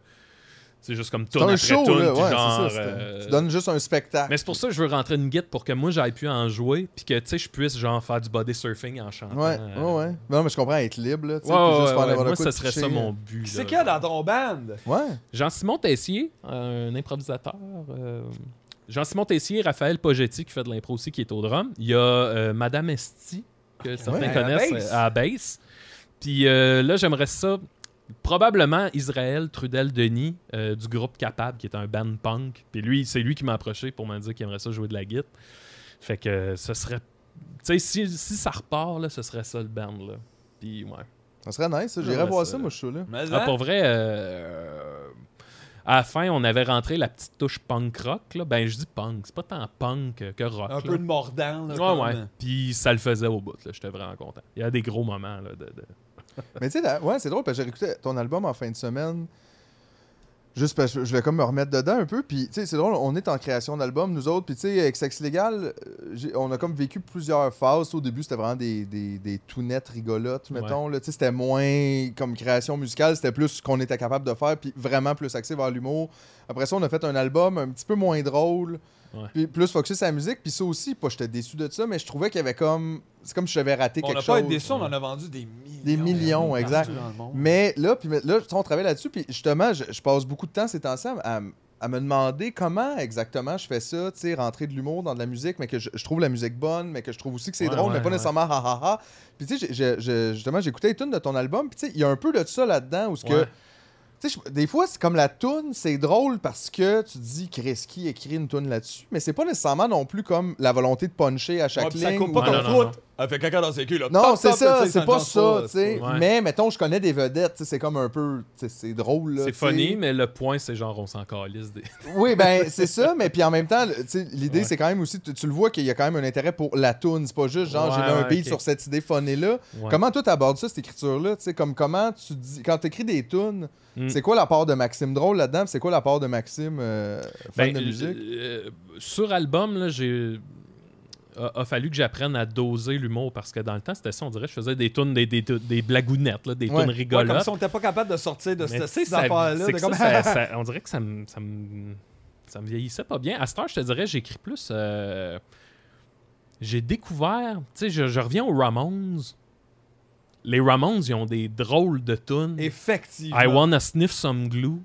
c'est juste comme
C'est
tourne
un
après
show,
tourne,
là.
puis
Ouais,
genre,
c'est ça. c'est-
euh,
Tu donnes juste un spectacle.
Mais c'est pour ça que je veux rentrer une guide pour que moi j'aille pu en jouer, puis que tu sais, je puisse genre faire du body surfing en chantant.
Ouais,
euh,
ouais, ouais. Non, mais je comprends être libre, là. tu sais,
Ouais,
puis
ouais,
juste faire
ouais,
n'importe quoi
Moi, ce
de euh.
serait ça
tricher.
mon but.
C'est
là.
qu'il y a dans ton band?
Ouais.
Jean-Simon Tessier, un improvisateur. euh, Jean-Simon Tessier, Raphaël Pogetti, qui fait de l'impro aussi, qui est au drum. Il y a euh, Madame Esti, que certains
Ouais, à
connaissent,
la bass.
euh, à la bass. Puis euh, là, j'aimerais ça. Probablement Israël Trudel-Denis euh, du groupe Capable, qui est un band punk. Puis lui, c'est lui qui m'a approché pour me dire qu'il aimerait ça jouer de la guitare. Fait que euh, ce serait. Tu sais, si, si ça repart, là, ce serait ça le band. Là. Puis ouais.
Ça serait nice, ça. J'irais
Ah Ouais,
voir
ça-
ça, moi, je suis là.
Mais
Ah,
hein?
pour vrai, euh, à la fin, on avait rentré la petite touche punk rock. Là. Ben, je dis punk, c'est pas tant punk que rock.
un
là.
peu de mordant. Là, comme-
Ouais, ouais. Puis ça le faisait au bout. là. J'étais vraiment content. Il y a des gros moments. Là, de, de-
Mais tu sais, la- ouais, c'est drôle, parce que j'ai réécouté ton album en fin de semaine. Juste parce que je vais comme me remettre dedans un peu. Puis, tu sais, c'est drôle, on est en création d'album, nous autres. Puis, tu sais, avec Sexe Légal, euh, j'ai- on a comme vécu plusieurs phases. Au début, c'était vraiment des, des, des tout nettes rigolotes, mettons. là. Tu sais, c'était moins comme création musicale, c'était plus ce qu'on était capable de faire, puis vraiment plus axé vers l'humour. Après ça, on a fait un album un petit peu moins drôle,
Ouais.
puis plus focusé sur la musique. Puis ça aussi, pas j'étais déçu de ça, mais je trouvais qu'il y avait comme. C'est comme si j'avais raté
On
quelque
n'a
chose.
pas été déçus, on en a vendu des millions.
Des millions,
Partout
exact.
dans le monde.
Mais là, puis mais là, tu sais, on travaille là-dessus, puis justement, je, je passe beaucoup de temps ces temps-ci à, à m- à me demander comment exactement je fais ça, tu sais, rentrer de l'humour dans de la musique, mais que je, je trouve la musique bonne, mais que je trouve aussi que c'est
Ouais,
drôle, mais
ouais,
pas
ouais.
nécessairement ha ha ha. Puis tu sais, j'ai- j'ai- j'ai- justement, j'écoutais les tunes de ton album, puis tu sais, il y a un peu de ça là-dedans, où ce que
Ouais.
tu sais, je- des fois, c'est comme la toune, c'est drôle parce que tu te dis, Chris, qui écrit une toune là-dessus? Mais c'est pas nécessairement non plus comme la volonté de puncher à
Ouais,
chaque
puis
ligne.
ça coupe
ou
pas
Ouais,
comme
non, non,
croûte. Elle fait caca dans ses culs. Là.
non,
Pop,
c'est
pop, tu
ça,
sais,
c'est pas
genre
ça, tu sais.
Ouais.
Mais mettons, je connais des vedettes, tu sais, c'est comme un peu, tu sais, c'est drôle. là,
C'est
tu sais.
funny, mais le point, c'est genre, on s'en calisse. Des...
Oui, ben c'est ça, mais puis en même temps, le- tu sais, l'idée c'est quand même aussi, tu, tu le vois qu'il y a quand même un intérêt pour la tune, c'est pas juste genre j'ai
Ouais,
mis un
ouais,
beat
ok.
sur cette idée funny là.
Ouais.
Comment toi t'abordes ça cette écriture là, tu sais, comme comment tu dis quand t'écris des tunes,
Mm.
c'est quoi la part de Maxime drôle là-dedans, puis c'est quoi la part de Maxime euh, fan
Ben,
de musique?
euh, sur album, là, j'ai. euh, A, a fallu que j'apprenne à doser l'humour parce que dans le temps, c'était ça, on dirait, je faisais des tunes, des, des, des blagounettes, là, des
Ouais.
tunes
Ouais, comme
rigolotes.
si on n'était pas capable de sortir de
Mais
cette,
tu sais,
cette
ça-
affaire-là.
c'est
de
que
comme-
ça- ça- ça- on dirait que ça me, ça me- ça me vieillissait pas bien. À cette heure, je te dirais, j'écris plus. euh, j'ai découvert. Tu sais, je, je reviens aux Ramones. Les Ramones, ils ont des drôles de tunes.
Effectivement.
I wanna sniff some glue.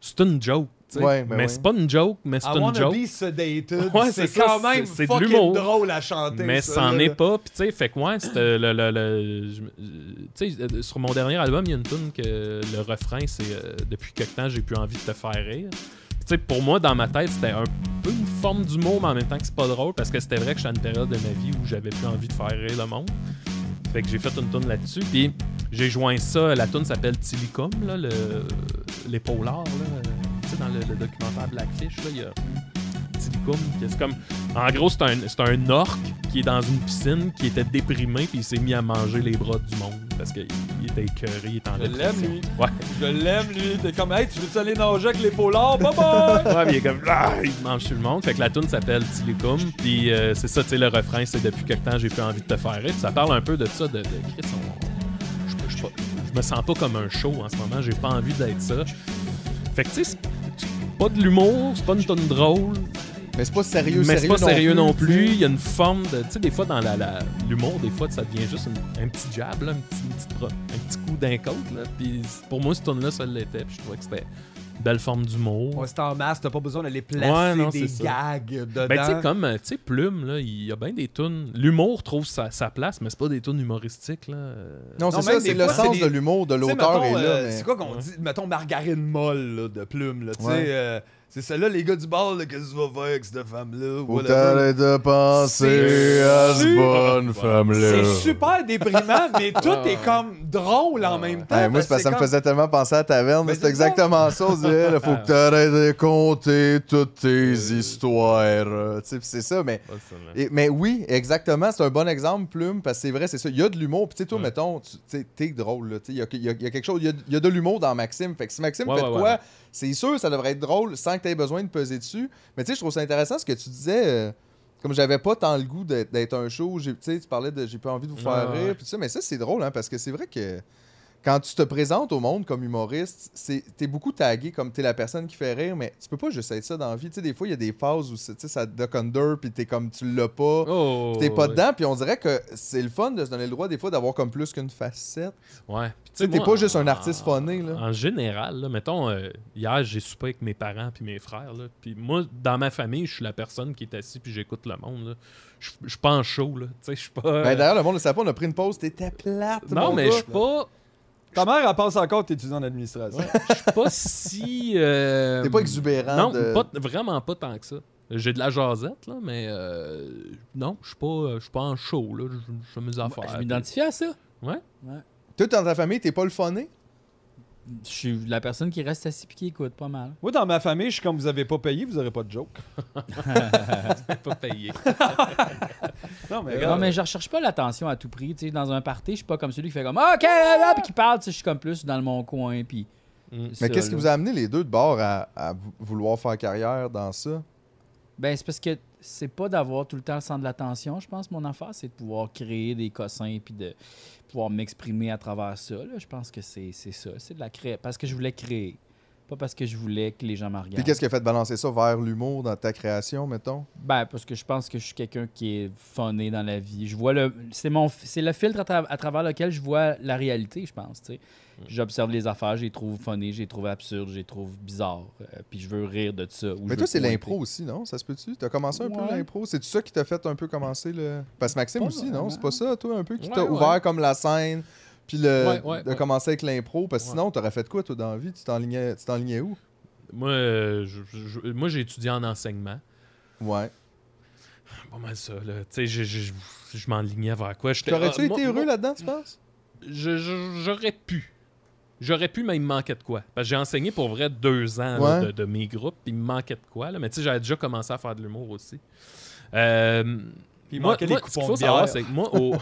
C'est une joke. tu sais.
Ouais, ben
mais
ouais.
c'est pas une joke, mais c'est
I
une
wanna
joke.
be sedated.
Ouais,
c'est
c'est ça,
quand même
c'est- c'est de
fucking
l'humour.
drôle à chanter.
Mais
ça,
c'en
là.
est pas. Puis, tu sais, fait que, ouais, c'est, euh, le. le- le- je me- euh, tu sais, euh, sur mon dernier album, il y a une tune que le refrain, c'est euh, Depuis quelque temps, j'ai plus envie de te faire rire. Puis, Tu sais, pour moi, dans ma tête, c'était un peu une forme d'humour, mais en même temps que c'est pas drôle, parce que c'était vrai que j'étais à une période de ma vie où j'avais plus envie de faire rire le monde. Fait que j'ai fait une tune là-dessus. Puis, j'ai joint ça. La tune s'appelle Tilicum, là, le, les polars, là. Tu sais, dans le, le documentaire Blackfish, là, il y a. Tilikum. que C'est comme, en gros, c'est un, c'est un orc qui est dans une piscine, qui était déprimé, puis il s'est mis à manger les bras du monde parce qu'il était écœuré, il était en
Je l'aime,
dépression.
lui.
Ouais.
Je l'aime, lui. T'es comme, hey, tu veux-tu aller nager avec les polars? Bye bye!
Ouais, puis il est comme ah, il mange tout le monde. Fait que la tune s'appelle Tilikum. Puis euh, c'est ça, tu sais, le refrain, c'est depuis quelque temps j'ai plus envie de te faire rire. Puis ça parle un peu de ça, de, de Chris, on- je, je- je- je me sens pas comme un show en ce moment. J'ai pas envie d'être ça. Fait que tu sais, c'est- c'est pas de l'humour, c'est pas une tune drôle,
Mais c'est pas sérieux,
mais c'est
sérieux.
pas sérieux non plus.
tu sais.
Il y a une forme de, tu sais, des fois dans la- la- l'humour, des fois ça devient juste une- un petit jab, là, un, petit, une petite pro- un petit coup d'un côte. Là. Puis pour moi, ce tune là, ça l'était. Puis je trouvais que c'était une belle forme d'humour.
Ouais, c'est en masse, t'as pas besoin d'aller placer
Ouais, non,
des
c'est ça.
gags dedans.
Ben, tu sais, comme, euh, tu sais, Plume, là, il y a bien des tunes. L'humour trouve sa, sa place, mais c'est pas des tunes humoristiques, là. Euh,
Non, c'est
Non,
ça,
même
c'est
des
le
fois, c'est
sens
des-
de l'humour de
Tu sais,
l'auteur
mettons,
est là.
euh,
mais-
C'est quoi qu'on dit? Mettons margarine molle là, de plume, là, tu sais.
Ouais.
euh, c'est celle-là, les gars du bal, là, qu'est-ce que tu vas faire avec cette femme-là?
Faut
whatever.
t'arrêter de penser
C'est
à cette
sûr.
bonne femme-là.
C'est super déprimant, mais tout est comme drôle en même temps.
Hey, moi, c'est parce que ça me faisait tellement penser à la taverne.
Mais
C'est
c'est
exactement ça. On dirait, là, faut que t'arrêtes de compter toutes tes histoires. euh, Tu sais, pis c'est ça, mais.
pas ça, là.
Et- mais oui, exactement. C'est un bon exemple, Plume, parce que c'est vrai, c'est ça. Il y a de l'humour. Puis, tu sais, toi,
Ouais.
mettons, tu sais, t'es drôle. là. Tu sais, Il y a, il y a- il y a quelque chose. Il y a, il y a de l'humour dans Maxime. Fait que si Maxime
Ouais,
fait
ouais,
de
ouais,
quoi,
ouais.
c'est sûr, ça devrait être drôle sans que tu aies besoin de peser dessus. Mais, tu sais, je trouve ça intéressant ce que tu disais. euh, comme j'avais pas tant le goût d'être d'être un show, j'ai- tu sais, tu parlais de j'ai pas envie de vous faire
Ouais, ouais.
rire. Puis, ça, mais ça, c'est drôle, hein, parce que c'est vrai que quand tu te présentes au monde comme humoriste, c'est t'es beaucoup tagué comme t'es la personne qui fait rire, mais tu peux pas juste être ça dans la vie. Tu sais, des fois, il y a des phases où c'est- tu sais, ça duck under, puis t'es comme tu l'as pas,
Oh,
puis t'es pas
ouais.
dedans, puis on dirait que c'est le fun de se donner le droit des fois d'avoir comme plus qu'une facette.
Ouais. Puis,
Tu sais, t'es
moi,
pas juste
en-
un artiste phoné, là.
En général, là, mettons, euh, hier, j'ai soupé avec mes parents puis mes frères, là. Puis moi, dans ma famille, je suis la personne qui est assise puis j'écoute le monde, là. Je je suis pas en show, là. Tu sais, je suis pas... euh,
Ben, D'ailleurs, le monde le savait pas, on a pris une pause, t'étais plate.
non,
mon
mais je
gars.
suis pas, euh,
Ta mère, elle pense encore que t'es étudiant en administration.
je suis pas si... euh,
T'es pas exubérant.
Non,
de-
pas- vraiment pas tant que ça. J'ai de la jasette, là, mais euh, non, je suis pas, euh, je suis pas en show, là. Je- Je fais mes affaires.
Je m'identifie à ça.
Toi, dans ta famille, t'es pas le phoné.
Je suis la personne qui reste assis et qui écoute pas mal.
Moi, dans ma famille, je suis comme vous avez pas payé, vous aurez pas de joke.
Puis pas payé.
Non, mais
Non, mais je recherche pas l'attention à tout prix. Tu sais, dans un party, je suis pas comme celui qui fait comme OK, là, là, puis qui parle. Tu sais, je suis comme plus dans mon coin. Puis.
Mm.
ça,
Mais qu'est-ce qui
là.
vous a amené les deux de bord à, à vou- vouloir faire carrière dans ça?
Ben, c'est parce que c'est pas d'avoir tout le temps le centre de l'attention, je pense, mon affaire. C'est de pouvoir créer des cossins puis de pouvoir m'exprimer à travers ça. là. Je pense que c'est c'est ça. C'est de la créer. Parce que je voulais créer. Pas parce que je voulais que les gens me
Puis
regardent.
qu'est-ce qui a fait de balancer ça vers l'humour dans ta création, mettons?
Ben, parce que je pense que je suis quelqu'un qui est funné dans la vie. Je vois le. C'est mon c'est le filtre à, tra- à travers lequel je vois la réalité, je pense. tu sais.
Mm.
J'observe les affaires, je les trouve funny, je les trouve absurdes, je les trouve bizarres. euh, puis je veux rire de ça. ou je
Mais
veux
toi, c'est
pointer.
l'impro aussi, non? Ça se peut-tu? T'as commencé un peu
Ouais.
l'impro? C'est-tu ça qui t'a fait un peu commencer le. Parce que Maxime
Pas
aussi, non?
vraiment.
C'est pas ça, toi, un peu qui
Ouais,
t'a
ouais.
ouvert comme la scène, puis le...
Ouais, ouais,
de
ouais.
commencer avec l'impro. Parce que
Ouais.
sinon, t'aurais fait quoi, toi, dans la vie? Tu t'enlignais, tu t'enlignais où?
Moi, euh, je- je- moi, j'ai étudié en enseignement.
Ouais.
Pas mal ça, là. Tu sais, je, je, je- je m'enlignais vers quoi. J'étais-
T'aurais-tu
ah,
été
moi-
heureux
moi,
là-dedans, tu penses?
je- je- J'aurais pu. J'aurais pu, mais il me manquait de quoi. Parce que j'ai enseigné pour vrai deux ans là,
Ouais.
de, de mes groupes, puis il me manquait de quoi. Là. Mais tu sais, j'avais déjà commencé à faire de l'humour aussi. Euh,
Puis il
moi,
manquait
moi,
des
ce qu'il
coupons
faut
de
savoir,
bière.
c'est que moi, au...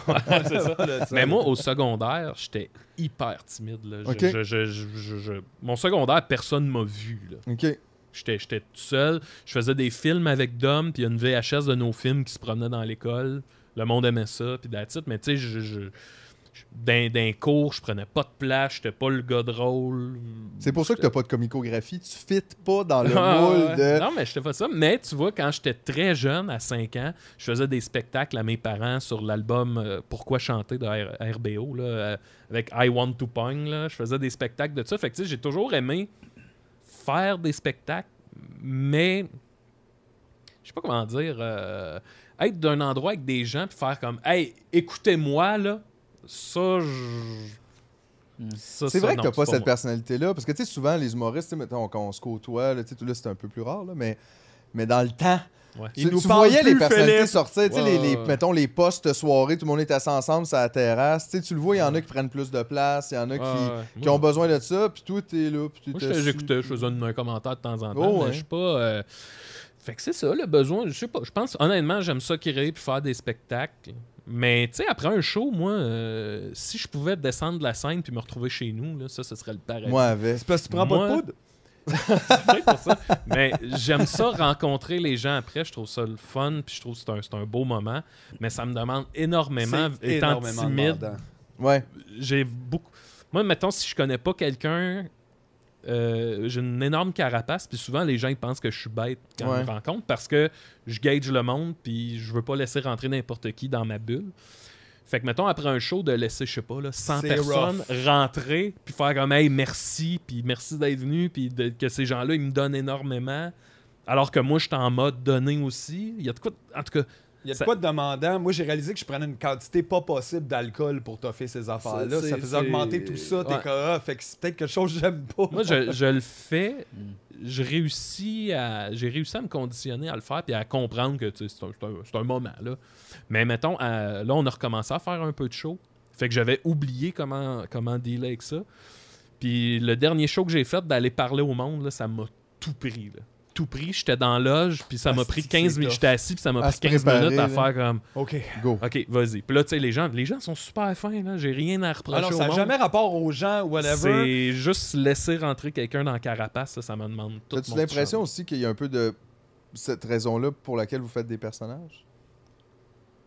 c'est ça.
Là, tu
Mais
sais.
moi, au secondaire, j'étais hyper timide. là. Je-
Ok.
je- je- je- je- je- Mon secondaire, personne m'a vu. là.
Ok.
J'étais j'étais tout seul. Je faisais des films avec Dom, puis une VHS de nos films qui se promenait dans l'école. Le monde aimait ça, puis that's it. Mais tu sais, je, je, je- d'un, d'un cours, je prenais pas de place, j'étais pas le gars drôle.
C'est pour ça que t'as pas de comicographie. Tu fites pas dans le
Ah,
moule
ouais.
de.
Non, mais je te fais ça. Mais tu vois, quand j'étais très jeune, à 5 ans, je faisais des spectacles à mes parents sur l'album euh, Pourquoi chanter de R- RBO, là, euh, avec I Want to Pong. Là. Je faisais des spectacles de ça. Fait que tu sais, j'ai toujours aimé faire des spectacles, mais je sais pas comment dire, euh, être d'un endroit avec des gens puis faire comme, hey, écoutez-moi, là, ça, je. ça,
C'est
ça,
vrai que t'as
non,
pas,
c'est
cette
moi.
personnalité-là, parce que tu sais, souvent les humoristes, tu sais, mettons, quand on se côtoie, là, tu sais, tout là c'est un peu plus rare, là, mais mais dans le temps.
Ouais.
Tu,
Il nous
tu
parle
voyais
plus,
les personnalités
Philippe.
sortir, tu sais,
Ouais,
les, les-
ouais.
mettons les postes soirées, tout le monde est assis ensemble sur la terrasse. Tu sais, tu le vois, il y en a qui prennent plus de place, il y en a qui, qui ont besoin de ça, puis toi, t'es là. Puis
Moi,
t'es
j'étais-
assis.
j'écoutais, je faisais un, un commentaire de temps en temps,
Oh,
mais
ouais.
je suis pas. euh, Fait que c'est ça, le besoin. Je sais pas. Je pense, honnêtement, j'aime ça créer puis faire des spectacles. Mais tu sais, après un show, moi, euh, si je pouvais descendre de la scène puis me retrouver chez nous, là, ça, ce serait le paradis.
Moi, avec.
C'est parce que tu prends pas de
Moi-
poudre.
C'est pour ça. Mais j'aime ça rencontrer les gens après. Je trouve ça le fun puis je trouve que c'est un, c'est un beau moment. Mais ça me demande énormément,
C'est
étant
énormément
timide,
demandant.
Ouais.
j'ai beaucoup. Moi, mettons, si je connais pas quelqu'un, euh, j'ai une énorme carapace, puis souvent les gens ils pensent que je suis bête quand
Ouais.
ils me rencontrent parce que je gage le monde, puis je veux pas laisser rentrer n'importe qui dans ma bulle. Fait que, mettons, après un show, de laisser, je sais pas, là, 100
C'est
personnes rentrer, puis faire comme, hey, merci, puis merci d'être venu, puis de- que ces gens-là, ils me donnent énormément. Alors que moi, je suis en mode donné aussi. Il y a de quoi. de- En tout cas,
Il y a de
Ça-
quoi de demandant. Moi, j'ai réalisé que je prenais une quantité pas possible d'alcool pour toffer ces affaires-là.
C'est-
Ça
c'est-
faisait augmenter
c'est-
tout ça. T'es
Ouais.
comme, ah, fait que c'est peut-être quelque chose que j'aime pas.
Moi, je, je le fais. Je réussis à, j'ai réussi à me conditionner à le faire puis à comprendre que tu sais, c'est un, c'est un- c'est un moment. Là. Mais mettons, à- là, on a recommencé à faire un peu de show. Fait que j'avais oublié comment, comment dealer avec ça. Puis le dernier show que j'ai fait, d'aller parler au monde, là, ça m'a tout pris. là. Tout pris. J'étais dans la loge, puis ça m'a
Asti,
pris
que
15
Ah, c'est
minutes.
tough.
J'étais assis, puis ça m'a
À
pris
se
15
préparer,
minutes
là.
à faire comme
OK.
Go.
OK, vas-y. Puis là, tu sais, les gens, les gens sont super fins. là. J'ai rien à reprocher.
Alors,
au
ça n'a
monde.
jamais rapport aux gens, whatever.
C'est juste laisser rentrer quelqu'un dans la carapace, ça, ça me demande tout
As-tu
mon
l'impression aussi qu'il y a un peu de cette raison-là pour laquelle vous faites des personnages?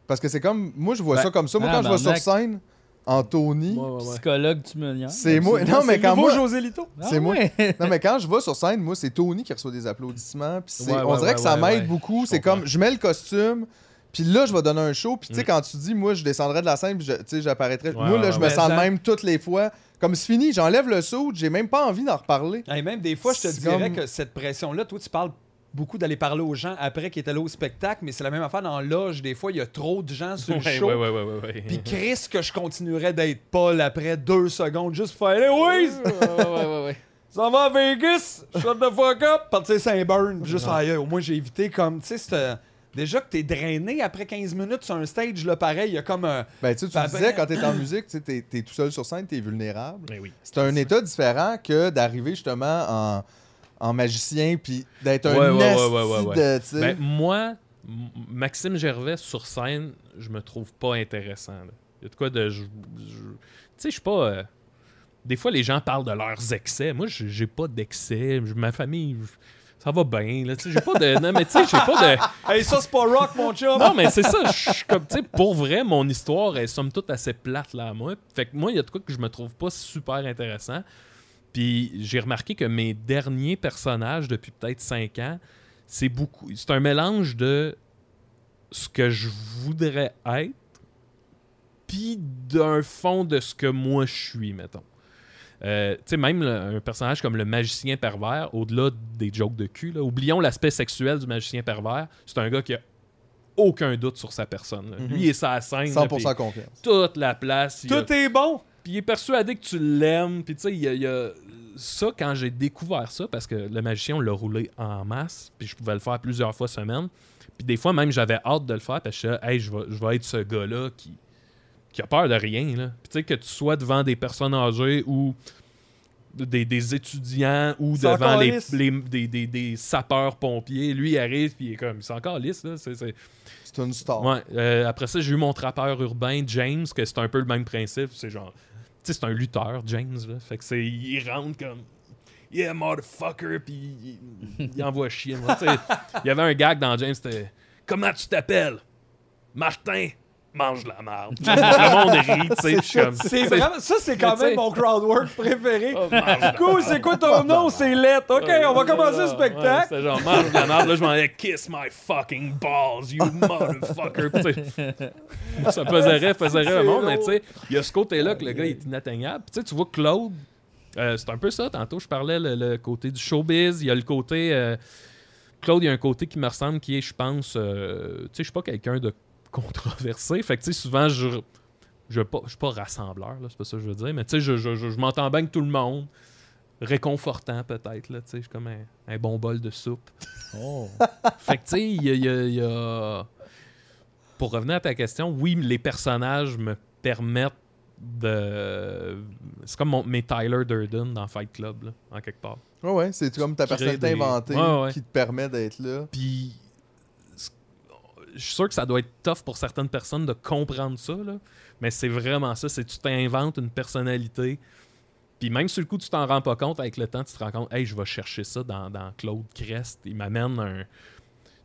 Parce que c'est comme. Moi, je vois
Ben,
ça comme ça. Moi,
ah,
quand je vais
barnac.
sur scène, Anthony,
charme. Ouais, Ben, ouais, ouais.
Psychologue, tu me niaises.
c'est moi. Non, mais quand moi.
moi, José Lito.
Ah
c'est moi.
ouais.
Non, mais quand je vais sur scène, moi, c'est Tony qui reçoit des applaudissements. Puis c'est-
Ouais,
on
ouais,
dirait
ouais,
que ça
ouais,
m'aide
ouais.
beaucoup.
Je
C'est
comprends.
comme, je mets le costume, puis là, je vais donner un show. Puis tu sais,
Mm.
quand tu dis, moi, je descendrais de la scène, puis je- tu sais, j'apparaîtrais.
Ouais,
moi, là,
ouais,
je me
ouais.
sens de
Exact.
même toutes les fois. Comme c'est fini, j'enlève le saut, j'ai même pas envie d'en reparler.
Et même des fois, je te
C'est
dirais
comme-
que cette pression-là, toi, tu parles beaucoup d'aller parler aux gens après qu'ils étaient là au spectacle, mais c'est la même affaire dans la loge. Des fois, il y a trop de gens sur le
Ouais,
show.
ouais, ouais, ouais, ouais, ouais.
Puis Chris, que je continuerais d'être Paul après deux secondes, juste pour faire Hey, Louise, ça va à Vegas, shut the fuck up, partir Saint-Burn, Puis juste faire Hey, au moins j'ai évité comme, tu sais, c'est, euh, déjà que t'es drainé après 15 minutes sur un stage, là, pareil, il y a comme un.
Ben, tu sais, tu
Bah,
Ben,
le disais,
ben-
quand t'es en musique, tu sais, t'es t'es tout seul sur scène, t'es vulnérable.
Mais Eh oui.
C'est un état différent que d'arriver justement en, en magicien puis d'être
Ouais,
un
ouais,
nasty
ouais, ouais, ouais,
de, tu sais.
Ben, moi, M- Maxime Gervais sur scène, je me trouve pas intéressant. là. Il y a de quoi de. je- je- Tu sais, je suis pas. euh, Des fois, les gens parlent de leurs excès. Moi, j'ai j'ai pas d'excès. Je- Ma famille, je- ça va bien. là. Tu sais, j'ai pas de. Non, mais tu sais, j'ai pas de.
Hey, ça, c'est pas rock, mon chum!
Non, mais c'est ça. Je suis comme, tu sais, pour vrai, mon histoire est somme toute assez plate, là, à moi. Fait que moi, il y a de quoi que je me trouve pas super intéressant. Puis j'ai remarqué que mes derniers personnages, depuis peut-être 5 ans, c'est beaucoup. C'est un mélange de ce que je voudrais être, puis d'un fond de ce que moi je suis, mettons. Euh, tu sais, même le- un personnage comme le magicien pervers, au-delà des jokes de cul, là, oublions l'aspect sexuel du magicien pervers, c'est un gars qui a aucun doute sur sa personne. là. Lui et sa scène, là,
100%
puis
confiance.
toute la place. il a-
Tout est bon!
puis il est persuadé que tu l'aimes. Puis tu sais, il y a, il y a- ça quand j'ai découvert ça, parce que le magicien, on l'a roulé en masse, puis je pouvais le faire plusieurs fois semaine. Puis des fois, même, j'avais hâte de le faire, parce que je disais, hey, je vais, je vais être ce gars-là qui, qui a peur de rien. Là. Puis tu sais, que tu sois devant des personnes âgées ou des, des étudiants ou
C'est
devant
encore
les,
lisse.
les- des, des- des sapeurs-pompiers, lui, il arrive, puis il est comme, c'est encore lisse, là. C'est- c'est-
C'est une star.
Ouais, euh, après ça, j'ai eu mon trappeur urbain, James, que c'est un peu le même principe. C'est genre. Tu sais, c'est un lutteur, James. Là. Fait que c'est. Il rentre comme. Yeah, motherfucker. Puis il, il envoie chier. moi. Tu sais, Il y avait un gag dans James, c'était. Comment tu t'appelles Martin, mange de la merde. le monde rit, tu sais. puis je suis comme.
C'est vraiment, ça, c'est quand
Mais tu
même
sais-
mon crowdwork préféré.
mange
Cool, c'est quoi ton nom? C'est Lettre. OK, on va commencer le
Ouais,
spectacle.
C'était genre, mange de la merde. Là, je m'en allais, kiss my fucking balls, you motherfucker. Puis, tu sais, ça faisait rire, faisait rire le monde, mais tu sais, il y a ce côté-là que le gars est inatteignable. Puis, tu sais, tu vois Claude, euh, c'est un peu ça. Tantôt, je parlais le, le côté du showbiz. Il y a le côté. euh, Claude, il y a un côté qui me ressemble qui est, je pense, euh, tu sais, je suis pas quelqu'un de controversé. Fait que, tu sais, souvent, je. Je ne suis pas rassembleur, là, c'est pas ça que je veux dire, mais tu sais, je, je, je- je m'entends bien avec tout le monde réconfortant peut-être. là, tu sais, Je suis comme un, un bon bol de soupe.
Oh.
Fait que tu sais, il y a- il y a- il y a- Pour revenir à ta question, oui, les personnages me permettent de... C'est comme mon- mes Tyler Durden dans Fight Club, là, en quelque part.
Ouais, ouais, c'est comme ta
Créer
personnalité
des-
inventée
Ouais, ouais.
qui te permet d'être là.
Puis, c- je suis sûr que ça doit être tough pour certaines personnes de comprendre ça, là, mais c'est vraiment ça. C'est tu t'inventes une personnalité. Puis même sur le coup, tu t'en rends pas compte, avec le temps, tu te rends compte, hey, je vais chercher ça dans, dans Claude Crest. Il m'amène un. Tu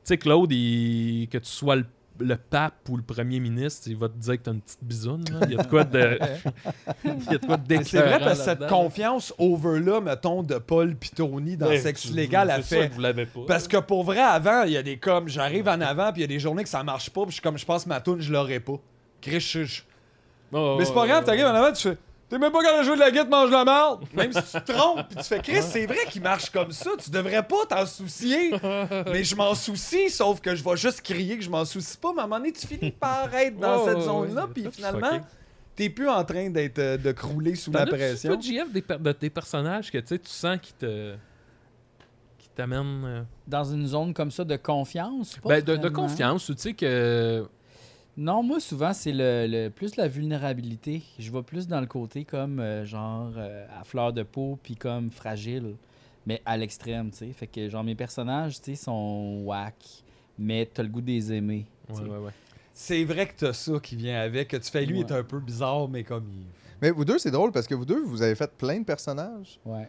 sais, Claude, il- que tu sois le, le pape ou le premier ministre, il va te dire que t'as une petite bisoune. là. Il y a de quoi de. Il y a de quoi de
Mais C'est vrai
d'écœurant
parce que cette
là-dedans.
confiance over-là, mettons, de Paul Pitoni dans
Mais
Sexe
tu-
Légal a
c'est sûr
fait.
que vous l'avez pas.
Parce que pour vrai, avant, il y a des comme, j'arrive en avant, puis il y a des journées que ça marche pas, puis je suis comme, je passe ma toune, je l'aurai pas. Chris, je- je-
Oh,
Mais c'est pas
ouais,
grave,
ouais,
t'arrives en avant, tu fais. T'es même pas capable de jouer de la guette, mange la merde! Même si tu te trompes, puis tu fais Chris, c'est vrai qu'il marche comme ça, tu devrais pas t'en soucier! Mais je m'en soucie, sauf que je vais juste crier que je m'en soucie pas, mais à un moment donné, tu finis par être dans
Oh,
cette
ouais,
zone-là,
ouais.
puis
Ok.
finalement, t'es plus en train d'être euh, de crouler sous la
T'en as-tu,
pression.
toi, JF, des, per- de tes personnages que tu sais, tu sens qui te qui t'amènent euh,
Dans une zone comme ça de confiance? pas
ben, de, de
vraiment.
confiance ou tu sais que
Non, moi, souvent, c'est le, le- plus la vulnérabilité. Je vais plus dans le côté comme, euh, genre, euh, à fleur de peau, puis comme fragile, mais à l'extrême, tu sais. Fait que, genre, mes personnages, tu sais, sont whack, mais t'as le goût des aimer. tu sais.
ouais, ouais, ouais.
C'est vrai que t'as ça qui vient avec, que tu fais lui
Ouais.
est un peu bizarre, mais comme il.
Mais vous deux, c'est drôle parce que vous deux, vous avez fait plein de personnages.
Ouais.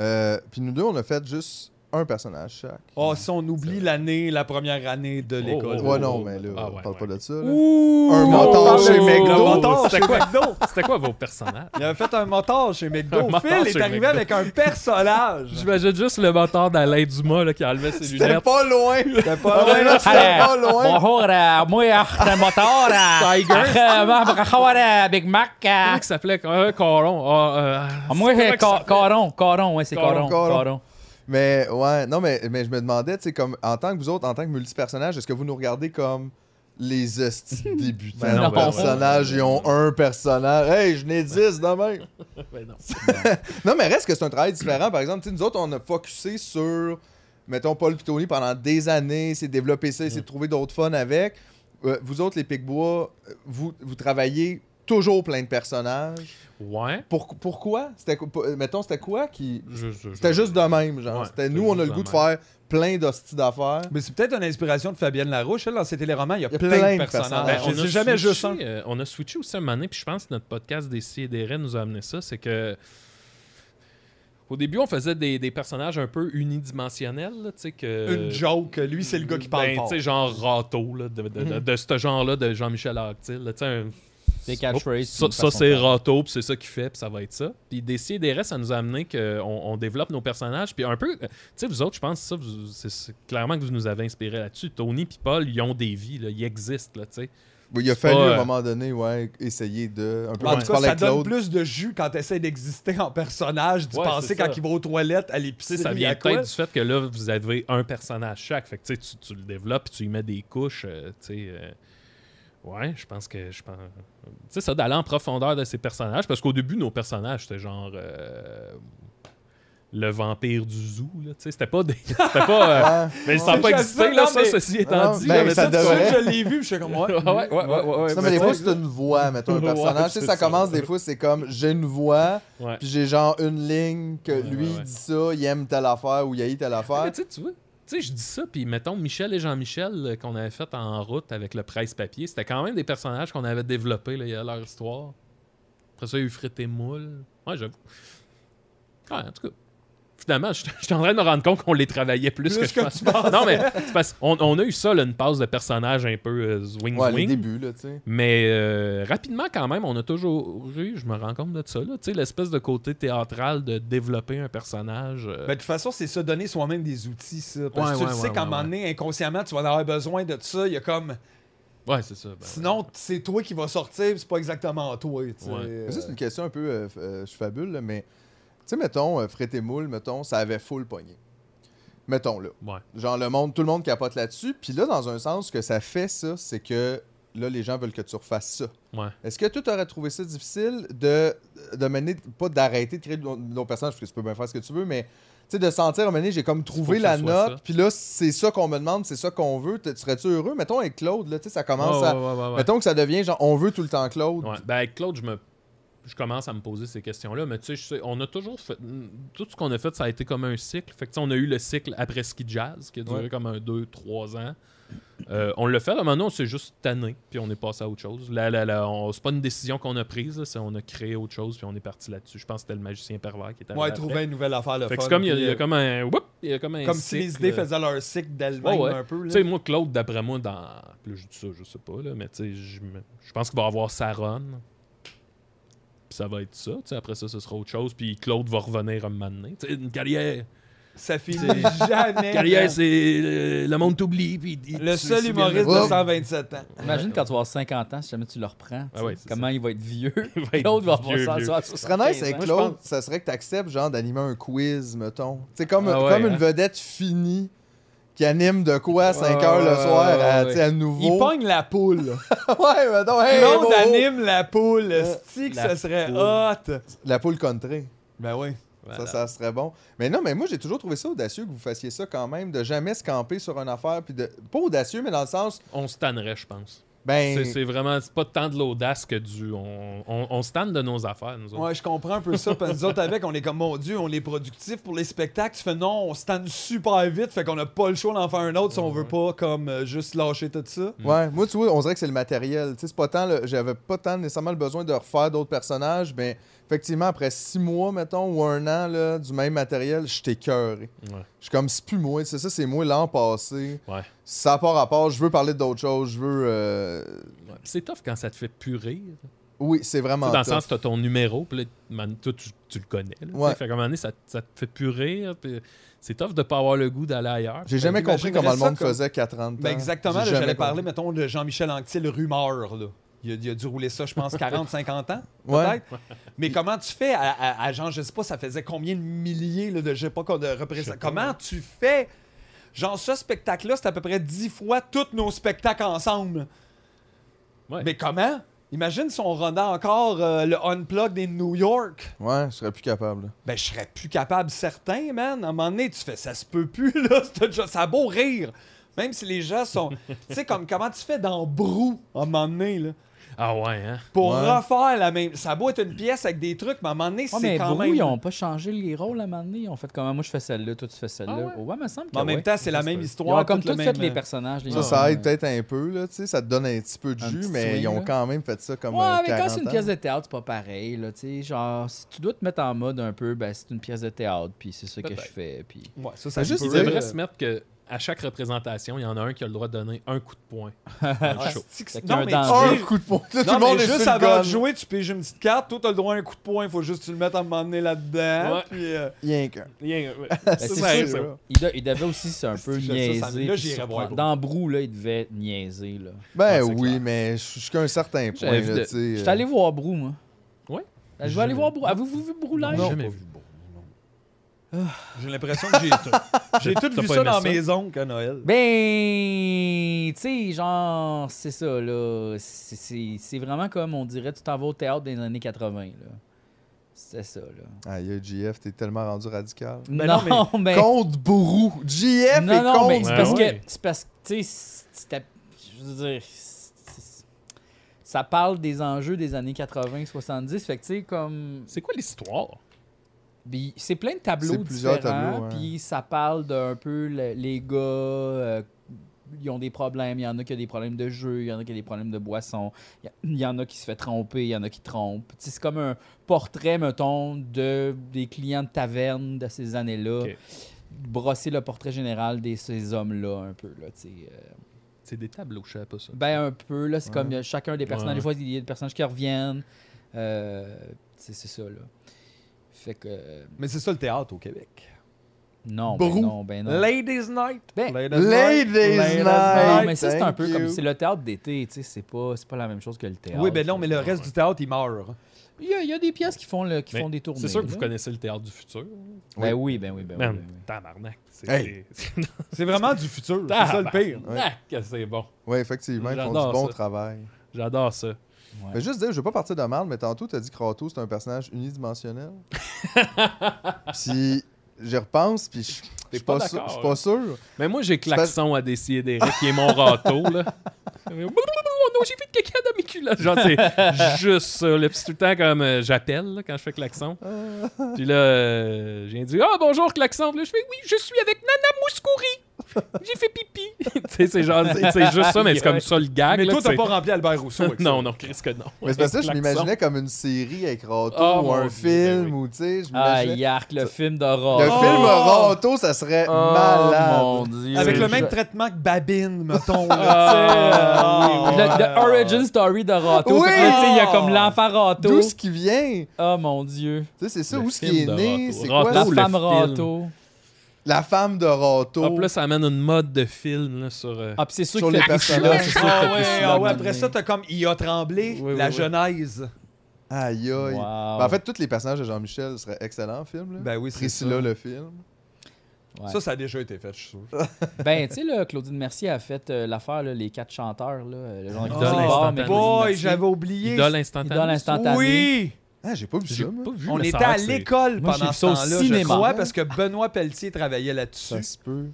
Euh, Puis nous deux, on a fait juste un personnage chaque.
Oh, si on oublie l'année, la première année de l'école.
Oh,
ouais,
oh,
non,
oh,
mais là,
ah,
on
ouais,
parle
ouais.
pas de ça. là.
Ouh!
Un mentor
on parle
chez
de-
McDo.
Le mentor chez
C'était quoi?
McDo.
C'était quoi vos personnages
Il avait fait un mentor chez
Un
McDo.
mentor
Phil est
chez
arrivé
McDo.
avec un personnage.
J'imagine juste le moteur d'Alain Dumas là, qui enlevait ses
C'était
lunettes.
pas loin! C'était
pas loin.
C'était pas loin!
Bonjour, euh, moi, euh, le moteur, euh, euh, moi, bonjour, euh, Big Mac. euh,
Comment il s'appelait euh, Coron. Ah, euh,
ah, moi,
comment
c'est
qu'il s'appelait?
Coron, Coron, ouais, c'est
Coron,
Coron,
Coron.
Coron.
Mais ouais, non, mais, mais je me demandais, tu sais, comme en tant que vous autres, en tant que multipersonnage, est-ce que vous nous regardez comme les hosties de débutants
Ben non,
de
ben non.
personnages, ils ont un personnage. Hey, je n'ai 10 de même.
Ben non.
Non, mais reste que c'est un travail différent. Par exemple, tu sais, nous autres, on a focusé sur, mettons, Paul Pitoni pendant des années, c'est développer ça, c'est de trouver d'autres fun avec. Euh, vous autres, les Picbois, euh, vous, vous travaillez toujours plein de personnages.
Ouais.
Pour- pourquoi? C'était, quoi- pour- mettons, c'était quoi qui...
Je- je-
C'était
je-
juste de même, genre.
Ouais,
c'était
c'était
nous, on a
juste
le
de
goût de
même.
faire plein d'hosties d'affaires.
Mais c'est peut-être une inspiration de Fabienne Larouche. Elle, dans ses téléromans, il y a, plein, de personnages.
Ben,
Ah,
Je
on a
sais jamais
switché,
juste un.
euh, on a switché aussi un moment donné, puis je pense que notre podcast des C et des Ré nous a amené ça, c'est que au début, on faisait des, des personnages un peu unidimensionnels, là, tu sais que...
Une joke. Lui, c'est le gars qui parle
euh, ben,
fort.
tu sais, genre Rato, là, de, de, de- de ce genre-là de Jean-Michel Arctil, là, tu sais, un-
Des catchphrases,
Ça,
une
ça,
façon de
c'est
faire.
Rato, puis c'est ça qu'il fait, puis ça va être ça. Puis des C et des Ré, ça nous a amené qu'on on développe nos personnages, puis un peu... euh, Tu sais, vous autres, je pense que ça, vous- c'est c'est clairement que vous nous avez inspiré là-dessus. Tony puis Paul, ils ont des vies, là, ils existent, là, tu sais.
Il a
C'est
fallu,
pas,
à un
euh,
moment donné, ouais, essayer de... Un peu
En
comme tu
tout cas,
parlais
ça
avec
donne
Claude.
plus de jus quand t'essaies d'exister en personnage, d'y
Ouais,
penser
c'est
quand
ça.
il va aux toilettes, à
Tu
l'épicerie,
sais, ça
il y
vient
a quoi.
peut-être du fait que là, vous avez un personnage chaque. Fait que tu, sais, tu, tu le développes, puis tu y mets des couches. euh, tu sais, euh, ouais, je pense que. je pense- Tu sais, ça, d'aller en profondeur de ces personnages. Parce qu'au début, nos personnages, c'était genre. euh, le vampire du zoo, là. Tu sais, c'était pas des. C'était pas. euh,
Ah.
mais ça n'a pas
Je
existé,
sais,
là,
non,
ça,
mais-
ceci
Non,
étant dit.
ben,
là, mais
ça
tu sais,
Tout de
devrait.
suite, je l'ai vu, puis je suis comme, ouais.
Ouais, ouais, ouais, ouais, ouais,
Non, mais des
tu
fois,
sais,
c'est une voix, mettons, un
Ouais,
personnage. tu sais,
c'est
ça
ça.
commence, des fois, c'est comme j'ai une voix,
ouais.
puis j'ai genre une ligne que
Ouais,
lui,
ouais,
il
ouais.
dit ça, il aime telle affaire ou il haït telle
Ah, mais
affaire.
tu sais, tu vois, tu sais, je dis ça, puis mettons, Michel et Jean-Michel, euh, qu'on avait fait en route avec le presse-papier, c'était quand même des personnages qu'on avait développés, là, il y a leur histoire. Après ça, il y a eu Frites et Moules. Ouais, j'avoue. Ouais, en tout cas. Finalement, je je suis en train de me rendre compte qu'on les travaillait plus,
Plus
que,
que
je pensais. Non, mais c'est parce qu'on on a eu ça, là, une passe de personnages un peu euh, zwing
Ouais, les
zwing.
débuts, là, tu sais.
Mais euh, rapidement, quand même, on a toujours eu, je me rends compte de ça, là, tu sais, l'espèce de côté théâtral de développer un personnage. euh,
Ben, de toute façon, c'est ça, donner soi-même des outils, ça. Parce que
Ouais,
tu le
ouais,
sais
ouais,
qu'à un
ouais, Ben,
moment donné, inconsciemment, tu vas en avoir besoin de ça. Il y a comme.
ouais, c'est ça. ben ouais.
Sinon, c'est toi qui vas sortir, puis c'est pas exactement toi. tu sais.
Ouais.
Mais Ça, c'est une question un peu, euh, f- euh, je fabule, là, mais tu sais, mettons, euh, Fret et Moule, mettons, ça avait full pogné. Mettons, là.
Ouais.
Genre, le monde, tout le monde capote là-dessus. Puis là, dans un sens, ce que ça fait, ça, c'est que là, les gens veulent que tu refasses ça.
Ouais.
Est-ce que tu aurais trouvé ça difficile de, de mener, pas d'arrêter de créer de nos personnages, parce que tu peux bien faire ce que tu veux, mais tu sais, de sentir, à un moment donné, j'ai comme trouvé
que
la
ce soit
note,
ça.
puis là, c'est ça qu'on me demande, c'est ça qu'on veut. T- Serais-tu heureux? Mettons avec Claude, là, tu sais, ça commence
Ouais,
à.
ouais, ouais, ouais, ouais.
Mettons que ça devient genre, on veut tout le temps Claude.
Ouais. Ben, avec Claude, je me. Je commence à me poser ces questions-là, mais tu sais, je sais, on a toujours fait. Tout ce qu'on a fait, ça a été comme un cycle. Fait que, tu sais, on a eu le cycle après ski jazz qui a duré
Ouais.
comme un 2-3 ans. Euh, on l'a fait, à un moment donné, on s'est juste tanné, puis on est passé à autre chose. Là, là, là, on- c'est pas une décision qu'on a prise, là, c'est on a créé autre chose, puis on est parti là-dessus. Je pense que c'était le magicien pervers qui était
Euh, Ouais, trouver une nouvelle affaire le
Fait que
fun,
c'est comme, il y a-
puis,
il y, a
euh,
comme un. whoop, il y a comme un
comme si les
cycle. euh,
idées faisaient leur cycle d'elles-mêmes
Ouais, ouais.
un peu.
Tu
là.
sais, moi, Claude, d'après moi, dans. puis là, je dis ça, je sais pas, là, mais tu sais, je me- je pense qu'il va avoir Saron. Puis ça va être ça. Tu sais, après ça, ce sera autre chose. Puis Claude va revenir un moment donné. Tu sais, une carrière.
Ça finit jamais.
Une carrière, c'est. euh, le monde t'oublie. Puis il-
Le
tu-
seul
c'est
humoriste
bien-
de
Ouais.
127 ans.
Imagine quand tu vas avoir 50 ans, si jamais tu le reprends, tu
Ah
sais,
ouais, c'est
comment il va être vieux.
Il va être
L'autre va
vieux,
avoir
vieux.
100
Ce serait nice avec
Moi, je
Claude, ça serait que tu acceptes, genre, d'animer un quiz, mettons. Tu sais, comme,
Ah ouais,
comme une
hein.
vedette finie qui anime de quoi à 5 h le
ouais,
soir
ouais,
à,
ouais.
tu sais, à
Il
Oh.
nouveau.
pogne la poule.
ouais, mettons, hey,
Claude
Bobo.
anime la poule.
Euh,
Stick,
la
ça serait
poule.
hot.
La poule contrée.
Ben oui.
Ça,
Voilà.
ça serait bon. Mais non, mais moi, j'ai toujours trouvé ça audacieux que vous fassiez ça quand même, de jamais se camper sur une affaire. Puis de... Pas audacieux, mais dans le sens,
On se tannerait, je pense.
ben,
C'est c'est vraiment. C'est pas tant de l'audace que du. On, on, on se tanne de nos affaires, nous autres.
Ouais, je comprends un peu ça. Parce que nous autres, avec, on est comme, mon Dieu, on est productif pour les spectacles. Tu fais non, on se tanne super vite. Fait qu'on n'a pas le choix d'en faire un autre si on veut pas, comme, euh, juste lâcher tout ça.
Mm.
ouais. Moi, tu vois, on dirait que c'est le matériel. Tu sais, c'est pas tant, le- j'avais pas tant nécessairement le besoin de refaire d'autres personnages, mais effectivement, après six mois, mettons, ou un an, là, du même matériel, je t'écœuré.
Ouais.
Je suis comme, c'est plus moi, c'est ça, c'est moi l'an passé.
Ouais.
Ça part à part, je veux parler d'autres choses, je veux. euh,
Ouais. C'est tough quand ça te fait plus rire.
Oui, c'est
Tu
vraiment.
sais, dans le
tough.
sens, t'as ton numéro, puis là, man- toi, tu, tu le connais. Là,
Ouais.
tu sais. Fait qu'à un moment donné, ça, ça te fait plus rire. puis c'est tough de pas avoir le goût d'aller ailleurs.
J'ai jamais compris
J'imaginerais
comment le
ça
monde
comme-
faisait qu'à 30 ans.
Ben exactement, là,
J'ai
j'allais
jamais
parler,
compris.
mettons, de Jean-Michel Anctil, rumeur, là. Il a, il a dû rouler ça, je pense, 40, 50 ans,
Ouais.
peut-être. Mais comment tu fais à, à- à genre, je sais pas, ça faisait combien de milliers là, de, je sais pas, quoi, de représentants. Comment tu fais, genre, ce spectacle-là, c'est à peu près 10 fois tous nos spectacles ensemble.
Ouais.
Mais comment? Imagine si on rendait encore euh, le Unplug des New York.
Ouais, je serais plus capable. là.
Ben, je serais plus capable, certain, man. À un moment donné, tu fais ça se peut plus, là. c'est déjà- Ça a beau rire. Même si les gens sont. tu sais, comme comment tu fais dans Brou, à un moment donné, là.
Ah ouais, hein?
Pour
Ouais.
refaire la même. Ça a beau être une pièce avec des trucs, mais à un moment donné,
Ouais,
c'est
mais
quand
Brou,
même.
ils ont pas changé les rôles à un moment donné. Ils ont fait comment moi je fais celle-là, toi tu fais celle-là.
Ah ouais?
ouais? me semble que
Mais en même
ouais.
temps, c'est la même
Ils ont
histoire.
comme
tout le
tout
même- euh,
fait les personnages. les
Ça,
gens.
ça aide peut-être un peu, là, tu sais, ça te donne un petit peu de
Un
jus,
petit
mais
swing,
ils ont
là.
quand même fait ça comme
Ouais,
euh,
mais quand
40
c'est une
ans.
pièce de théâtre, c'est pas pareil. Là, tu sais, genre, si tu dois te mettre en mode un peu, ben, c'est une pièce de théâtre, puis c'est ça que je
Peut-être.
fais. Puis...
Ouais, ça, ça
Mais juste
se peut,
Il devrait
là.
se mettre que à chaque représentation, il y en a un qui a le droit de donner un coup de poing.
Ah,
chaud.
c'est-tu que-
Fait qu'il y a
Non,
un
mais
danger.
tu
Un
sais-
coup de poing. Là, tout
Non,
le monde
mais
est
juste
sur le
avant de
gun.
jouer, tu piges une petite carte. Toi, t'as le droit à un coup de poing. Faut juste que tu le mettes à un moment donné là-dedans.
Ouais.
puis, euh,
Rien qu'un.
Ben,
Ça,
c'est
ça
sûr,
aide, ça.
là. Il, de- il devait aussi c'est un peu
Je sais, ça,
niaiser.
ça- là,
puis
j'irais voir
surprendre. Dans Brou, là, il devait niaiser. Là.
Ben
Ouais, c'est
oui,
clair.
mais je- jusqu'à un certain point,
J'avais vu
là,
de-
tu sais.
Je suis
euh,
allé voir Brou, moi.
Ouais?
Ben, Je vais aller voir Brou. Avez-vous vu Brou live?
J'ai jamais vu.
J'ai l'impression que j'ai tout. J'ai tout
T'as
vu
pas
ça
aimé
dans
ça?
mes oncles à Noël.
Ben, tu sais, genre, c'est ça, là. C'est- C'est c'est vraiment comme, on dirait, tu t'en vas au théâtre des années 80, là. C'est ça, là.
euh, Aïe, GF, t'es tellement rendu radical.
Ben non,
non, mais...
Contre Brou. GF
non,
est ben
non,
contre
mais c'est parce
Ouais, ouais.
que, c'est parce que, tu sais, c'était- je veux dire, c'est- ça parle des enjeux des années 80, 70, fait que, tu sais, comme,
C'est quoi l'histoire?
Puis c'est plein de tableaux
C'est plusieurs
différents.
tableaux, ouais.
Puis ça parle d'un peu le- les gars, euh, ils ont des problèmes. Il y en a qui ont des problèmes de jeu, il y en a qui ont des problèmes de boisson, il y a- il y, en a qui se fait tromper, il y en a qui trompent. Tu sais, c'est comme un portrait, mettons, de, des clients de taverne de ces années-là.
Ok.
Brosser le portrait général de ces hommes-là un peu. Là, tu sais, euh.
C'est des tableaux, je savais pas ça.
ben un peu, là, c'est comme il y a chacun des personnages.
Ouais.
Des fois, il y a des personnages qui reviennent. Euh, tu sais, c'est ça, là. Fait que...
Mais c'est ça le théâtre au Québec.
Non, ben
Brou.
non, ben non.
Ladies Night.
Ben,
Ladies
Ladies
Ladies
Non,
Night.
mais ça, c'est un
thank
peu
you.
comme. C'est le théâtre d'été, tu sais, c'est pas, c'est pas la même chose que le théâtre.
Oui, ben non, mais le reste du théâtre, il meurt.
Il y, a, il y a des pièces qui font, le, qui
Mais
font des tournées.
C'est sûr que vous
là.
connaissez le théâtre du futur.
Ben oui, ben oui, ben oui.
Man,
ben oui.
tabarnak. C'est
Hey.
c'est-
C'est vraiment du futur. C'est ça le pire.
Tabarnak, Ah, que c'est bon.
Oui, effectivement, ils font
J'adore
du bon
ça.
travail.
J'adore ça.
Mais juste dire, je veux pas partir de mal, mais tantôt, t'as dit que Kratos, c'est un personnage unidimensionnel. puis, j'y repense, puis je je
T'es
suis
pas
pas, sûr-
d'accord,
je suis pas
hein?
sûr.
Mais moi, j'ai klaxon à décider des qui est mon râteau, là. Blablabla, oh non, j'ai fait de caca dans mes culottes. Genre, c'est juste ça. là. Puis c'est tout le temps comme euh, j'appelle là, quand je fais klaxon.
Ah.
Puis là, euh, j'ai dit Ah, bonjour, klaxon. Puis là, je fais Oui, je suis avec Nana Mouskouri. J'ai fait pipi. tu sais, c'est genre, c'est- c'est juste ça, mais c'est comme ça le gag.
Mais
là,
toi,
que
t'as
c'est-
pas rempli Albert Rousseau. avec ça.
Non, non, Chris, que non.
Mais c'est parce que je
Klaxon.
m'imaginais comme une série avec Rato
Oh,
ou
mon
un
Dieu,
film,
ben oui.
ou tu sais, je
Ah,
m'imaginais.
Yark, le film
Le
d'horreur.
film Rato, ça serait
Oh,
malade.
mon Dieu.
Avec le
Je-
même traitement que Babine, mettons.
Ah, oui, oui.
Le, the Origin Story de Rato.
Oui!
Tu sais, Il y a comme l'enfant Rato.
D'où ce qui vient? Tu
Oh mon Dieu.
sais, c'est ça,
Le
où ce
film
qui est
de
né?
Rato.
C'est
Rato,
quoi?
La
le
femme
film.
Rato.
La femme de Rato.
Hop, Ah, là, ça amène une mode de film là, sur. euh,
Ah, puis c'est sûr
Sur
qu'il
les
fait plus
personnages.
là, c'est sûr qu'il
Ah
fait
ouais,
plus là,
ah ouais,
maintenant.
après ça, t'as comme Il a tremblé,
Oui, oui,
la
oui.
Genèse.
Aïe aïe.
Wow.
Ben, en fait, tous les personnages de Jean-Michel seraient excellents en film. Là.
Ben oui, c'est
Priscilla,
ça.
le film.
Ouais.
Ça, ça a déjà été fait, je suis sûr.
Ben, tu sais, là, Claudine Mercier a fait euh, l'affaire, là, les quatre chanteurs, là, euh, le genre qui
Ah,
Idole
dit
instantanée.
bar, mais Claudine
Boy,
Mercier,
j'avais oublié.
Idole instantanée.
Idole instantanée.
Oui!
Ah, j'ai pas vu
J'ai
ça. moi.
pas vu,
On
mais ça a
était à
l'air que c'est-
l'école
Moi, j'ai
pendant
vu
ce
ça au
temps-là, je
cinéma.
crois, parce que Benoît Pelletier travaillait là-dessus.
Ça se peut.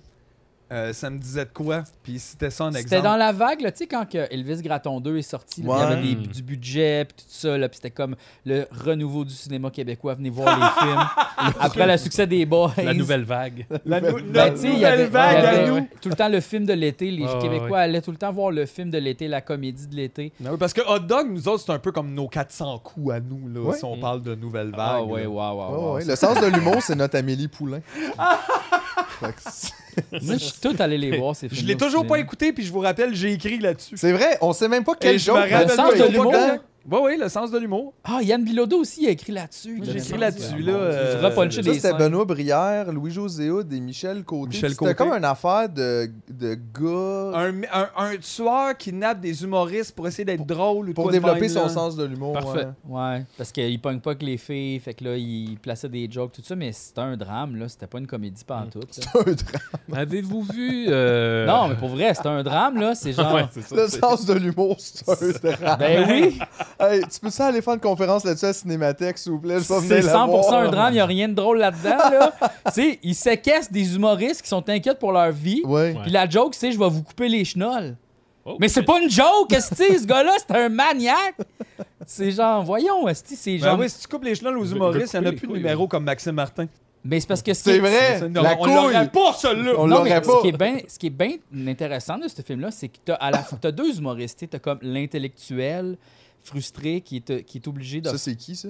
Euh, ça me disait de quoi, puis c'était ça un exemple.
C'était dans la vague, là, tu sais, quand que Elvis Graton 2 est sorti, là,
Ouais.
il y avait des- du budget, puis tout ça, là, puis c'était comme le renouveau du cinéma québécois, venez voir les films. Après le succès des Boys.
La nouvelle vague.
La nou-
Ben,
notre
tu sais, il y avait,
nouvelle vague
il y avait
à nous.
tout le temps le film de l'été. Les
Ah, ouais.
Québécois allaient tout le temps voir le film de l'été, la comédie de l'été.
Ben oui, parce que Hot Dog, nous autres, c'est un peu comme nos 400 coups à nous, là,
Ouais.
si on parle de nouvelle vague.
Mm. Ah ouais,
là.
wow, wow,
Ouais,
wow.
ouais. Le sens de l'humour, c'est notre Amélie Poulain. Fait que c'est-
Moi, je suis tout allé les voir, ces films.
Je l'ai toujours pas écouté, puis je vous rappelle, j'ai écrit là-dessus.
c'est vrai, on sait même pas quel
Et je me
joke.
rappelle
Le sens
pas,
de l'humour.
là. Oui, oui, le sens de l'humour.
Ah, Yann Bilodeau aussi, il a écrit là-dessus.
J'ai écrit
Ouais.
là-dessus, là. euh,
Tu devrais puncher
Ça,
des
c'était
scènes.
Benoît Brière, Louis-José Hood et Michel Côté.
Michel
C'était
Côté.
comme une affaire de, de gars
un, un, un tueur qui nappe des humoristes pour essayer d'être drôle ou de
pour
quoi de
développer
même,
son
là.
sens de l'humour. hein.
Parfait.
ouais.
Ouais, parce qu'il pogne pas que les filles, fait que là, il plaçait des jokes, tout ça, mais c'était un drame, là. C'était pas une comédie pantoute. là.
Un drame.
Avez-vous vu. euh,
Non, mais pour vrai, c'était un drame, là. C'est genre.
Ouais, c'est ça.
Le
c'est-
sens de l'humour, c'est un drame.
Ben oui,
Hey, tu peux ça aller faire une conférence là-dessus à Cinémathèque, s'il vous plaît? Je vais
c'est
venir la
100%
voir.
un drame, il a rien de drôle là-dedans, là. tu sais, ils séquestrent des humoristes qui sont inquiets pour leur vie.
Ouais.
Puis la joke, c'est je vais vous couper les chenolles.
Oh,
Mais c'est
shit.
pas une joke, Esti, ce gars-là, c'est un maniaque. C'est genre, voyons, Esti, c'est
Ben
genre.
oui, si tu coupes les chenolles aux
Je- je
humoristes, il n'y en a
couper
plus de
les couilles,
numéro comme Maxime Martin.
Mais c'est parce que
C'est vrai,
C'est- non,
la
on l'aurait
couille,
pas, celui-là.
on
Non, mais
l'aurait
ce
pas.
qui est bien ce qui est bien intéressant de ce film-là, c'est que t'as à la t'as deux humoristes, tu as comme l'intellectuel frustré qui est, qui est obligé de
Ça, c'est qui, ça?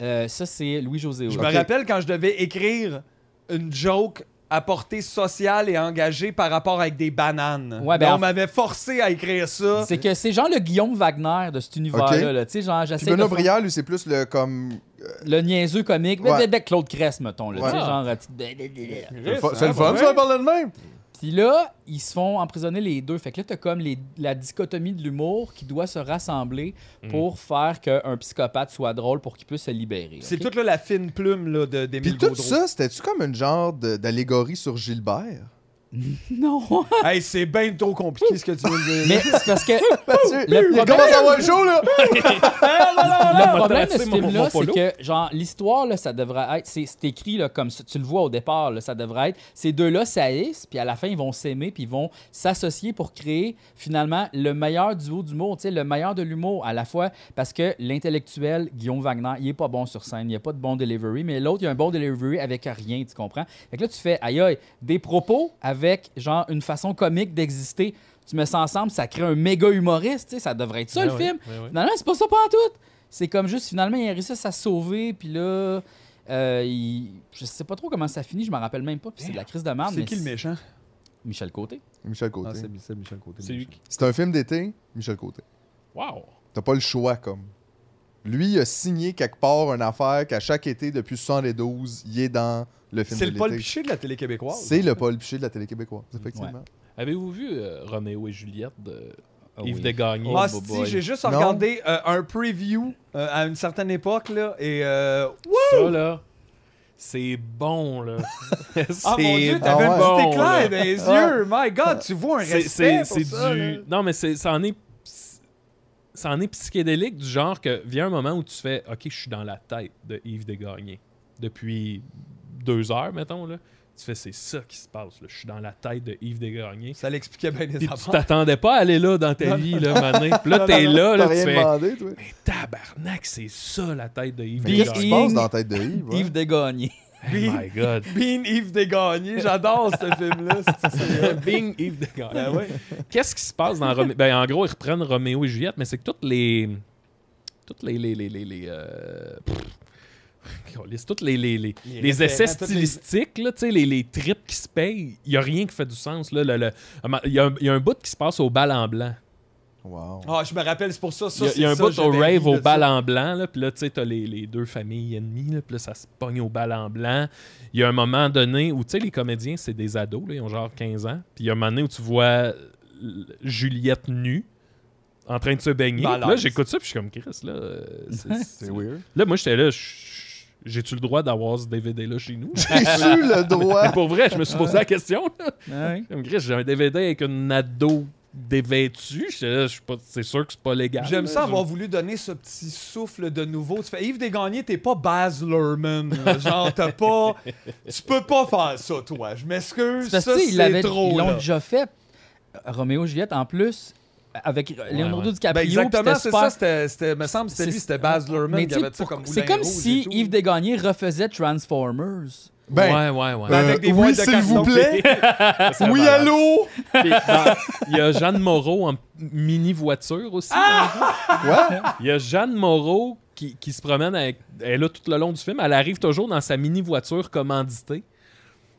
Euh, ça c'est Louis José.
Je
Hood.
me
Ok.
rappelle quand je devais écrire une joke à portée sociale et engagée par rapport avec des bananes.
Ouais, ben,
Là,
en-
on m'avait forcé à écrire ça.
C'est que c'est genre le Guillaume Wagner de cet univers-là.
Ok.
là. Tu sais, genre,
Puis
j'essaie de
Benoît
faire
Brière, lui, c'est plus le comme.
le niaiseux comique.
Ouais.
Mais Avec Claude Cress, mettons. Là, Tu sais,
Ouais.
genre, euh, petit-
C'est le fun, c'est le fun, ça, on parle de même.
Puis là, ils se font emprisonner les deux. Fait que là, t'as comme les- la dichotomie de l'humour qui doit se rassembler pour faire qu'un psychopathe soit drôle pour qu'il puisse se libérer.
C'est
ok?
toute là, la fine plume là, de, d'Émile
Puis tout
Gaudreau.
ça, c'était-tu comme une genre de- d'allégorie sur Gilbert?
Non!
Hey, c'est bien trop compliqué ce que tu veux dire.
Mais c'est parce que
Mathieu,
Oh, Le
il commence à avoir le show, là!
Ah,
le problème de
tracer
ce
mon-
film-là,
mon
c'est
polo.
que, genre, l'histoire, là, ça devrait être. C'est c'est écrit, là, comme ça. Tu le vois au départ, là, ça devrait être. Ces deux-là s'haïssent, puis à la fin, ils vont s'aimer, puis ils vont s'associer pour créer, finalement, le meilleur duo d'humour, tu sais, le meilleur de l'humour, à la fois, parce que l'intellectuel, Guillaume Wagner, il est pas bon sur scène, il n'y a pas de bon delivery, mais l'autre, il a un bon delivery avec rien, tu comprends? Fait que là, tu fais, aïe, aïe, des propos avec, genre, une façon comique d'exister. Tu mets ça ensemble, ça crée un méga humoriste, tu sais, ça devrait être ça, Ben le
Ouais,
film.
ouais, ouais.
Non, non, c'est pas ça pas en tout. C'est comme juste finalement, il a réussi à se sauver, puis là, euh, il- je sais pas trop comment ça finit, je m'en rappelle même pas, puis c'est de la crise de merde.
c'est
Ah, mais
qui le méchant?
Michel Côté.
Michel
Ah,
Côté.
c'est, c'est Michel Côté.
C'est lui qui.
C'est un film d'été, Michel Côté.
Wow!
T'as pas le choix, comme. Lui, il a signé quelque part une affaire qu'à chaque été, depuis 72, il est dans le film
C'est
de
le Paul
l'été.
Piché de la télé québécoise.
C'est le Paul Piché de la télé québécoise, effectivement.
Avez-vous vu euh, Roméo et Juliette de
Ah
Yves
oui.
Desgagnés?
Ah, si, j'ai juste
Non.
regardé euh, un preview euh, à une certaine époque, là, et... euh,
Ça, là, c'est bon, là.
Ah mon Dieu,
C'est
t'avais
Ah
un
bon,
petit éclair
là.
dans les yeux! My God, tu vois un
C'est-
respect
c'est-
pour
c'est
ça,
du
là.
non mais c'est ça en est ps- ça en est psychédélique du genre que vient un moment où tu fais ok je suis dans la tête de Yves Desgagnés depuis deux heures mettons là tu fais c'est ça qui se passe là. je suis dans la tête de Yves Desgagnés
Ça l'expliquait bien les
Puis tu
enfants.
t'attendais pas à aller là dans ta vie là maintenant puis là t'es
Non,
là, là
T'as
tu
rien
fais
demandé, toi.
mais tabarnak c'est ça la tête de Yves
Mais Qu'est-ce qui se
Desgagnés
passe dans la tête de Yves? ouais?
Yves Desgagnés.
oh my god
Bean Yves Desgagnés, j'adore ce film-là. c'est- c'est-
Bing Yves Desgagnés
Ben oui.
Qu'est-ce qui se passe dans Roméo ben, En gros, ils reprennent Roméo et Juliette, mais c'est que toutes les. Toutes les. les, les, les, les, euh, pff, câlisse, toutes les, les, les,
Les
les essais
référents, toutes les-
stylistiques, là, tu sais, les, les trips qui se payent, il n'y a rien qui fait du sens. là, le- le- Il y, a un- il y a un bout qui se passe au bal en blanc.
Wow.
Ah, je me rappelle, c'est pour ça. ça
Il y a- il y, a un
c'est ça,
bout au
j'avais ri
rave
de
au
ça.
bal en blanc, là, puis là, tu sais, t'as les, les deux familles ennemies, là, puis là, ça se pogne au bal en blanc. Il y a un moment donné où, tu sais, les comédiens, c'est des ados, là, ils ont genre 15 ans, puis il y a un moment donné où tu vois euh, Juliette nue, en train de se baigner.
Balance.
Là, j'écoute ça, puis je suis comme Chris, là. euh, c'est-
C'est weird.
là, moi, j'étais là, je- j'ai-tu le droit d'avoir ce DVD-là chez nous?
J'ai su le
Mais
droit.
pour vrai, je me suis posé la question, là.
Ouais.
Comme Chris, j'ai un DVD avec une ado dévêtue, j'étais là, je suis pas- c'est sûr que c'est pas légal.
J'aime
là,
ça
je-
avoir voulu donner ce petit souffle de nouveau. Tu fais Yves Desgagnés, t'es pas Baz Luhrmann. là. Genre, t'as pas. Tu peux pas faire ça, toi. Je m'excuse. Ça,
Parce que, tu sais, ils
c'est
l'avaient-
trop.
ils l'ont
là.
déjà fait. Roméo et Juliette, en plus, avec Leonardo
ouais.
DiCaprio.
Ben,
puis
exactement,
c'était
c'est
super-
ça. C'était, c'était- me semble, que c'était lui,
C'est-
c'était Baz Luhrmann
Mais
qui
tu sais,
avait ça
pour-
comme
c'est
boulin
comme
rouge et
si
tout.
Yves Desgagnés refaisait Transformers.
Ben,
ouais, ouais, ouais.
Ben, avec des
euh,
voix
oui,
de
s'il vous
carton.
plaît. oui, allô?
Puis, dans- Il y a Jeanne Moreau en mini voiture aussi.
Ah!
Quoi?
Il y a Jeanne Moreau qui, qui se promène avec. Elle est là tout le long du film. Elle arrive toujours dans sa mini voiture commanditée.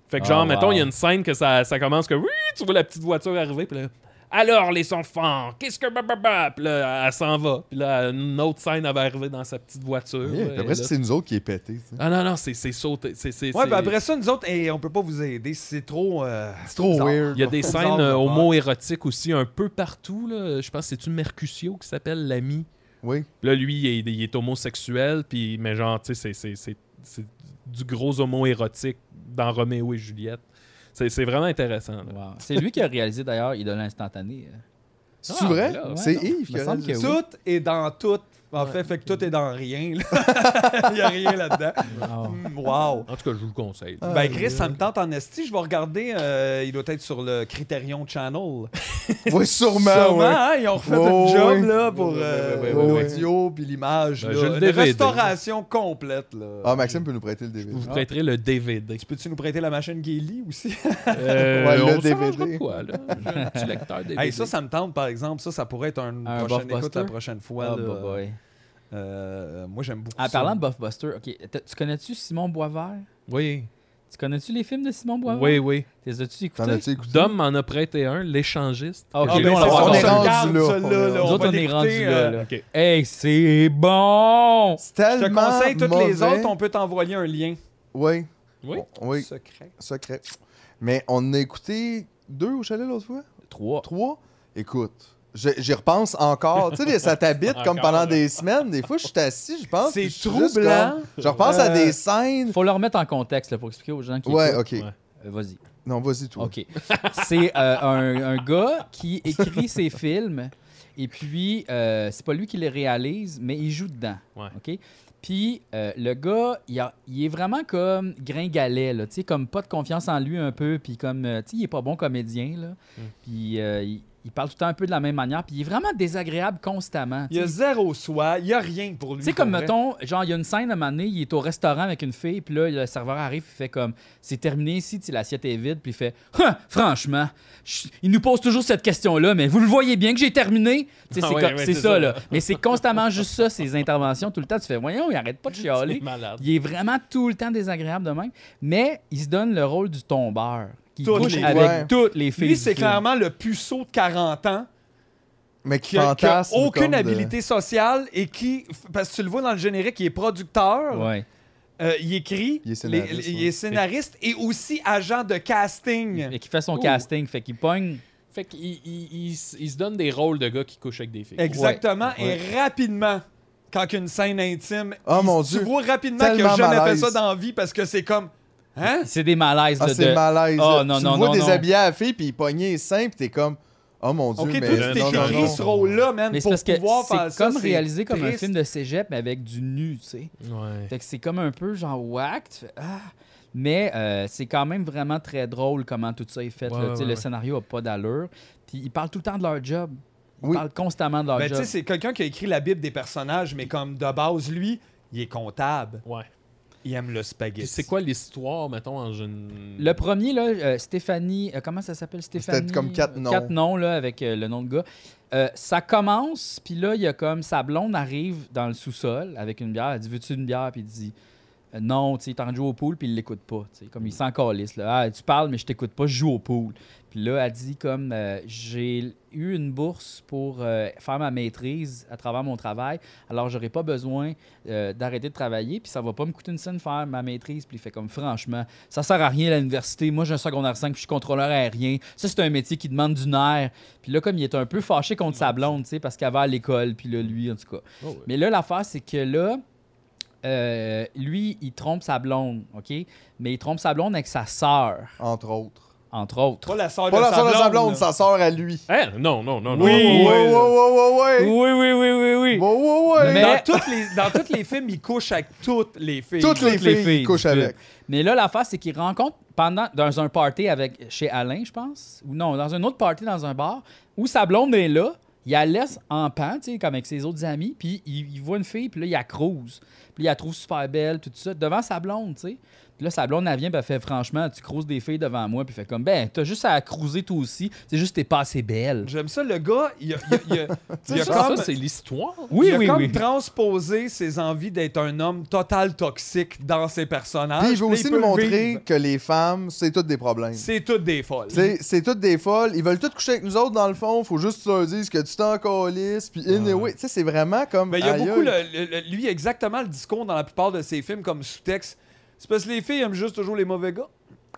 Fait que,
Oh,
genre,
wow.
mettons, il y a une scène que ça, ça commence que oui, tu vois la petite voiture arriver. Puis là, alors les enfants, qu'est-ce que. bababa? Puis là, elle s'en va. Puis là, une autre scène, elle va arriver dans sa petite voiture.
Yeah,
là,
Après,
et là-
c'est nous autres qui est pété. tu sais.
Ah non, non, c'est c'est sauté. C'est- c'est-
Ouais,
c'est-
ben après ça, nous autres, hey, on peut pas vous aider. C'est trop. euh,
C'est trop
bizarre.
weird.
Il y a des
Bizarre,
scènes euh,
bizarre.
homo-érotiques aussi un peu partout. Là. Je pense que c'est-tu Mercutio qui s'appelle l'ami.
Oui.
Puis Là, lui, il est, il est homosexuel, puis, mais genre, tu sais, c'est- c'est- c'est- c'est du gros homo-érotique dans Roméo et Juliette. C'est c'est vraiment intéressant. là.
Wow. C'est lui qui a réalisé d'ailleurs Idole instantanée.
C'est
Ah,
vrai?
là,
ouais,
c'est
non.
Yves qui
Me
a
semble
Eh
réalisé
que
ça.
oui.
Tout est dans tout. En fait, fait que tout est dans rien. là. Il y a rien là-dedans.
Oh,
Mm, Wow.
En tout cas, je vous le conseille.
Ah,
là.
Ben Chris, ça me tente en esti. Je vais regarder. euh, il doit être sur le Criterion Channel.
Oui, sûrement,
Sûrement,
ouais.
hein, ils ont refait
Oh,
une job
oui.
là pour
ouais,
euh,
ouais,
ouais, ouais.
l'audio puis l'image.
Ben,
là.
j'ai le
Une
DVD.
restauration complète là.
Ah, Maxime peut nous prêter le DVD.
Vous prêterez le DVD.
Tu Peux-tu nous prêter la machine Gailey aussi?
Euh,
Ouais, le
on
DVD.
s'arrangera de quoi, là? J'ai un petit lecteur DVD.
Hey, ça, ça me tente, par exemple. Ça, ça pourrait être un,
Un
prochaine écoute
blockbuster?
la prochaine
Ah,
fois. là.
bah,
Euh, moi, j'aime beaucoup
En
ça.
Ah, parlant de Buffbuster, ok, t- tu connais-tu Simon Boisvert?
Oui,
Tu connais-tu les films de Simon Boisvert?
oui, oui.
Les as-tu
T'en
écoutés?
as-tu écouté?
Dom m'en a prêté un, l'échangiste.
Ah, ok,
J'ai-
ben,
ben,
on l'a
ça,
pas
on
encore.
est rendu
On est
là.
rendu là.
là, là,
Nous
on
autres,
va
on est
l'écouter,
rendu là.
euh,
là.
Ok.
Hey, c'est bon!
C'est
Je te
tellement
conseille toutes les
mauvais.
autres. On peut t'envoyer un lien
Oui.
Oui.
Oui,
secret.
secret. Mais on a écouté deux au chalet l'autre fois?
Trois.
Trois? Écoute, je- j'y repense encore. tu sais, ça t'habite comme
Encore,
pendant
là.
des semaines. Des fois, je suis assis, je pense.
C'est
puis je suis juste
troublant. Euh,
comme- Je repense à des scènes.
Faut le remettre en contexte là, pour expliquer aux gens qui
Ouais,
écoutent.
ok.
Ouais.
Euh, Vas-y.
Non, vas-y, toi.
OK. C'est euh, un, un gars qui écrit ses films et puis euh, c'est pas lui qui les réalise, mais il joue dedans.
Ouais.
OK? Puis euh, le gars, il, a- il est vraiment comme gringalet, là, tu sais, comme pas de confiance en lui un peu, puis comme, euh, tu sais, il est pas bon comédien, là. Puis euh, il, il parle tout le temps un peu de la même manière, puis il est vraiment désagréable constamment. tu
Il y a
sais.
zéro soi. Il y a rien pour lui.
Tu sais, comme,
pour vrai.
mettons, genre, il y a une scène à un moment donné, il est au restaurant avec une fille, puis là, le serveur arrive, il fait comme, c'est terminé ici, tu sais, l'assiette est vide, puis il fait, Hum, franchement, je- il nous pose toujours cette question-là, mais vous le voyez bien que j'ai terminé. Tu sais,
Ah
c'est
ouais,
comme-
ouais,
c'est
c'est
ça,
ça.
là. Mais c'est constamment juste ça, ses interventions, tout le temps. Tu fais, voyons, il arrête pas de
C'est
chialer.
malade.
Il est vraiment tout le temps désagréable de même, mais il se donne le rôle du tombeur, qui
Toutes
couche
les-
avec
Ouais.
toutes les filles.
Lui,
du
c'est
film.
clairement le puceau de 40 ans
Mais qui
qui a, qui a
fantasme.
aucune
comme de-
habilité sociale et qui, f- parce que tu le vois dans le générique, il est producteur,
Ouais.
Euh, il écrit,
Il est scénariste,
les- les-
ouais.
il est scénariste et aussi agent de casting.
Et qui fait son
Ouh.
casting, fait qu'il pogne.
Fait qu'il il- il s- il se donne des rôles de gars qui couchent avec des filles.
Exactement. Et rapidement, quand il y a une scène intime,
Oh
il-
mon
tu
Dieu,
vois rapidement qu'il a
tellement
jamais
malaise.
fait ça dans la vie parce que c'est comme. Hein?
C'est des malaises
Ah,
de.
c'est
de-
malaise.
Oh,
là.
non,
tu
non,
le vois
non, non.
déshabiller à la fille, puis il pognait les seins, puis t'es comme, oh mon Dieu,
Ok,
mais.
toi, tu
non, non, non.
t'écris ce rôle-là, man,
Mais c'est
pour
parce que
pouvoir faire
c'est
ça.
comme réalisé comme un
triste.
film de cégep, mais avec du nu, tu sais.
Ouais.
Fait que c'est comme un peu genre whack. tu fais, ah. Mais euh, c'est quand même vraiment très drôle comment tout ça est fait.
Ouais,
là. Tu sais,
ouais,
le
ouais.
scénario n'a pas d'allure. Puis ils parlent tout le temps de leur job. Ils
Oui.
parlent constamment de leur
Ben, tu
job.
sais, c'est quelqu'un qui a écrit la Bible des personnages, mais comme de base, lui, il est comptable.
Ouais.
Il aime le
Puis
spaghetti.
c'est quoi l'histoire, mettons, en jeune.
Le premier, là, euh, Stéphanie, euh, comment ça s'appelle Stéphanie
comme quatre noms.
Quatre noms, là, avec euh, le nom de gars. Euh, ça commence, puis là, il y a comme sa blonde arrive dans le sous-sol avec une bière. Elle dit Veux-tu une bière Puis il dit Euh, Non, tu sais, il est en train de jouer au pool, puis il l'écoute pas. tu sais, Comme il s'en calisse. Là. Ah, tu parles, mais je t'écoute pas, je joue au pool. Puis là, elle dit comme euh, J'ai eu une bourse pour euh, faire ma maîtrise à travers mon travail, alors j'aurai pas besoin euh, d'arrêter de travailler, puis ça va pas me coûter une scène faire ma maîtrise. Puis il fait comme Franchement, ça sert à rien à l'université. Moi, j'ai un secondaire 5, puis je suis contrôleur aérien. Ça, c'est un métier qui demande du nerf. Puis là, comme il est un peu fâché contre sa blonde, tu sais, parce qu'elle va à l'école, puis là, lui, en tout cas.
Oh, ouais.
Mais là, l'affaire, c'est que là, euh, lui, il trompe sa blonde, OK? Mais il trompe sa blonde avec sa sœur,
Entre autres.
entre autres.
Pas la sœur de
Pas la sœur de sa blonde,
là.
sa sœur à lui.
Hein? Non, non, non,
Ouais,
non.
ouais, ouais, ouais, ouais, ouais.
oui, oui, oui, oui, oui.
Ouais, ouais, ouais.
Mais-
Dans, toutes les, dans tous les films, il couche avec toutes les filles.
Toutes les
toutes les
filles,
filles,
il couche
tu
avec.
Mais là, l'affaire, c'est qu'il rencontre pendant, dans un party avec, chez Alain, je pense, ou non, dans un autre party dans un bar, où sa blonde est là, il la laisse en pan, tu sais, comme avec ses autres amis, puis il, il voit une fille, puis là, il la crouse. Puis il la trouve super belle, tout ça, devant sa blonde, tu sais. Puis là, sa blonde, elle vient, puis elle fait Franchement, tu crouses des filles devant moi, puis fait comme Ben, t'as juste à crouser toi aussi, c'est juste que t'es pas assez belle.
J'aime ça, le gars, il a, il a- il a- il a
Ça,
comme,
ça, c'est l'histoire.
il a comme transposé ses envies d'être un homme total toxique dans ses personnages.
Puis il veut
Puis
aussi
peut
nous montrer
vivre.
que les femmes, c'est toutes des problèmes.
C'est toutes des folles.
C'est c'est toutes des folles. Ils veulent toutes coucher avec nous autres, dans le fond. Faut juste que tu leur dises que tu t'en calisses. Puis anyway, tu sais, c'est vraiment comme.
Mais Ah, Ben, il
aïe,
y a beaucoup,
aïe.
le- le- le- lui, exactement le discours dans la plupart de ses films comme sous-texte. C'est parce que les filles aiment juste toujours les mauvais gars.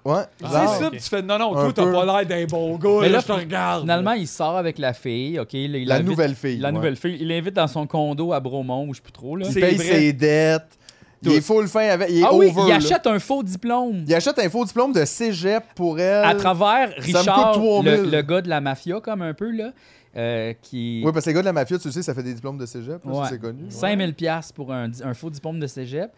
Ouais.
c'est
genre.
ça,
ok.
puis tu fais non, non,
Ah, Un
toi, t'as
peu.
pas l'air d'un bon gars,
Mais
là,
là,
je te regarde.
Finalement, il sort avec la fille, OK? il- il
La
invite-
nouvelle fille.
La
ouais.
nouvelle fille. Il l'invite dans son condo à Bromont, ou je sais plus trop, là.
Il
C'est
paye
vrai.
ses dettes. Il
Tout.
est full fin avec. Il est
Ah oui,
over.
il
là.
achète un faux diplôme.
Il achète un faux diplôme de cégep pour elle.
À travers
me coûte
Richard,
3000.
le, le gars de la mafia, comme un peu, là, euh, qui...
Oui, parce que les gars de la mafia, tu sais, ça fait des diplômes de cégep. là, ça,
Ouais.
C'est connu.
5000 pièces pour un, di- un faux diplôme de cégep.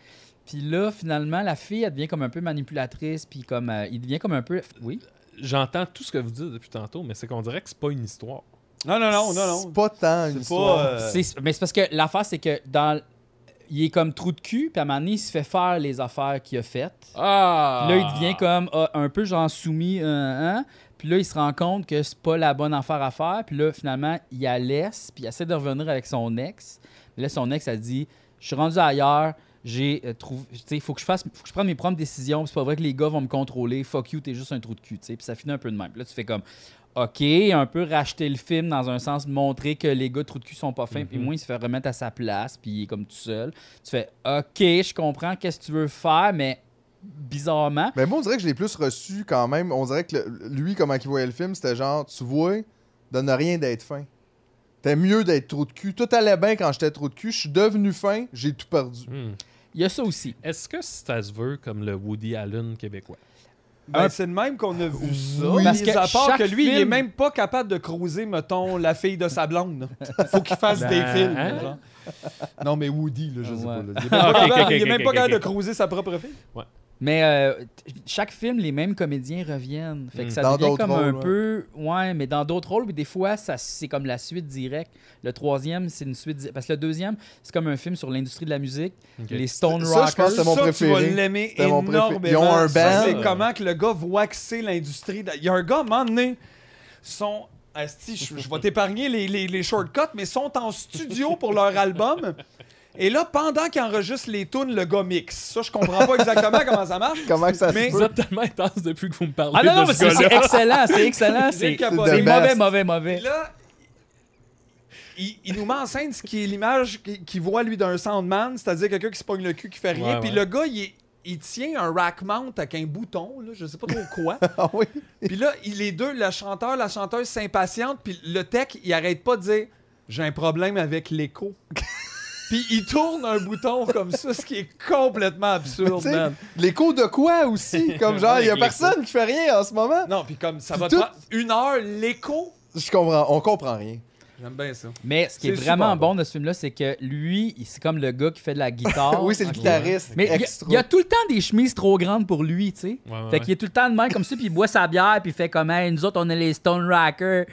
Puis là, finalement, la fille, elle devient comme un peu manipulatrice, puis comme... euh, il devient comme un peu... Oui?
J'entends tout ce que vous dites depuis tantôt, mais c'est qu'on dirait que c'est pas une histoire.
Non, non, non, non, non.
C'est pas tant une
C'est
histoire.
pas. euh,
C'est- mais c'est parce que l'affaire, c'est que dans... Il est comme trou de cul, puis à un moment donné, il se fait faire les affaires qu'il a faites.
Ah!
Puis là, il devient comme ah, un peu genre soumis, hein, hein. Puis là, il se rend compte que c'est pas la bonne affaire à faire. Puis là, finalement, il la laisse, puis il essaie de revenir avec son ex. Mais là, son ex, a dit Je suis rendu ailleurs, j'ai euh, trouvé. Tu sais, faut que je fasse, faut que je prenne mes propres décisions. puis C'est pas vrai que les gars vont me contrôler. Fuck you, t'es juste un trou de cul, tu sais. Puis ça finit un peu de même. Puis là, tu fais comme OK, un peu racheter le film dans un sens, montrer que les gars de trou de cul sont pas fins, puis
Mhm.
moi, il se fait remettre à sa place, puis il est comme tout seul. Tu fais OK, je comprends qu'est-ce que tu veux faire, mais bizarrement.
Mais moi, on dirait que je l'ai plus reçu quand même. On dirait que le- lui, comment il voyait le film, c'était genre, tu vois, de ne rien d'être fin. T'es mieux d'être trop de cul. Tout allait bien quand j'étais trop de cul. Je suis devenu fin, j'ai tout perdu.
Hmm.
Il y a ça aussi.
Est-ce que ça se veut comme le Woody Allen québécois? Ah,
Ben, c'est de même qu'on a vu ça.
Oui.
parce
Parce
que
que
à part
chaque
que lui, il est
film-
même pas capable de creuser, mettons, la fille de sa blonde. Faut qu'il fasse
Ben,
des films.
hein?
genre. Non, mais Woody, là, je sais pas.
Ouais.
là. Il est même
Ah,
pas
ok,
capable,
ok,
il est
ok,
même
ok,
pas
ok,
capable
ok.
de creuser sa propre fille.
Mais euh, t- chaque film, les mêmes comédiens reviennent. Fait que
Mhm.
Mm.
ça
Dans
devient
d'autres
comme
rôles,
un
ouais.
peu. Ouais, mais dans d'autres rôles, puis des fois, ça, c'est comme la suite directe. Le troisième, c'est une suite. di- Parce que le deuxième, c'est comme un film sur l'industrie de la musique.
Ok.
Les Stone
Ça,
Rockers.
je pense que c'est mon
ça,
préféré.
Tu vas l'aimer
C'était mon préféré.
énormément.
Ils ont un
Ça,
band.
C'est comment que le gars voit que c'est l'industrie. de- Il y a un gars, à un moment donné, son. Asti, je, je vais t'épargner les, les, les shortcuts, mais sont en studio pour leur album. Et là, pendant qu'ils enregistrent les tunes, le gars mixe. Ça, je comprends pas exactement comment ça marche.
Comment que ça se
Mais-
peut?
Vous êtes tellement intense depuis que vous me parlez
Ah non, non,
de
mais
ce
c'est
gars-là.
c'est excellent, c'est excellent.
J'ai
C'est
capoté.
c'est
The best.
mauvais, mauvais,
Puis
mauvais.
là, il, il nous met en scène ce qui est l'image qu'il qu'il voit, lui, d'un soundman, c'est-à-dire quelqu'un qui se pogne le cul, qui fait rien.
Ouais,
Puis
ouais.
le gars, il, est- il tient un rack mount avec un bouton, là, je sais pas trop quoi.
Ah oui.
Puis là, il- les deux, le chanteur, la chanteuse s'impatiente, puis le tech, il arrête pas de dire J'ai un problème avec l'écho. puis il tourne un bouton comme ça, ce qui est
Tu
complètement absurde,
sais,
man.
L'écho de quoi aussi? Comme genre, il y a
Avec
personne qui fait rien en ce moment.
Non, puis comme ça
Puis
va
tout-
te prendre une heure, l'écho.
Je comprends, on comprend rien.
J'aime bien ça.
Mais ce qui est,
C'est
vraiment
super bon.
bon de ce film-là, c'est que lui, il- c'est comme le gars qui fait de la guitare.
oui, c'est le
Ah, Ok.
guitariste.
Mais il y a-
extra.
il y, a tout le temps des chemises trop grandes pour lui, tu sais.
Ouais, ouais,
fait qu'il est tout le temps de même comme ça, puis il boit sa bière, puis il fait comme hey, nous autres, on est les Stone Rackers.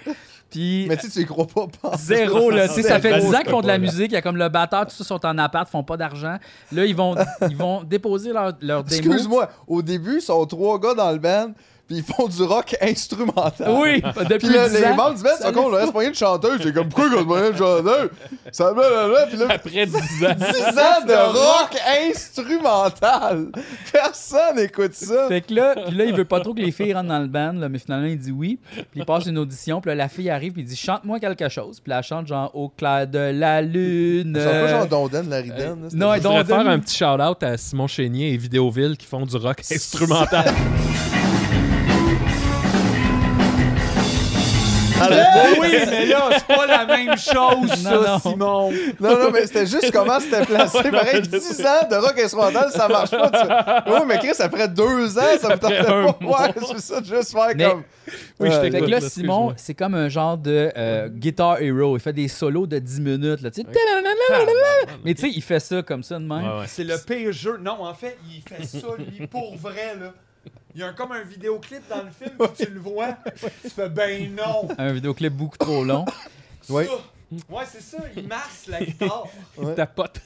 Puis
Mais tu sais, tu y crois pas. pas.
zéro, là. tu sais, ça fait
Zéro,
10 ans qu'ils
ce
font de la
copain-là.
musique. Il y a comme le batteur, tout ça, sont en appart, font pas d'argent. Là, ils vont, ils vont déposer leur, leur démo.
Excuse-moi, au début, ils sont trois gars dans le band, puis ils font du rock instrumental.
Oui, depuis
Puis là,
10
les
ans.
membres du band sont con, le reste moyen de chanteuse. C'est comme, pourquoi qu'on moyen de chanteuse? Ça blablabla, puis là,
Après 10 ans.
10 ans de rock instrumental. Personne n'écoute ça.
Fait que là, puis là, il veut pas trop que les filles rentrent dans le band, là, mais finalement, il dit oui. Puis il passe une audition, puis là, la fille arrive, puis il dit Chante-moi quelque chose. Puis là, elle chante genre Au clair de la lune.
Je sais pas, genre Donden, Ben, Lariden.
euh, non,
Je voudrais
donc,
faire
donne-
un petit shout-out à Simon Chénier et Vidéoville qui font du rock instrumental.
Ah oui, mais là, c'est pas la même chose,
Non,
ça,
non.
Simon.
Non, non, mais c'était juste comment c'était placé. Pareil, 10 ans de rock instrumental, ça marche pas. Tu... Oui, mais Chris, après deux ans, ça me tentait
un
pas. Ouais, c'est ça, de juste faire
Mais-
comme.
Oui, je
Ouais.
t'écoute.
Euh, Fait que là,
Écoute,
Simon,
excuse-moi.
c'est comme un genre de euh, Guitar Hero. Il fait des solos de 10 minutes. Là, tu sais.
Ah,
Mais tu sais, il fait ça comme ça de même.
Ouais, ouais.
C'est le pire jeu. Non, en fait, il fait ça, lui, pour vrai, là. Il y a comme un vidéoclip dans le film, puis tu le vois. Tu fais, ben non.
Un vidéoclip beaucoup trop long.
Ouais.
Ça. Ouais, c'est ça, il masse la guitare.
Tapote.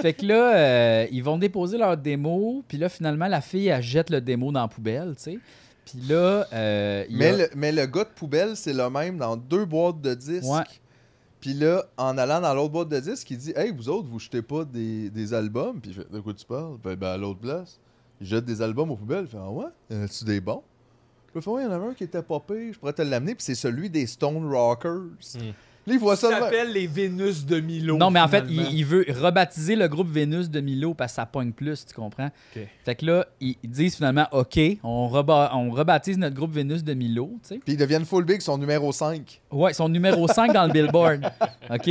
fait que là, euh, ils vont déposer leur démo. Puis là, finalement, la fille, elle jette le démo dans la poubelle, tu sais. Puis là, euh, il y
Mais,
a-
le, mais le gars de poubelle, c'est le même dans deux boîtes de disques.
Ouais.
Puis là, en allant dans l'autre boîte de disques, il dit Hey, vous autres, vous jetez pas des, des albums Puis je fais, De quoi tu parles Ben, ben, à l'autre place. Il jette des albums aux poubelles. Il fait Ah ouais Y en a-tu des bons Puis il fait Ouais, il y en avait un qui était pas pire, je pourrais te l'amener. Puis c'est celui des Stone Rockers. Là, il voit ça.
Ça
de même.
Hmm. s'appelle les Vénus de Milo.
Non, mais en fait, il,
finalement.
il veut rebaptiser le groupe Vénus de Milo parce que ça pogne plus, tu comprends?
Ok.
Fait que là, ils ils disent finalement, OK, on, reba- on rebaptise notre groupe Vénus de Milo, tu sais.
Puis ils deviennent full big, son numéro 5.
Ouais, ils sont numéro 5 dans le Billboard. OK?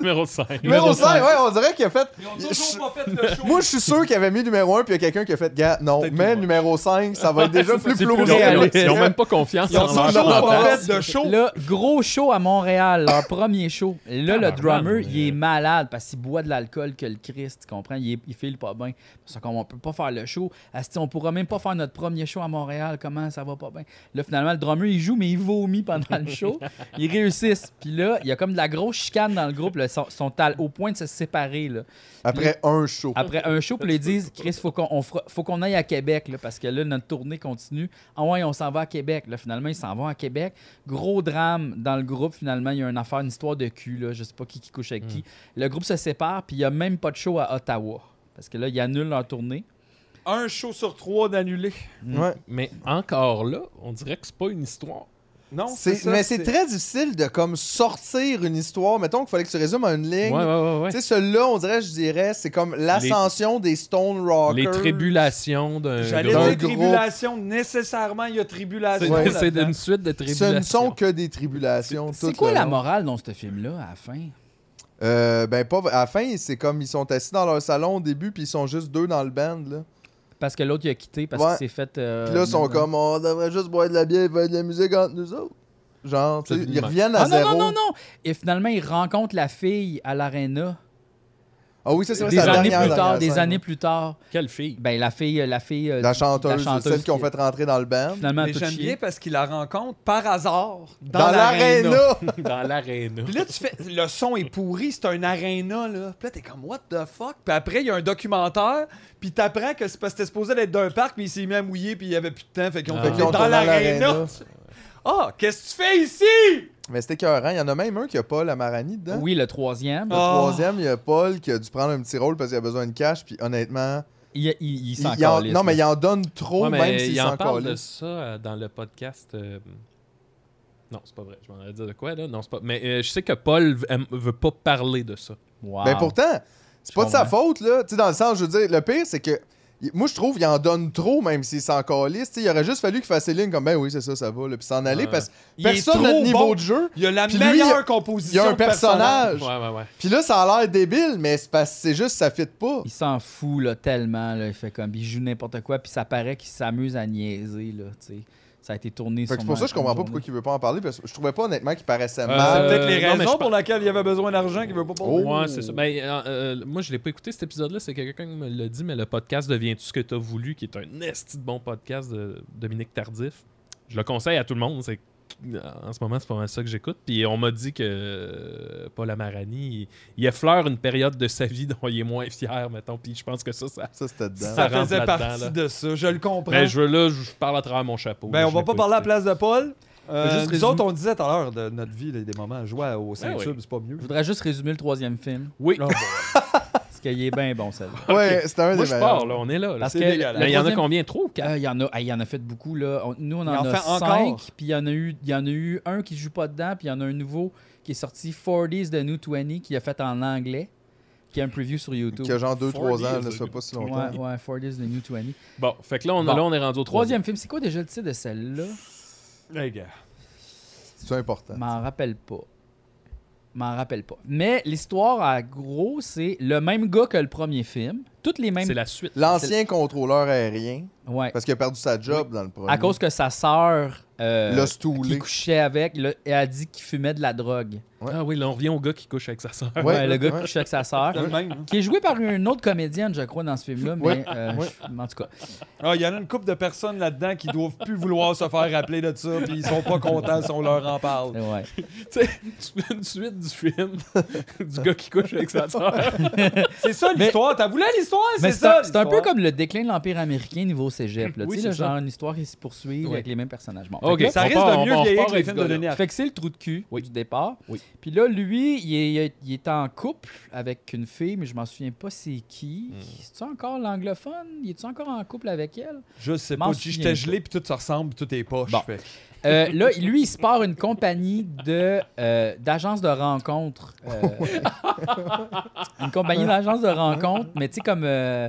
Numéro
Numéro
5.
Numéro
5,
cinq.
ouais, on dirait qu'il a fait.
Ils ont
Je-
toujours pas fait le show.
Moi, je suis sûr qu'il avait mis numéro 1, puis il y a quelqu'un qui a fait Gars, non, mais numéro 5, ça va être déjà plus
C'est plus
plausible.
réaliste.
Ils n'ont même pas confiance
Ils ont
en leur
toujours pas
chanteuse.
fait de show.
Là, gros show à Montréal, leur premier show. Là, le
Tabarnak,
drummer,
mais-
il est malade parce qu'il boit de l'alcool que le Christ, tu comprends? Il, est- il file pas bien. C'est comme on peut pas faire le show. Asti, on pourra même pas faire notre premier show à Montréal. Comment ça va pas bien? Là, finalement, le drummer, il joue, mais il vomit pendant le show. Ils réussissent. Puis là, il y a comme de la grosse chicane dans le groupe. là. Ils sont, sont à- au point de se séparer. Là.
Après un show.
Ah,
Après un show, puis ils disent Chris, faut qu'on on fera- faut qu'on aille à Québec, là, parce que là, notre tournée continue. Ah ouais, on s'en va à Québec. Là, finalement, ils s'en vont à Québec. Gros drame dans le groupe, finalement. Il y a une affaire, une histoire de cul, là. Je sais pas qui, qui couche avec qui.
Hmm.
Le groupe se sépare, puis il y a même pas de show à Ottawa. Parce que là, ils annulent leur tournée.
Un show sur trois d'annulé.
Ouais.
Mais encore là, on dirait que c'est pas une histoire.
Non,
C'est-
c'est ça.
mais c'est très difficile de comme sortir une histoire. Mettons qu'il fallait que tu résumes en une
Ouais,
ligne.
ouais, ouais. ouais.
Tu sais, celui-là, on dirait, je dirais, c'est comme l'ascension des Stone Rockers.
Les tribulations d'un
J'allais
D'un
dire
groupe.
groupe.
tribulation, nécessairement, il y a tribulation.
C'est
Ouais.
c'est
là-dedans.
une suite de
Ce
tribulations.
ne sont que des tribulations.
C'est
tout
quoi
le
la
long.
morale dans ce film-là, à la fin
Euh, ben, pas... À la fin, c'est comme ils sont assis dans leur salon au début, puis ils sont juste deux dans le band. Là.
Parce que l'autre, il a quitté parce
Ouais.
qu'il s'est fait. euh,
Puis là, ils sont
mettre-
comme, on devrait juste boire de la bière et faire de la musique entre nous autres. Genre, tu sais,
C'est
ils
humain.
reviennent à
Ah non,
zéro.
non, non, non! Et finalement, il rencontre la fille à l'aréna
Ah oui, ça, c'est vrai,
des
c'est la
années
dernière,
plus tard,
dernière
des
scène.
années plus tard.
Quelle fille.
Ben, la fille, la fille. euh,
La
du-
chanteuse, celle qui ont
qui-
fait rentrer dans le band.
Finalement,
Mais
tout
j'aime
chier.
bien parce qu'il la rencontre par hasard dans,
Dans
l'aréna.
l'aréna!
Dans l'aréna.
Puis là, tu fais. Le son est pourri, c'est un aréna, là. Puis là, t'es comme, what the fuck? Puis après, il y a un documentaire, puis t'apprends que c'est parce que t'es supposé d'être d'un parc, mais il s'est mis à mouiller, puis il y avait plus de temps, fait qu'on
Ah.
fait
Fait qu'ils ont
dans
tourné à
l'aréna.
l'aréna.
Ah, qu'est-ce que tu fais ici?
Mais c'était écœurant. Il y en a même un qui a Paul Amarani dedans.
Oui, le troisième.
Le
Ah.
troisième, il y a Paul qui a dû prendre un petit rôle parce qu'il a besoin de cash. Puis honnêtement,
Il, il, il
il-
s'en
il en-
calisse,
non, mais
là.
il en donne trop,
Ouais, mais
même s'il
il
s'en
en parle de
calisse.
ça euh, dans le podcast. euh, Non, c'est pas vrai. Je m'en allais dire de quoi, là? Non, c'est pas... Mais euh, je sais que Paul v- aime- veut pas parler de ça.
Wow.
Ben pourtant, c'est pas de sa
comprends.
faute, là. Tu sais, dans le sens, je veux dire, le pire, c'est que. il- Moi, je trouve qu'il en donne trop, même s'il s'en calisse. Tu sais, Il aurait juste fallu qu'il fasse les lignes comme ben oui, c'est ça, ça va, là, puis s'en aller,
Ouais.
parce que
Il est
personne n'a
trop
de niveau
bon.
de jeu.
Il y a la
Puis lui,
meilleure
il y a-
composition.
Il y a un
de personnages.
personnage.
Ouais, ouais, ouais.
Puis là, ça a l'air débile, mais c'est parce que c'est juste, ça fit pas.
Il s'en fout là, tellement. Là. Il fait comme. Il joue n'importe quoi, puis ça paraît qu'il s'amuse à niaiser. Là, tu sais. ça a été
Fait
tourné
que c'est
sûrement
pour ça que je
une
comprends pas
journée.
pourquoi il veut pas en parler, parce que je trouvais pas honnêtement qu'il paraissait
C'est
Euh,
mal.
peut-être les
non, mais
raisons
je
pour lesquelles il avait besoin d'argent qu'il veut pas pour
Ouais, c'est ça. Ben, euh, euh, moi, je l'ai pas écouté cet épisode-là. C'est quelqu'un qui me l'a dit, mais le podcast Deviens-tu ce que t'as voulu, qui est un esti de bon podcast de Dominique Tardif. Je le conseille à tout le monde. C'est... En ce moment, c'est pas mal ça que j'écoute. Puis on m'a dit que euh, Paul Amarani, il, il effleure une période de sa vie dont il est moins fier, mettons. Puis je pense que ça, ça.
Ça, c'était dedans.
Ça
rentre
faisait
là-dedans,
partie
là.
de ça. Je le comprends.
Ben, je veux là, je parle à travers mon chapeau.
Ben,
là,
on
je
va
l'ai
pas parler à la
écouté.
place de Paul.
Je
Euh,
veux juste
nous autres, on disait tout à l'heure de notre vie, là, des moments à jouer
Ben
au Saint-Sub,
ouais.
c'est pas mieux.
Je voudrais juste résumer le troisième film,
Oui,
parce qu'il est bien bon, celle-là.
Ouais, c'était un
moi,
des
je
meilleurs.
pars, là. On est là. là.
Parce
c'est
que le-
dégueulasse.
le
Mais il y en a
troisième-
combien Trop ou quatre
Ah, Il y, en a, ah, il y en a fait beaucoup. Là. On- nous, on en,
Il en
a
fait
cinq,
encore.
puis il y, en a eu, il y en a eu un qui joue pas dedans, puis il y en a un nouveau qui est sorti, 40s de New 20, qui a fait en anglais, qui a un preview sur YouTube.
Qui a genre 2-3 ans,
40,
là, ça fait pas si
Ouais,
longtemps.
ouais, 40s de New 20.
Bon, fait que là, on,
Bon.
là, on est rendu au troisième.
Troisième film, c'est quoi déjà le titre de celle-là
Les gars.
C'est important.
Je m'en rappelle pas. M'en rappelle pas. Mais l'histoire, à gros, c'est le même gars que le premier film. Toutes les mêmes.
C'est la suite.
L'ancien contrôleur aérien,
Ouais.
parce qu'il a perdu sa job dans le premier.
À cause que sa sœur. euh,
L'a
qui
stoulé.
couchait avec, là, elle a dit qu'il fumait de la drogue.
Ouais.
Ah oui, là, on revient au gars qui couche avec sa sœur.
Ouais,
Ouais, le gars
ouais.
qui couchait avec sa sœur.
C'est le même. hein.
qui est joué par une autre comédienne, je crois, dans ce film-là, mais
Ouais.
euh,
Ouais.
je- en tout cas.
Ah, Il y en a une couple de personnes là-dedans qui doivent plus vouloir se faire rappeler de ça, puis ils sont pas contents si on leur en parle.
Ouais.
Tu sais, tu fais une suite du film du gars qui couche avec sa sœur.
C'est ça l'histoire. T'as voulu l'histoire?
Mais
C'est
c'est un,
ça.
c'est un peu
l'histoire.
comme le déclin de l'Empire américain niveau cégep. Là.
Oui, c'est
tu sais, là,
ça.
genre une histoire qui se poursuit
Oui.
avec les mêmes personnages. Bon,
Ok.
fait que là,
Ça
On
risque
part- on
de mieux
part- on
vieillir
part
que les
avec
films de
ce gars-là.
Denis Arcand.
fait que c'est le trou de cul
Oui.
du départ.
Oui.
Puis là, lui, il est, il est en couple avec une fille, mais je m'en souviens pas c'est qui.
Hmm.
Est-tu encore l'anglophone? Il est-tu encore en couple avec elle?
Je sais
M'en
pas. J'étais
souviens
gelé, puis tout se ressemble, puis tout est poche.
Bon.
fait que-
Euh, là, lui, il se part une compagnie de euh, d'agences de rencontres. euh, une compagnie d'agences de rencontres, mais tu sais, comme euh,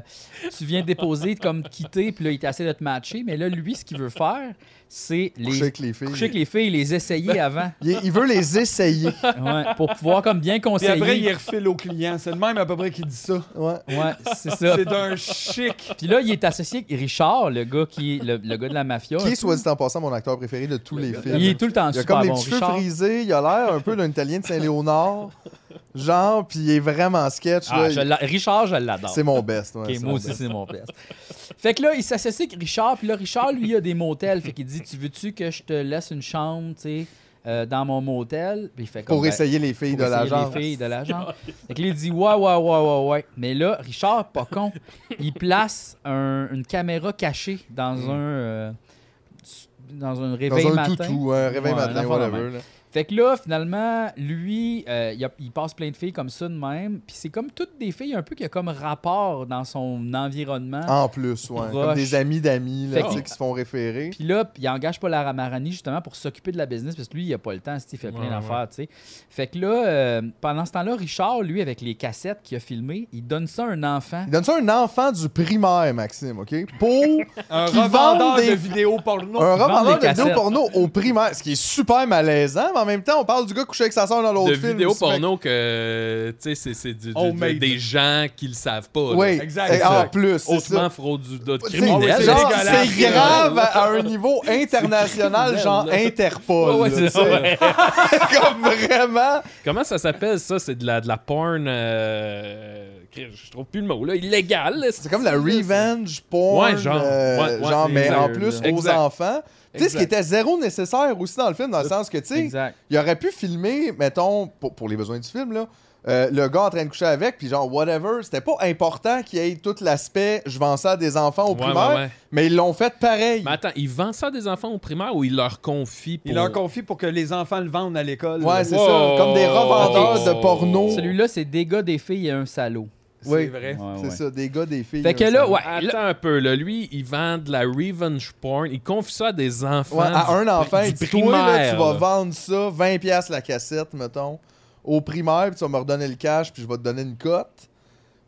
tu viens déposer, comme quitter, puis là, il t'essaie de te matcher. Mais là, lui, ce qu'il veut faire, c'est les.
Coucher avec les filles.
Coucher avec les filles, les essayer avant,
Il, il veut les essayer.
ouais, pour pouvoir comme bien
Puis
conseiller.
après, il refile au client. C'est le même à peu près qui dit ça.
Ouais.
Ouais, c'est ça.
C'est d'un chic.
Puis là, il est associé avec Richard, le gars qui est le, le gars de la mafia.
Qui est, soit dit en passant, mon acteur préféré de tous les films.
il est tout le temps
Il a
super
comme les
bon,
petits cheveux
Richard.
frisés, il a l'air un peu d'un Italien de Saint-Léonard, genre, puis il est vraiment sketch.
Ah,
là.
je l'a- Richard, je l'adore.
C'est mon best. ouais,
Ok,
c'est
moi
mon
aussi,
best.
c'est mon best. Fait que là, il s'associe avec Richard. Puis là, Richard, lui, il a des motels. Fait qu'il dit Tu veux-tu que je te laisse une chambre, tu sais, euh, dans mon motel Puis il fait comme
Pour
ben,
essayer les filles
pour
de
essayer
l'agent.
Les filles de l'agent. Fait que là, il dit Ouais, ouais, ouais, ouais, ouais. Mais là, Richard, pas con, il place un- une caméra cachée dans un. euh, dans un réveil
Hmm. Dans un
matin.
toutou, un réveil
Ouais, un
matin,
enfant de
whatever. là.
Fait que là, finalement, lui, euh, il, a- il passe plein de filles comme ça de même. Puis c'est comme toutes des filles un peu qui a comme rapport dans son environnement.
En plus, ouais. Comme
Proche.
des amis d'amis là,
Fait
tu sais,
qu'il-
qui se font référer.
Puis là, il engage Paul Aramarani justement pour s'occuper de la business parce que lui, il a pas le temps, c'est-à-dire, il fait
Ouais,
plein d'affaires, tu sais. Fait que là, euh, pendant ce temps-là, Richard, lui, avec les cassettes qu'il a filmées, il donne ça à un enfant.
Il donne ça à un enfant du primaire, Maxime, OK? Pour
Un
Qui
revendeur
vendent des-
de vidéos porno.
un
vendent
revendeur
des
de vidéos
cassettes.
porno au primaire, ce qui est super malaisant, mais en même temps, on parle du gars couché avec sa soeur dans l'autre
De
film.
vidéos
aussi, fait-
porno que, tu sais, c'est- c'est du- du-
Homemade.
du- des gens qui le savent pas. là.
Oui,
Exact,
c'est-
c'est
en
ça.
plus, c'est ça.
Hautement frauduleux,
C'est-
criminel.
c'est
c'est
genre,
dégueulasse.
c'est grave à, à un niveau international,
criminel,
genre
là.
Interpol.
Ouais, ouais,
là,
c'est
tu
ça,
sais. Comme vraiment.
Comment ça s'appelle ça C'est de la, de la porn. euh, Je trouve plus le mot là. Illégal. là.
C'est comme la revenge porn,
Ouais, genre.
euh,
Ouais, ouais,
genre,
c'est
mais en
exact,
plus
là.
aux
Exact.
enfants. Tu sais, ce qui
Exact.
était zéro nécessaire aussi dans le film, dans le sens que, tu sais,
Exact.
Il aurait pu filmer, mettons, pour, pour les besoins du film, là, euh, le gars en train de coucher avec, puis genre, whatever. C'était pas important qu'il y ait tout l'aspect je vends ça à des enfants au
Ouais,
primaire,
ouais, ouais.
mais ils l'ont fait pareil.
Mais attends, il vend ça à des enfants au primaire ou il leur confie pour...
Il leur confie pour que les enfants le vendent à l'école.
Ouais, c'est
Wow.
ça. Comme des revendeurs de porno.
Oh.
Celui-là, c'est des gars, des filles et un salaud.
C'est
Oui.
vrai.
Ouais,
C'est
ouais.
ça, des gars, des filles.
Fait que
euh,
là,
ça-
ouais. là-
Attends un peu, là. Lui, il vend de la revenge porn. Il confie ça à des enfants.
Ouais, à
du-
un enfant,
du
il dit Toi,
primaire,
là, tu vas
là.
vendre ça, 20$ la cassette, mettons, au primaire, puis tu vas me redonner le cash, puis je vais te donner une cote.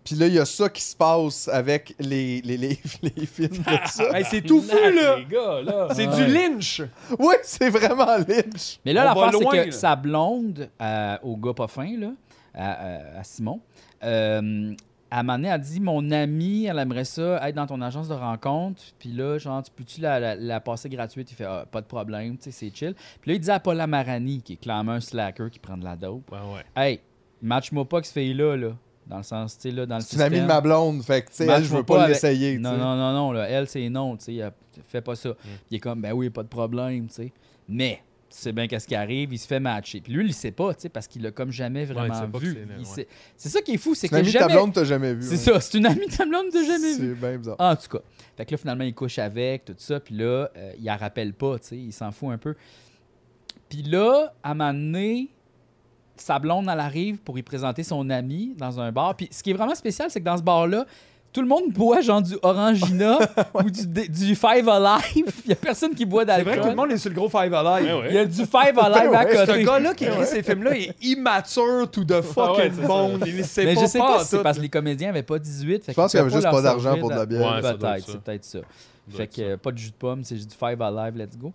Puis là, il y a ça qui se passe avec les, les, les, les films de ça.
Hey, c'est tout fou, là.
Les gars, là.
C'est
Ouais.
du lynch.
oui, c'est vraiment Lynch.
Mais là,
On va
l'affaire, c'est
loin,
que
là.
sa blonde, euh, au gars pas fin, là, à, euh, à Simon, euh, à un moment donné, elle dit Mon amie, elle aimerait ça être dans ton agence de rencontre. Puis là, genre, tu peux-tu la, la- la passer gratuite Il fait Ah, Pas de problème, tu sais, c'est chill. Puis là, il dit à Paul Amarani, qui est clairement un slacker qui prend de la dope
Ouais, ouais.
Hey, match-moi pas que ce fille-là, là. Dans le sens, tu sais, là, dans Ah, le
C'est une amie de
système.
ma blonde, fait que, tu sais, elle, je veux
Matche-moi
pas
avec-
l'essayer. tu
Non,
sais.
non, non, non, là, elle, c'est non, tu sais, elle- fais pas
Mm.
ça. Il est comme, ben oui, pas de problème, tu sais. Mais, tu sais bien qu'est-ce qui arrive, il se fait matcher. Puis lui, il sait pas, tu sais, parce qu'il l'a comme jamais
il
vraiment
sait pas que
vu.
c'est là,
Il
ouais.
sait- C'est ça qui est fou, c'est
C'est une
que
amie de ta
jamais...
blonde, t'as jamais vu. hein.
C'est ça, c'est une amie de ta blonde que t'as jamais vue.
C'est bien bizarre.
Ah, En tout cas. Fait que là, finalement, il couche avec, tout ça. Puis là, euh, il la rappelle pas, tu sais. Il s'en fout un peu. Puis là, à un moment donné, sa blonde, elle arrive pour y présenter son ami dans un bar. Puis ce qui est vraiment spécial, c'est que dans ce bar-là, tout le monde boit genre du Orangina ou du, dé- du Five Alive. Il n'y a personne qui boit
C'est vrai que tout le
d'alcool.
monde est sur le gros Five Alive.
Ouais, ouais.
Il y a du Five Alive
Ben
à
ouais,
côté.
Ce gars-là qui écrit ces films-là est immature to the
ouais,
fucking
c'est ça.
monde. Il sait
Mais
pas
je sais pas
en
si c'est
tout.
parce que les comédiens n'avaient pas 18. Fait
Je pense qu'il
qu'ils
y avait
pouvaient
juste pas
leur
d'argent pour de la
servir
bière.
Ouais, ça doit être
Peut-être,
ça.
c'est peut-être ça.
doit
Fait
être
que euh, pas de jus de pomme, c'est juste du Five Alive, let's go.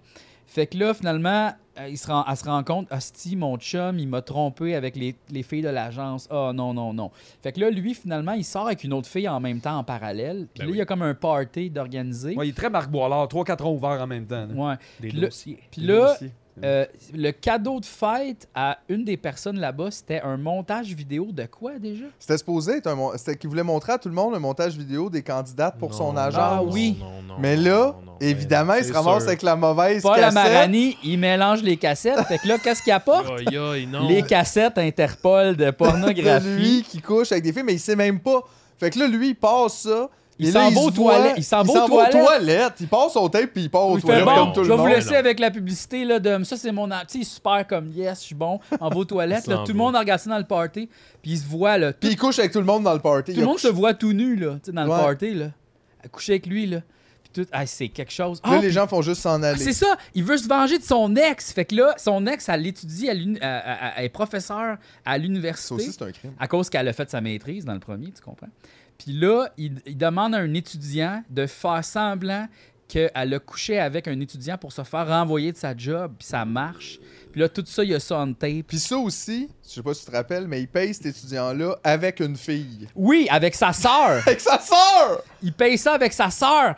Fait que là, finalement, euh, il se rend, elle se rend compte, hostie, mon chum, il m'a trompé avec les, les filles de l'agence. Oh non, non, non. Fait que là, lui, finalement, il sort avec une autre fille en même temps, en parallèle. Puis
Ben
là,
oui.
il y a comme un party d'organiser.
Ouais, il est très Marc Boilard. 3-4 ans ouverts en même temps. là.
Ouais.
Des
Puis là-
dossiers.
Puis là, euh, le cadeau de fête à une des personnes là-bas, c'était un montage vidéo de quoi déjà?
C'était supposé être un. mon- C'était qu'il voulait montrer à tout le monde le montage vidéo des candidates pour son
Non,
agence.
Ah
non,
oui.
non, non,
Mais
non,
là,
non, non, mais
évidemment, il
c'est
se ramasse
sûr.
avec la mauvaise
Paul
cassette.
Amarani, il mélange les cassettes. Fait que là, qu'est-ce qu'il apporte?
Aïe, aïe, non.
les cassettes Interpol de
de lui
pornographie.
qui couche avec des filles, mais il sait même pas. Fait que là, lui, il passe ça.
Il
et là,
s'en va
se
aux
voit-
toilettes. Il s'en va aux
aux
toilettes.
toilettes. Il passe son tape puis il part aux
Il fait
toilettes
bon,
comme tout le
je vais vous
monde.
laisser
Non.
avec la publicité là, de ça, c'est mon. Tu sais, il est super comme yes, je suis bon. En vos toilettes, là,
s'en
tout le
va.
monde regarde ça dans le party. Puis il se voit, là. Tout,
Puis il couche avec tout le monde dans le party.
tout
Il
le
a
monde se voit tout nu, là, tu sais, dans le
Ouais.
party, là. À coucher avec lui, là. Puis tout. Ah, c'est quelque chose.
couché. Là,
Ah,
les gens font juste s'en
Ah, C'est
aller.
ça, il veut se venger de son ex. Fait que là, son ex, elle l'étudie, à l'uni- à- à- à- elle est professeure à
Ça
l'université.
aussi, c'est un crime.
À cause qu'elle a fait sa maîtrise dans le premier, tu comprends? Puis là, il, il demande à un étudiant de faire semblant qu'elle a couché avec un étudiant pour se faire renvoyer de sa job, puis ça marche. Puis là, tout ça, il y a ça en tape.
Puis ça aussi, je sais pas si tu te rappelles, mais il paye cet étudiant-là avec une fille.
Oui, avec sa sœur.
Avec sa sœur!
il paye ça avec sa sœur.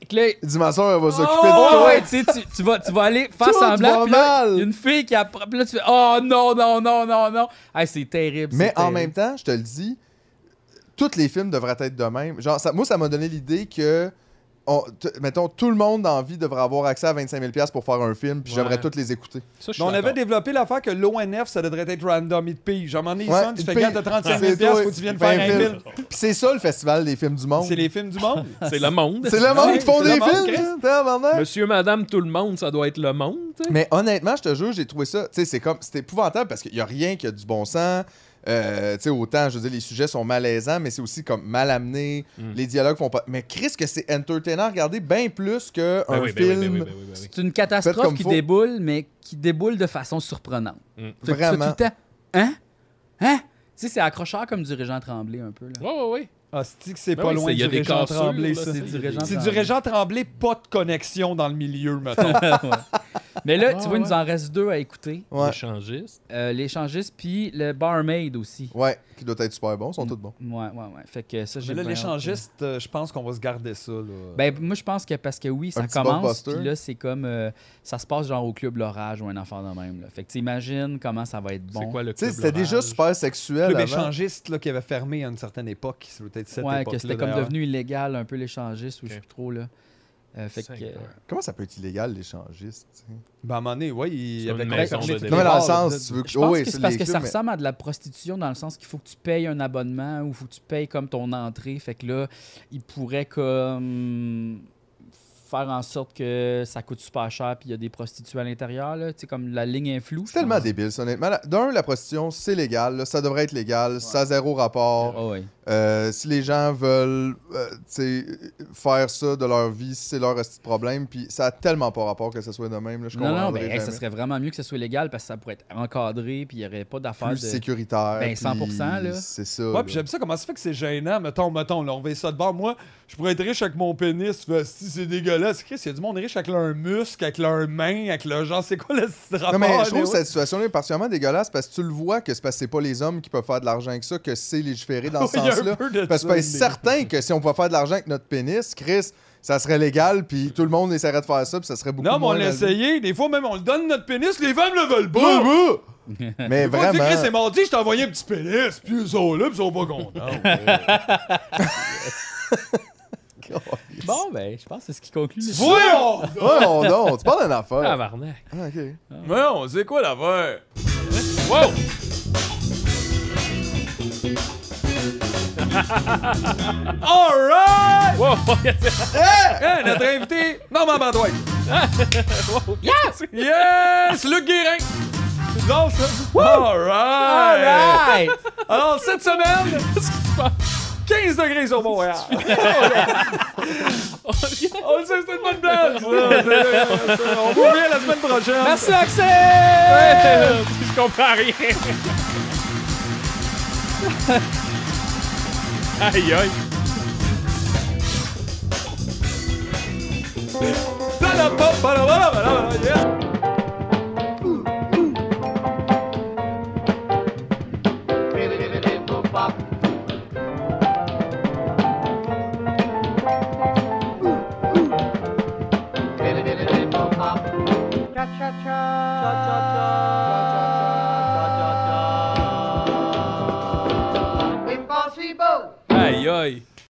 Fait que là,
Il dit, ma sœur, elle va s'occuper de
Oh,
toi.
ouais, tu, sais, tu, tu vas, tu vas aller faire
Tout va
semblant. Puis là,
mal.
il y a une fille qui apprend. Puis là, tu fais Oh non, non, non, non, non. Hey, c'est terrible.
Mais en même temps, je te le dis, tous les films devraient être de même. Genre, ça- moi, ça m'a donné l'idée que, on- t- mettons, tout le monde dans la vie devrait avoir accès à 25 000 pour faire un film, puis
Ouais.
j'aimerais tous les écouter.
Ça, je suis
Mais on avait
d'accord.
développé l'affaire que l'ONF, ça devrait être random, il te pige. J'en ai
Ouais,
sonne, tu
il
fais
paye-
gaffe de 35
c'est
000
toi,
piastres, faut que tu viennes faire
20
un
000.
film.
Puis c'est ça, le festival des films du monde.
C'est les films du monde.
C'est le monde.
C'est le monde
Ouais,
qui font
c'est
des
le monde,
films,
Chris.
hein, tabarnak.
Monsieur, madame, tout le monde, ça doit être le monde. tu sais.
Mais honnêtement, je te jure, j'ai trouvé ça. Tu sais, c'est comme. C'est épouvantable parce qu'il n'y a rien qui a du bon sens. Euh, tu sais, autant, je veux dire, les sujets sont malaisants, mais c'est aussi comme mal amené.
Mm.
Les dialogues font pas. Mais Chris, que c'est entertainant, regardez bien plus qu'un
Ben oui, ben oui, ben
film.
oui, ben oui, ben oui.
c'est une
Faites comme
catastrophe qui
faut.
déboule, mais qui déboule de façon surprenante. Fait que tu fais
Vraiment.
tout le temps. Hein? Hein? Tu sais, c'est accrocheur comme du Régent Tremblay un peu. Là.
Ouais, ouais, ouais.
Ah, c'est que c'est
Ben
pas
oui,
loin
c'est- il y
du
a des
Régent
cassures,
Tremblay,
là,
ça.
c'est
du
il y a
Régent
des-
C'est du Régent Tremblay, pas de connexion dans le milieu, mettons.
Mais là,
Ah,
tu vois, il nous en reste deux à écouter.
Ouais.
Échangiste.
Euh, L'échangiste, puis le barmaid aussi.
Ouais, qui doit être super bon,
Mm.
ils sont tous bons.
Ouais, ouais, ouais. Fait que ça, j'ai
Mais là,
bien hâte.
l'échangiste, euh, je pense qu'on va se garder ça. là.
Ben, moi, je pense que parce que oui, ça
petit
commence,
blockbuster.
puis là, c'est comme. euh, ça se passe genre au club L'Orage ou un enfant de même. Là. Fait que t'imagines comment ça va être bon.
C'est quoi le
Tu sais,
club
c'était
Laurage?
déjà super sexuel.
Le
avant.
club échangiste là, qui avait fermé à une certaine époque, c'est peut-être cette
Ouais,
époque
que c'était comme devenu illégal un peu l'échangiste ou je sais
Ok.
plus trop, là. Euh, fait que.
Cinq
euh,
heures.
Comment ça peut être illégal, l'échangiste tu sais?
Ben, à un moment donné, ouais, il
C'est
avait
une
comme
maison
fermé
de
tous les
Non, mais dans le
bars, là,
sens,
de-
tu veux
Je pense
ouais,
que c'est
les
parce que ça
films, mais-
ressemble à de la prostitution dans le sens qu'il faut que tu payes un abonnement ou faut que tu payes comme ton entrée. Fait que là, il pourrait comme faire en sorte que ça coûte super cher puis il y a des prostituées à l'intérieur. là. Tu sais, comme la ligne est floue.
C'est tellement débile, ça, honnêtement. La- D'un, la prostitution, c'est légal. là, ça devrait être légal. Ça a zéro rapport.
Ah ouais.
Euh, si les gens veulent euh, tu sais, faire ça de leur vie, c'est leur petit problème. Puis ça a tellement pas rapport que ce soit de même. Là, je
Non, non,
comprendrais
ben, hey, ça
jamais.
serait vraiment mieux que ce soit légal parce que ça pourrait être encadré puis il n'y aurait pas d'affaires de.
plus sécuritaire.
Ben,
puis
100%, là.
C'est ça.
Ouais,
là.
puis j'aime ça. Comment ça fait que c'est gênant? Mettons, mettons, là, on va ça de bord. Moi, je pourrais être riche avec mon pénis. Fait, Si c'est dégueulasse. Chris, il y a du monde riche avec leur muscle, avec leur main, avec leur genre. C'est quoi le petit rapport?
Non, mais
là,
je trouve
ouais?
cette situation-là est particulièrement dégueulasse parce que tu le vois que c'est parce que c'est pas les hommes qui peuvent faire de l'argent avec ça que c'est légiféré dans ce
Ouais, il y a un
sens-là.
peu de
Parce que
ça,
ben,
mais-
certain que si on pouvait faire de l'argent avec notre pénis, Chris, ça serait légal, puis tout le monde essaierait de faire ça, puis ça serait beaucoup
Non, mais on
moins...
l'a
mal-
essayé. Des fois, même, on le donne notre pénis. Les femmes le veulent
Bah,
pas.
bah! Mais
Des fois, tu dis, Chris, c'est
vraiment...
mardi, je t'ai envoyé un petit pénis. Puis ils sont là, puis ils sont pas contents.
Bon, ben, je pense que c'est ce qui conclut. le-
Voyons!
Oh non, tu parles d'une affaire.
Tabarnak.
Ah, ok.
Non, c'est quoi l'affaire?
Wow!
Alright!
Wow!
Hein, notre invité, Normand Bandois.
yes!
Yes! Luc Guérin! C'est drôle, ça? Alright!
Alright!
Alors, cette semaine, 15 degrés sur Montréal. On le sait, c'est une bonne danse. ça. C'est- On vous revient la semaine prochaine.
Merci, Axel!
Je comprends rien. aïe aïe.
Ta-da-pa-pa-da-ba-da-ba-da-ba, yes.
Impossible!
Aïe aïe.